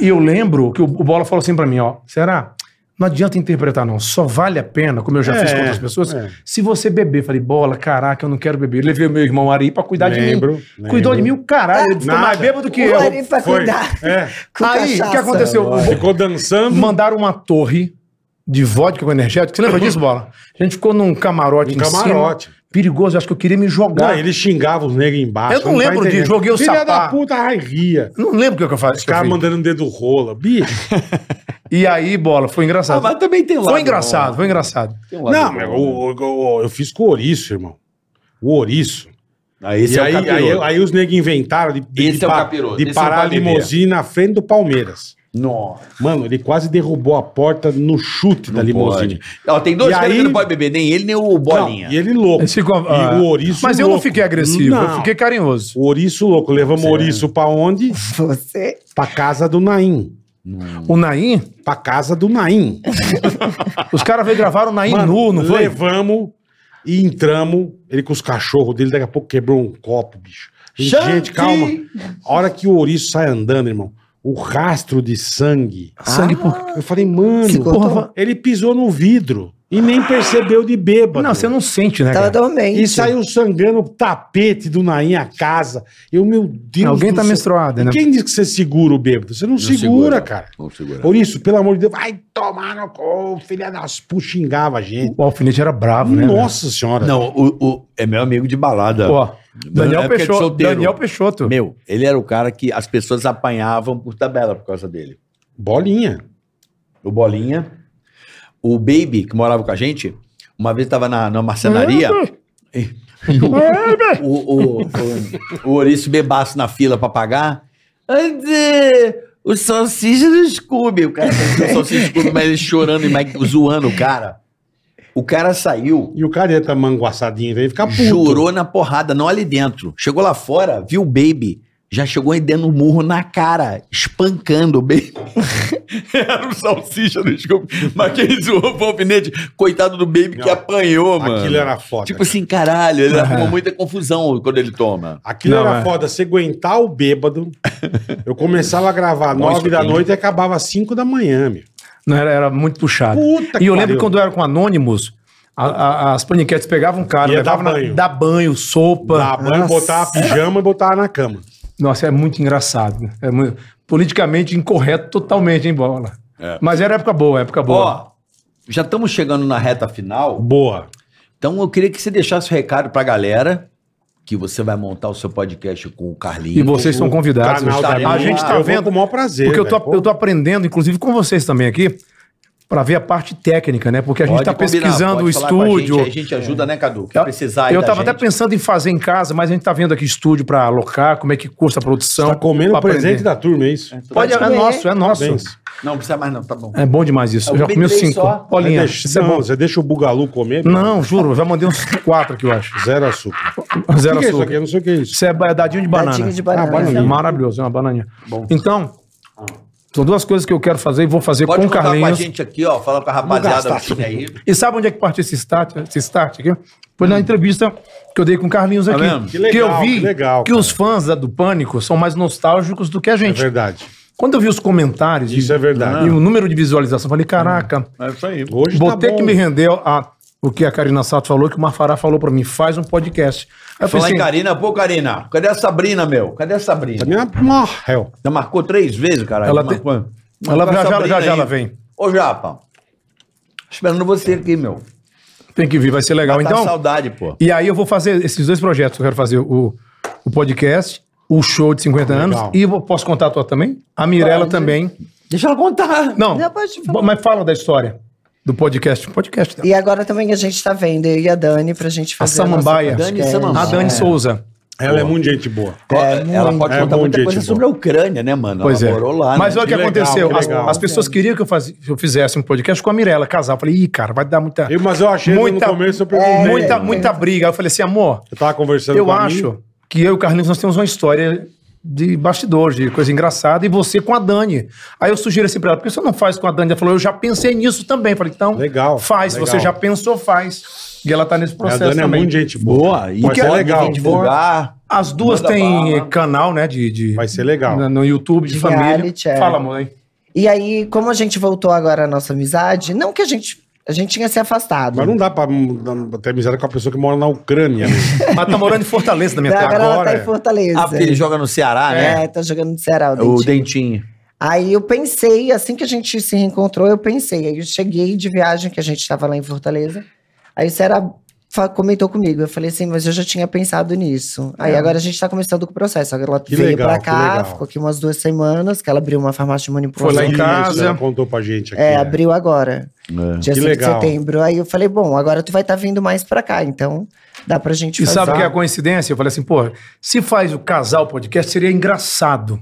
E eu lembro que o, o Bola falou assim pra mim, ó. Será? Não adianta interpretar, não. Só vale a pena, como eu já fiz É, com outras pessoas, é. se você beber. Falei, bola, caraca, eu não quero beber. Eu levei o meu irmão Ari pra cuidar Lembro, de mim. Cuidou lembro. de mim o caralho. Ele ficou Nada. mais bêbado que O eu. Ari pra Foi. cuidar. É. com Aí, o que cachaça. aconteceu? Ficou dançando. Mandaram uma torre de vodka com energético. Você lembra disso, bola? A gente ficou num camarote Um em cima. camarote. Perigoso, eu acho que eu queria me jogar. Não, ele xingava os negros embaixo. tá Eu não lembro entendendo. disso, joguei o Filha da sapato. puta, ai, ria. Não lembro o que eu- que eu faço. Os caras mandando um dedo rola. Bicho. E aí, bola, Ah, foi engraçado. Ah, também tem foi engraçado, foi engraçado. não, mas o- o- o- eu fiz com o ouriço, irmão. O ouriço. Aí esse e é aí, o aí, capiroto. aí os negros inventaram de, de, Esse de é o pa- capiroto, de esse é o parar a Valdemiro. limusine na frente do Palmeiras. Nossa. Mano, ele quase derrubou a porta no chute da limusine. Ó, tem dois E caras aí- que não pode beber, nem ele, nem o Bolinha. Não, e ele louco. Eles ficam, ah, e o ouriço Mas eu não louco. fiquei agressivo, eu Não. fiquei carinhoso. O ouriço louco. Levamos o ouriço pra onde? Você. Pra casa do Naim. O Naim, Pra casa do Naim. os caras veio gravar o Naim Mano, nu, não foi? Levamos e entramos. Ele com os cachorros dele, daqui a pouco quebrou um copo, bicho. Gente, gente, calma. A hora que o ouriço sai andando, irmão, o rastro de sangue. Ah. Sangue por... Eu falei, mano, Se cortou? porra, ele pisou no vidro e nem percebeu de bêbado. Não, você não sente, né? Tava cara? dormente. E saiu sangrando o tapete do Nain a casa. Eu, meu Deus Alguém do tá céu. menstruada, E né? é. quem diz que você segura o bêbado? Você não, segura, segura. cara. Vamos segurar. Por isso, pelo amor de Deus, vai tomar no cu, filha das putas, xingava a gente. O alfinete era bravo, né? Nossa senhora. Não, o, o- é meu amigo de balada. velho? Ó, Na Daniel época de Peixoto. solteiro. Daniel Peixoto. Meu, ele era o cara que as pessoas apanhavam por tabela por causa dele. Bolinha. O Bolinha. O Baby, que morava com a gente, uma vez estava na, na marcenaria. e- e o, o, o, o, o Ouriço bebaço na fila pra pagar. Andê, o salsicha do Scooby. O cara fazia o salsicha do Scooby, mas ele chorando e mais- zoando o cara. O cara saiu. E o careta manguaçadinho veio ficar Tá puto. Jurou na porrada, não ali dentro. Chegou lá fora, viu o baby. Já chegou aí dando um murro na cara, espancando o baby. Era um salsicha no Scooby. Mas quem zoou foi o alfinete. Coitado do baby que Não, apanhou, mano. Aquilo era foda. Tipo cara. assim, caralho, É. ele arruma muita confusão quando ele toma. Aquilo Não, era é. foda. Você aguentar o bêbado. Eu começava a gravar Mostra nove da quem. noite e acabava às cinco da manhã, meu. Não, era, era muito puxado. Puta e eu que lembro pariu. quando eu era com Anonymous, a- a- as paniquetes pegavam um cara, Ia levavam dar na- banho. dar banho, sopa. Da mãe botava pijama e botava na cama. Nossa, é muito engraçado. né? É muito- politicamente incorreto totalmente, hein, Bola? É. Mas era época boa, época boa. Ó, já estamos chegando na reta final. Boa. Então eu queria que você deixasse o recado pra galera que você vai montar o seu podcast com o Carlinhos. e vocês são convidados. Canal da A Globo. gente tá eu vou vendo. com o maior prazer. Porque eu né? tô, velho. eu tô aprendendo, inclusive com vocês também aqui, pra ver a parte técnica, né? Porque a gente Pode tá combinar, pesquisando o pode falar com a gente, estúdio. aí A gente, ajuda, né, Cadu? Que precisar aí eu da tava até gente. pensando em fazer em casa, mas a gente tá vendo aqui estúdio pra alocar, como é que custa a Você produção. tá comendo pra o presente aprender. da turma, é isso? Pode, é comer. nosso, é nosso. Parabéns. Não, precisa mais não, tá bom. É bom demais isso. Eu Eu já comi comi os três cinco. só. Bolinha, Mas isso deixa, é não, bom. você deixa o bugalu comer? Não, juro, eu já mandei uns quatro aqui, eu acho. Zero açúcar. Zero o que é isso açúcar. aqui? Eu não sei o que é isso. Isso é ba- dadinho de banana. Dadinho de banana. Ah, bananinha. Maravilhoso, é uma bananinha. Então, são duas coisas que eu quero fazer e vou fazer Pode com o contar com a Carlinhos. gente aqui, ó. Fala com a rapaziada do time aí. E sabe onde é que partiu esse start, esse start aqui? Foi na entrevista que eu dei com o Carlinhos aqui. vendo? Que, Hum. Tá Que legal, eu que vi legal, que cara. os fãs da- do Pânico são mais nostálgicos do que a É gente. verdade. Quando eu vi os comentários Isso e, é verdade. e o número de visualização, eu falei, caraca, É isso aí. Hoje vou tá ter bom. que me render a, o que a Karina Sato falou, que o Marfará falou pra mim, faz um podcast. Aí eu assim, Falar pensei, em Karina, pô, Karina, cadê a Sabrina, meu? Cadê a Sabrina? Também é uma hell. Já marcou três vezes, caralho. Ela Não tem- marcou? ela Marcou a já, já, Sabrina já, já aí. ela vem. Ô, Japa, esperando você aqui, meu. Tem que vir, vai ser legal. Tá Então, saudade, pô. E aí eu vou fazer esses dois projetos. que Eu quero fazer o, o podcast, o show de 50 anos. E vou- posso contar a tua também? A Mirella também. Deixa ela contar. Não, Não, pode falar. bo- mas fala da história do podcast. Podcast. E agora também a gente tá vendo eu e a Dani pra gente fazer. nossa Samambaia. podcast. Dani A Samambaia. Dani É. Souza. Ela é muito gente boa. ela pode é contar bom muita dia, coisa tipo. sobre a Ucrânia, né, mano? Pois ela é. morou lá, Mas olha o né? que, Que legal, aconteceu. que As, legal. as pessoas queriam que eu, faz- que eu fizesse um podcast com a Mirella, casal. Eu falei, ih, cara, vai dar muita. Eu- mas eu achei Muita- é, no começo, eu perguntei. muita, muita briga. Eu falei assim, amor, Eu tava conversando eu com a é acho Mi, que eu e o Carlinhos nós temos uma história de bastidores, de coisa engraçada, e você com a Dani. Aí eu sugiro assim pra ela, por que você não faz com a Dani? Ela falou, eu já pensei nisso também. Eu falei, então, Legal, faz, legal. você já pensou, faz. E ela tá nesse A processo Dani é também. muito gente boa. E vai que é ser ela é legal. legal, divulgar. As duas Manda têm bala. eh, canal, né, de... de Vai ser legal. na- No YouTube, de, De família. reality, é. Fala, mãe. E E aí, como a gente voltou agora à nossa amizade, não que a gente. A gente tinha se afastado. Mas não dá pra hum, dar- ter amizade com a pessoa que mora na Ucrânia. né? Mas tá morando em Fortaleza na minha agora, terra. ela agora, tá é. em Fortaleza. Ah, porque ele joga no Ceará, né? É, tá jogando no Ceará o O Dentinho. Dentinho. Aí eu pensei, assim que a gente se reencontrou, eu pensei. Aí eu cheguei de viagem, que a gente estava lá em Fortaleza. Aí o Ceará fa- comentou comigo. Eu falei assim, mas eu já tinha pensado nisso. Aí É. agora a gente está começando com o processo. Agora ela Que veio legal, pra que cá, legal. ficou aqui umas duas semanas, que ela abriu uma farmácia de manipulação. Foi lá em casa. ela né? contou pra gente aqui. É, né? abriu agora. Dia Que 5 de legal. setembro. Aí eu falei, bom, agora tu vai estar vindo mais pra cá, então dá pra gente E fazer. sabe o que é a coincidência? Eu falei assim, pô, se faz o casal podcast, seria engraçado.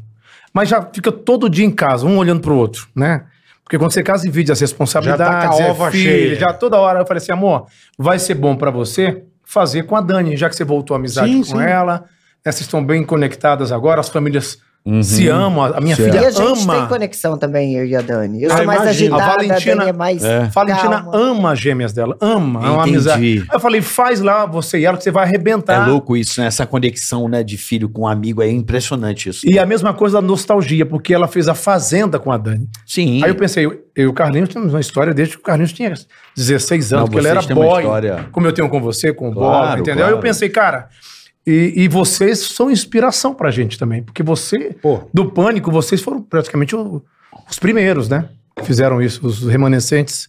Mas já fica todo dia em casa, um olhando pro outro, né? Porque quando você casa e divide as Já tá responsabilidades, com a é ova filho, cheia. já toda hora eu falei assim, amor, vai ser bom pra você fazer com a Dani, já que você voltou a amizade Sim, com sim. ela, né, vocês estão bem conectadas agora, as famílias Uhum. se amam, a a minha E filha a gente tem é ama. conexão também, eu e a Dani. Eu Ah, sou mais imagino. A agitada, a, Valentina- Dani é mais. Valentina calma. ama as gêmeas dela, ama, é uma Entendi. amizade. Aí eu falei, faz lá você e ela que você vai arrebentar. É louco isso, né? Essa conexão né, de filho com amigo é impressionante isso. E a mesma coisa da nostalgia, porque ela fez a Fazenda com a Dani. Sim. Aí eu pensei, eu e o Carlinhos temos uma história desde que o Carlinhos tinha 16 anos, Não, porque ele vocês era têm uma boy, história- como eu tenho com você, com o Claro, Bob, entendeu? claro. Aí eu pensei, cara, e, e vocês são inspiração pra gente também, porque você, Pô, do Pânico, vocês foram praticamente o- os primeiros, né? Que fizeram isso, os remanescentes.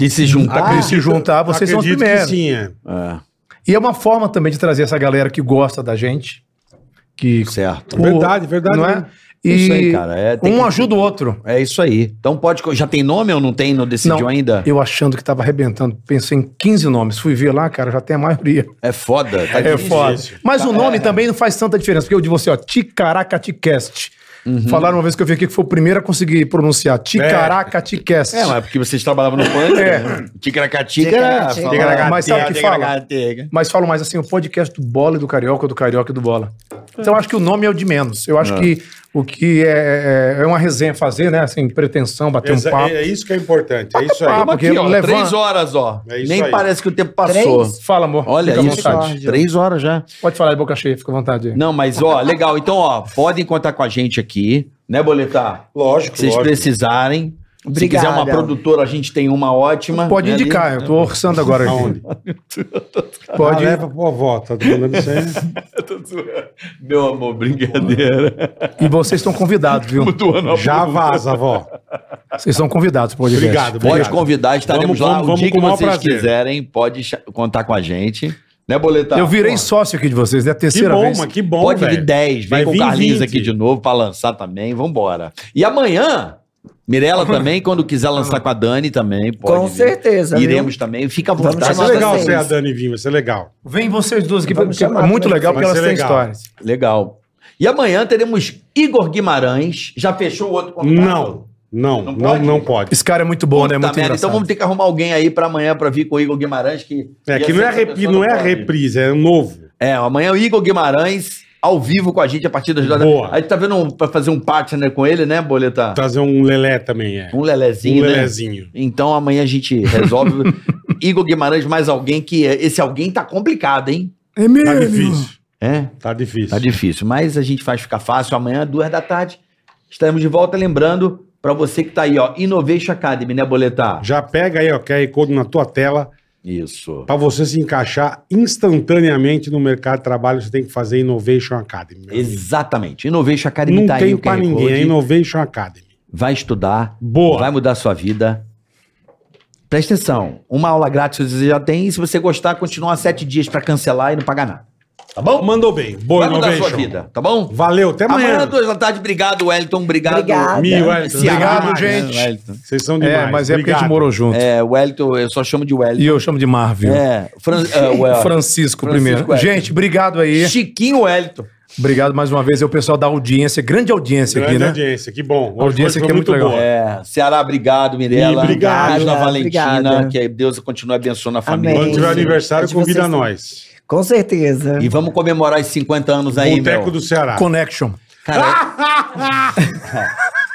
De se juntar. Pra eles se juntar, vocês são os acredito que primeiros. sim, é. E é uma forma também de trazer essa galera que gosta da gente, que... Certo. Verdade, verdade. Não né? é? É E Isso aí, cara. É, tem um que- ajuda o outro. é isso aí. Então pode. co- Já tem nome ou não tem? Não decidiu Não. ainda? Eu achando que tava arrebentando, pensei em 15 nomes. Fui ver lá, cara, já tem a maioria. É foda. tá É difícil. foda. Mas o nome também não faz tanta diferença, porque eu de você, ó, Ticaracaticast. Uhum. Falaram uma vez que eu vi aqui que foi o primeiro a conseguir pronunciar Ticaracaticast. É, mas porque vocês trabalhavam no pânico. É. né? Ticaracatica era. Ticaracatica. falar- Mas sabe o que fala? Ticaracatica. Mas falo mais assim, o podcast do Bola e do Carioca, do Carioca e do Bola. Então eu acho que o nome é o de menos. Eu acho que o que é, é- é uma resenha fazer, né? Sem pretensão, bater Exa- um papo. É isso que é importante. É isso aí. Papo. Aqui, Porque ó, levanta- Três horas, ó. É isso Ah, Nem aí. parece que o tempo passou. Três? Fala, amor. Olha Fica à isso. vontade. Três horas já. Pode falar de boca cheia, fica à vontade. Não, mas ó, legal. Então, ó, podem contar com a gente aqui, né, Boletar? Lógico, Se vocês lógico. precisarem. Se Obrigada. quiser uma produtora, a gente tem uma ótima. Pode né, ali. né? indicar, eu tô orçando agora. aqui. Aonde? Pode. Ah, leva pro avó, tá mandando isso aí. Meu amor, brincadeira. E vocês estão convidados, viu? Já vaza, avó. Vocês são convidados pro podcast. Obrigado, Pode obrigado. convidar, estaremos Vamos- lá. vamos- o vamos dia com que o maior vocês prazer. quiserem, pode cha- contar com a gente. Né, Boletar? Eu virei Pô, sócio aqui de vocês, é a Que terceira bom, vez. mas que bom, Pode vir velho. 10, vem Vai com o vir Carlinhos 20. aqui de novo pra lançar também, vambora. E amanhã, Mirella também, quando quiser lançar com a Dani também, pode Com vir. certeza. viu? Iremos também, fica à Vamos vontade. Vai ser chamar é legal vocês. você e a Dani vir, vai ser legal. Vem vocês duas aqui, Vamos porque é chamar né? muito também. legal, porque Vai elas ser têm legal. histórias. Legal. E amanhã teremos Igor Guimarães. Já fechou o outro convidado? Não, não, Não não, pode? não pode. Esse cara é muito bom, né? É Puta muito merda, então engraçado. vamos ter que arrumar alguém aí pra amanhã pra vir com o Igor Guimarães. Que É ia que ser não é, essa repri, pessoa não é pode vir. reprise, é novo. É, amanhã o Igor Guimarães ao vivo com a gente a partir das duas da Boa. A gente tá vendo um, pra fazer um partner com ele, né, Boleta? Trazer um lelé também, é. Um Um lelezinho, né? lelezinho. Então amanhã a gente resolve. Igor Guimarães mais alguém que... Esse alguém tá complicado, hein? É Tá mesmo. difícil, É, tá difícil. né? tá difícil. Mas a gente faz ficar fácil. Amanhã, duas da tarde, estaremos de volta. Lembrando, pra você que tá aí, ó, Innovation Academy, né, Boletar? Já pega aí, ó, QR Code na tua tela. Isso. Pra você se encaixar instantaneamente no mercado de trabalho, você tem que fazer Innovation Academy. meu amigo. Exatamente. Innovation Academy Não tá aí tem o pra QR ninguém, Code. é Innovation Academy. Vai estudar, Boa. vai mudar sua vida. Presta atenção, uma aula grátis você já tem, e se você gostar, continua sete dias pra cancelar e não pagar nada. Tá bom? Mandou bem. Boa vai mudar sua Innovation. vida, tá bom? Valeu, até amanhã. Amanhã, é duas da tarde, obrigado, Wellington, obrigado. Obrigada. Mi, Wellington. Ceará, Obrigado, né, gente. Wellington. Vocês são demais. É, mas é porque a gente Obrigado. morou junto. É, Wellington, eu só chamo de E Wellington. eu chamo de Marvel. É, Fran, é, Well- Francisco, Francisco primeiro. é. Gente, obrigado aí. Chiquinho Wellington. Obrigado mais uma vez. É o pessoal da audiência, grande audiência Grande aqui, né? audiência, que bom. Hoje Audiência foi que é muito legal. É, Ceará, obrigado, Mirella. E obrigado. Beijo na Valentina, Obrigada. que Deus continue abençoando a família. Amém. Quando tiver aniversário, De convida vocês nós. Com certeza. E vamos comemorar os 50 anos aí, Boteco meu. do Ceará. Connection. Cara,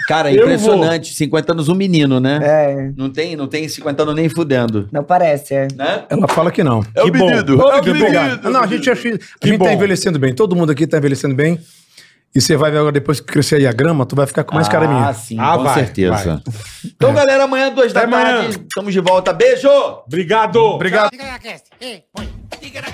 cara é Eu impressionante. 50 anos um menino, né? É, Não tem, não tem 50 anos nem fudendo. não parece, é. Né? Ela fala que não. É o bom. menino. Obrigado. Não, a gente, acha- a gente tá bom. envelhecendo bem. Todo mundo aqui tá envelhecendo bem. E você vai ver agora, depois que crescer aí a grama, tu vai ficar com mais cara minha. Ah, sim, Ah, com vai, certeza. Então, galera, amanhã, duas da Até amanhã. tarde, estamos de volta. Beijo! Obrigado! Obrigado. Diga na cast. Ei, põe. Diga na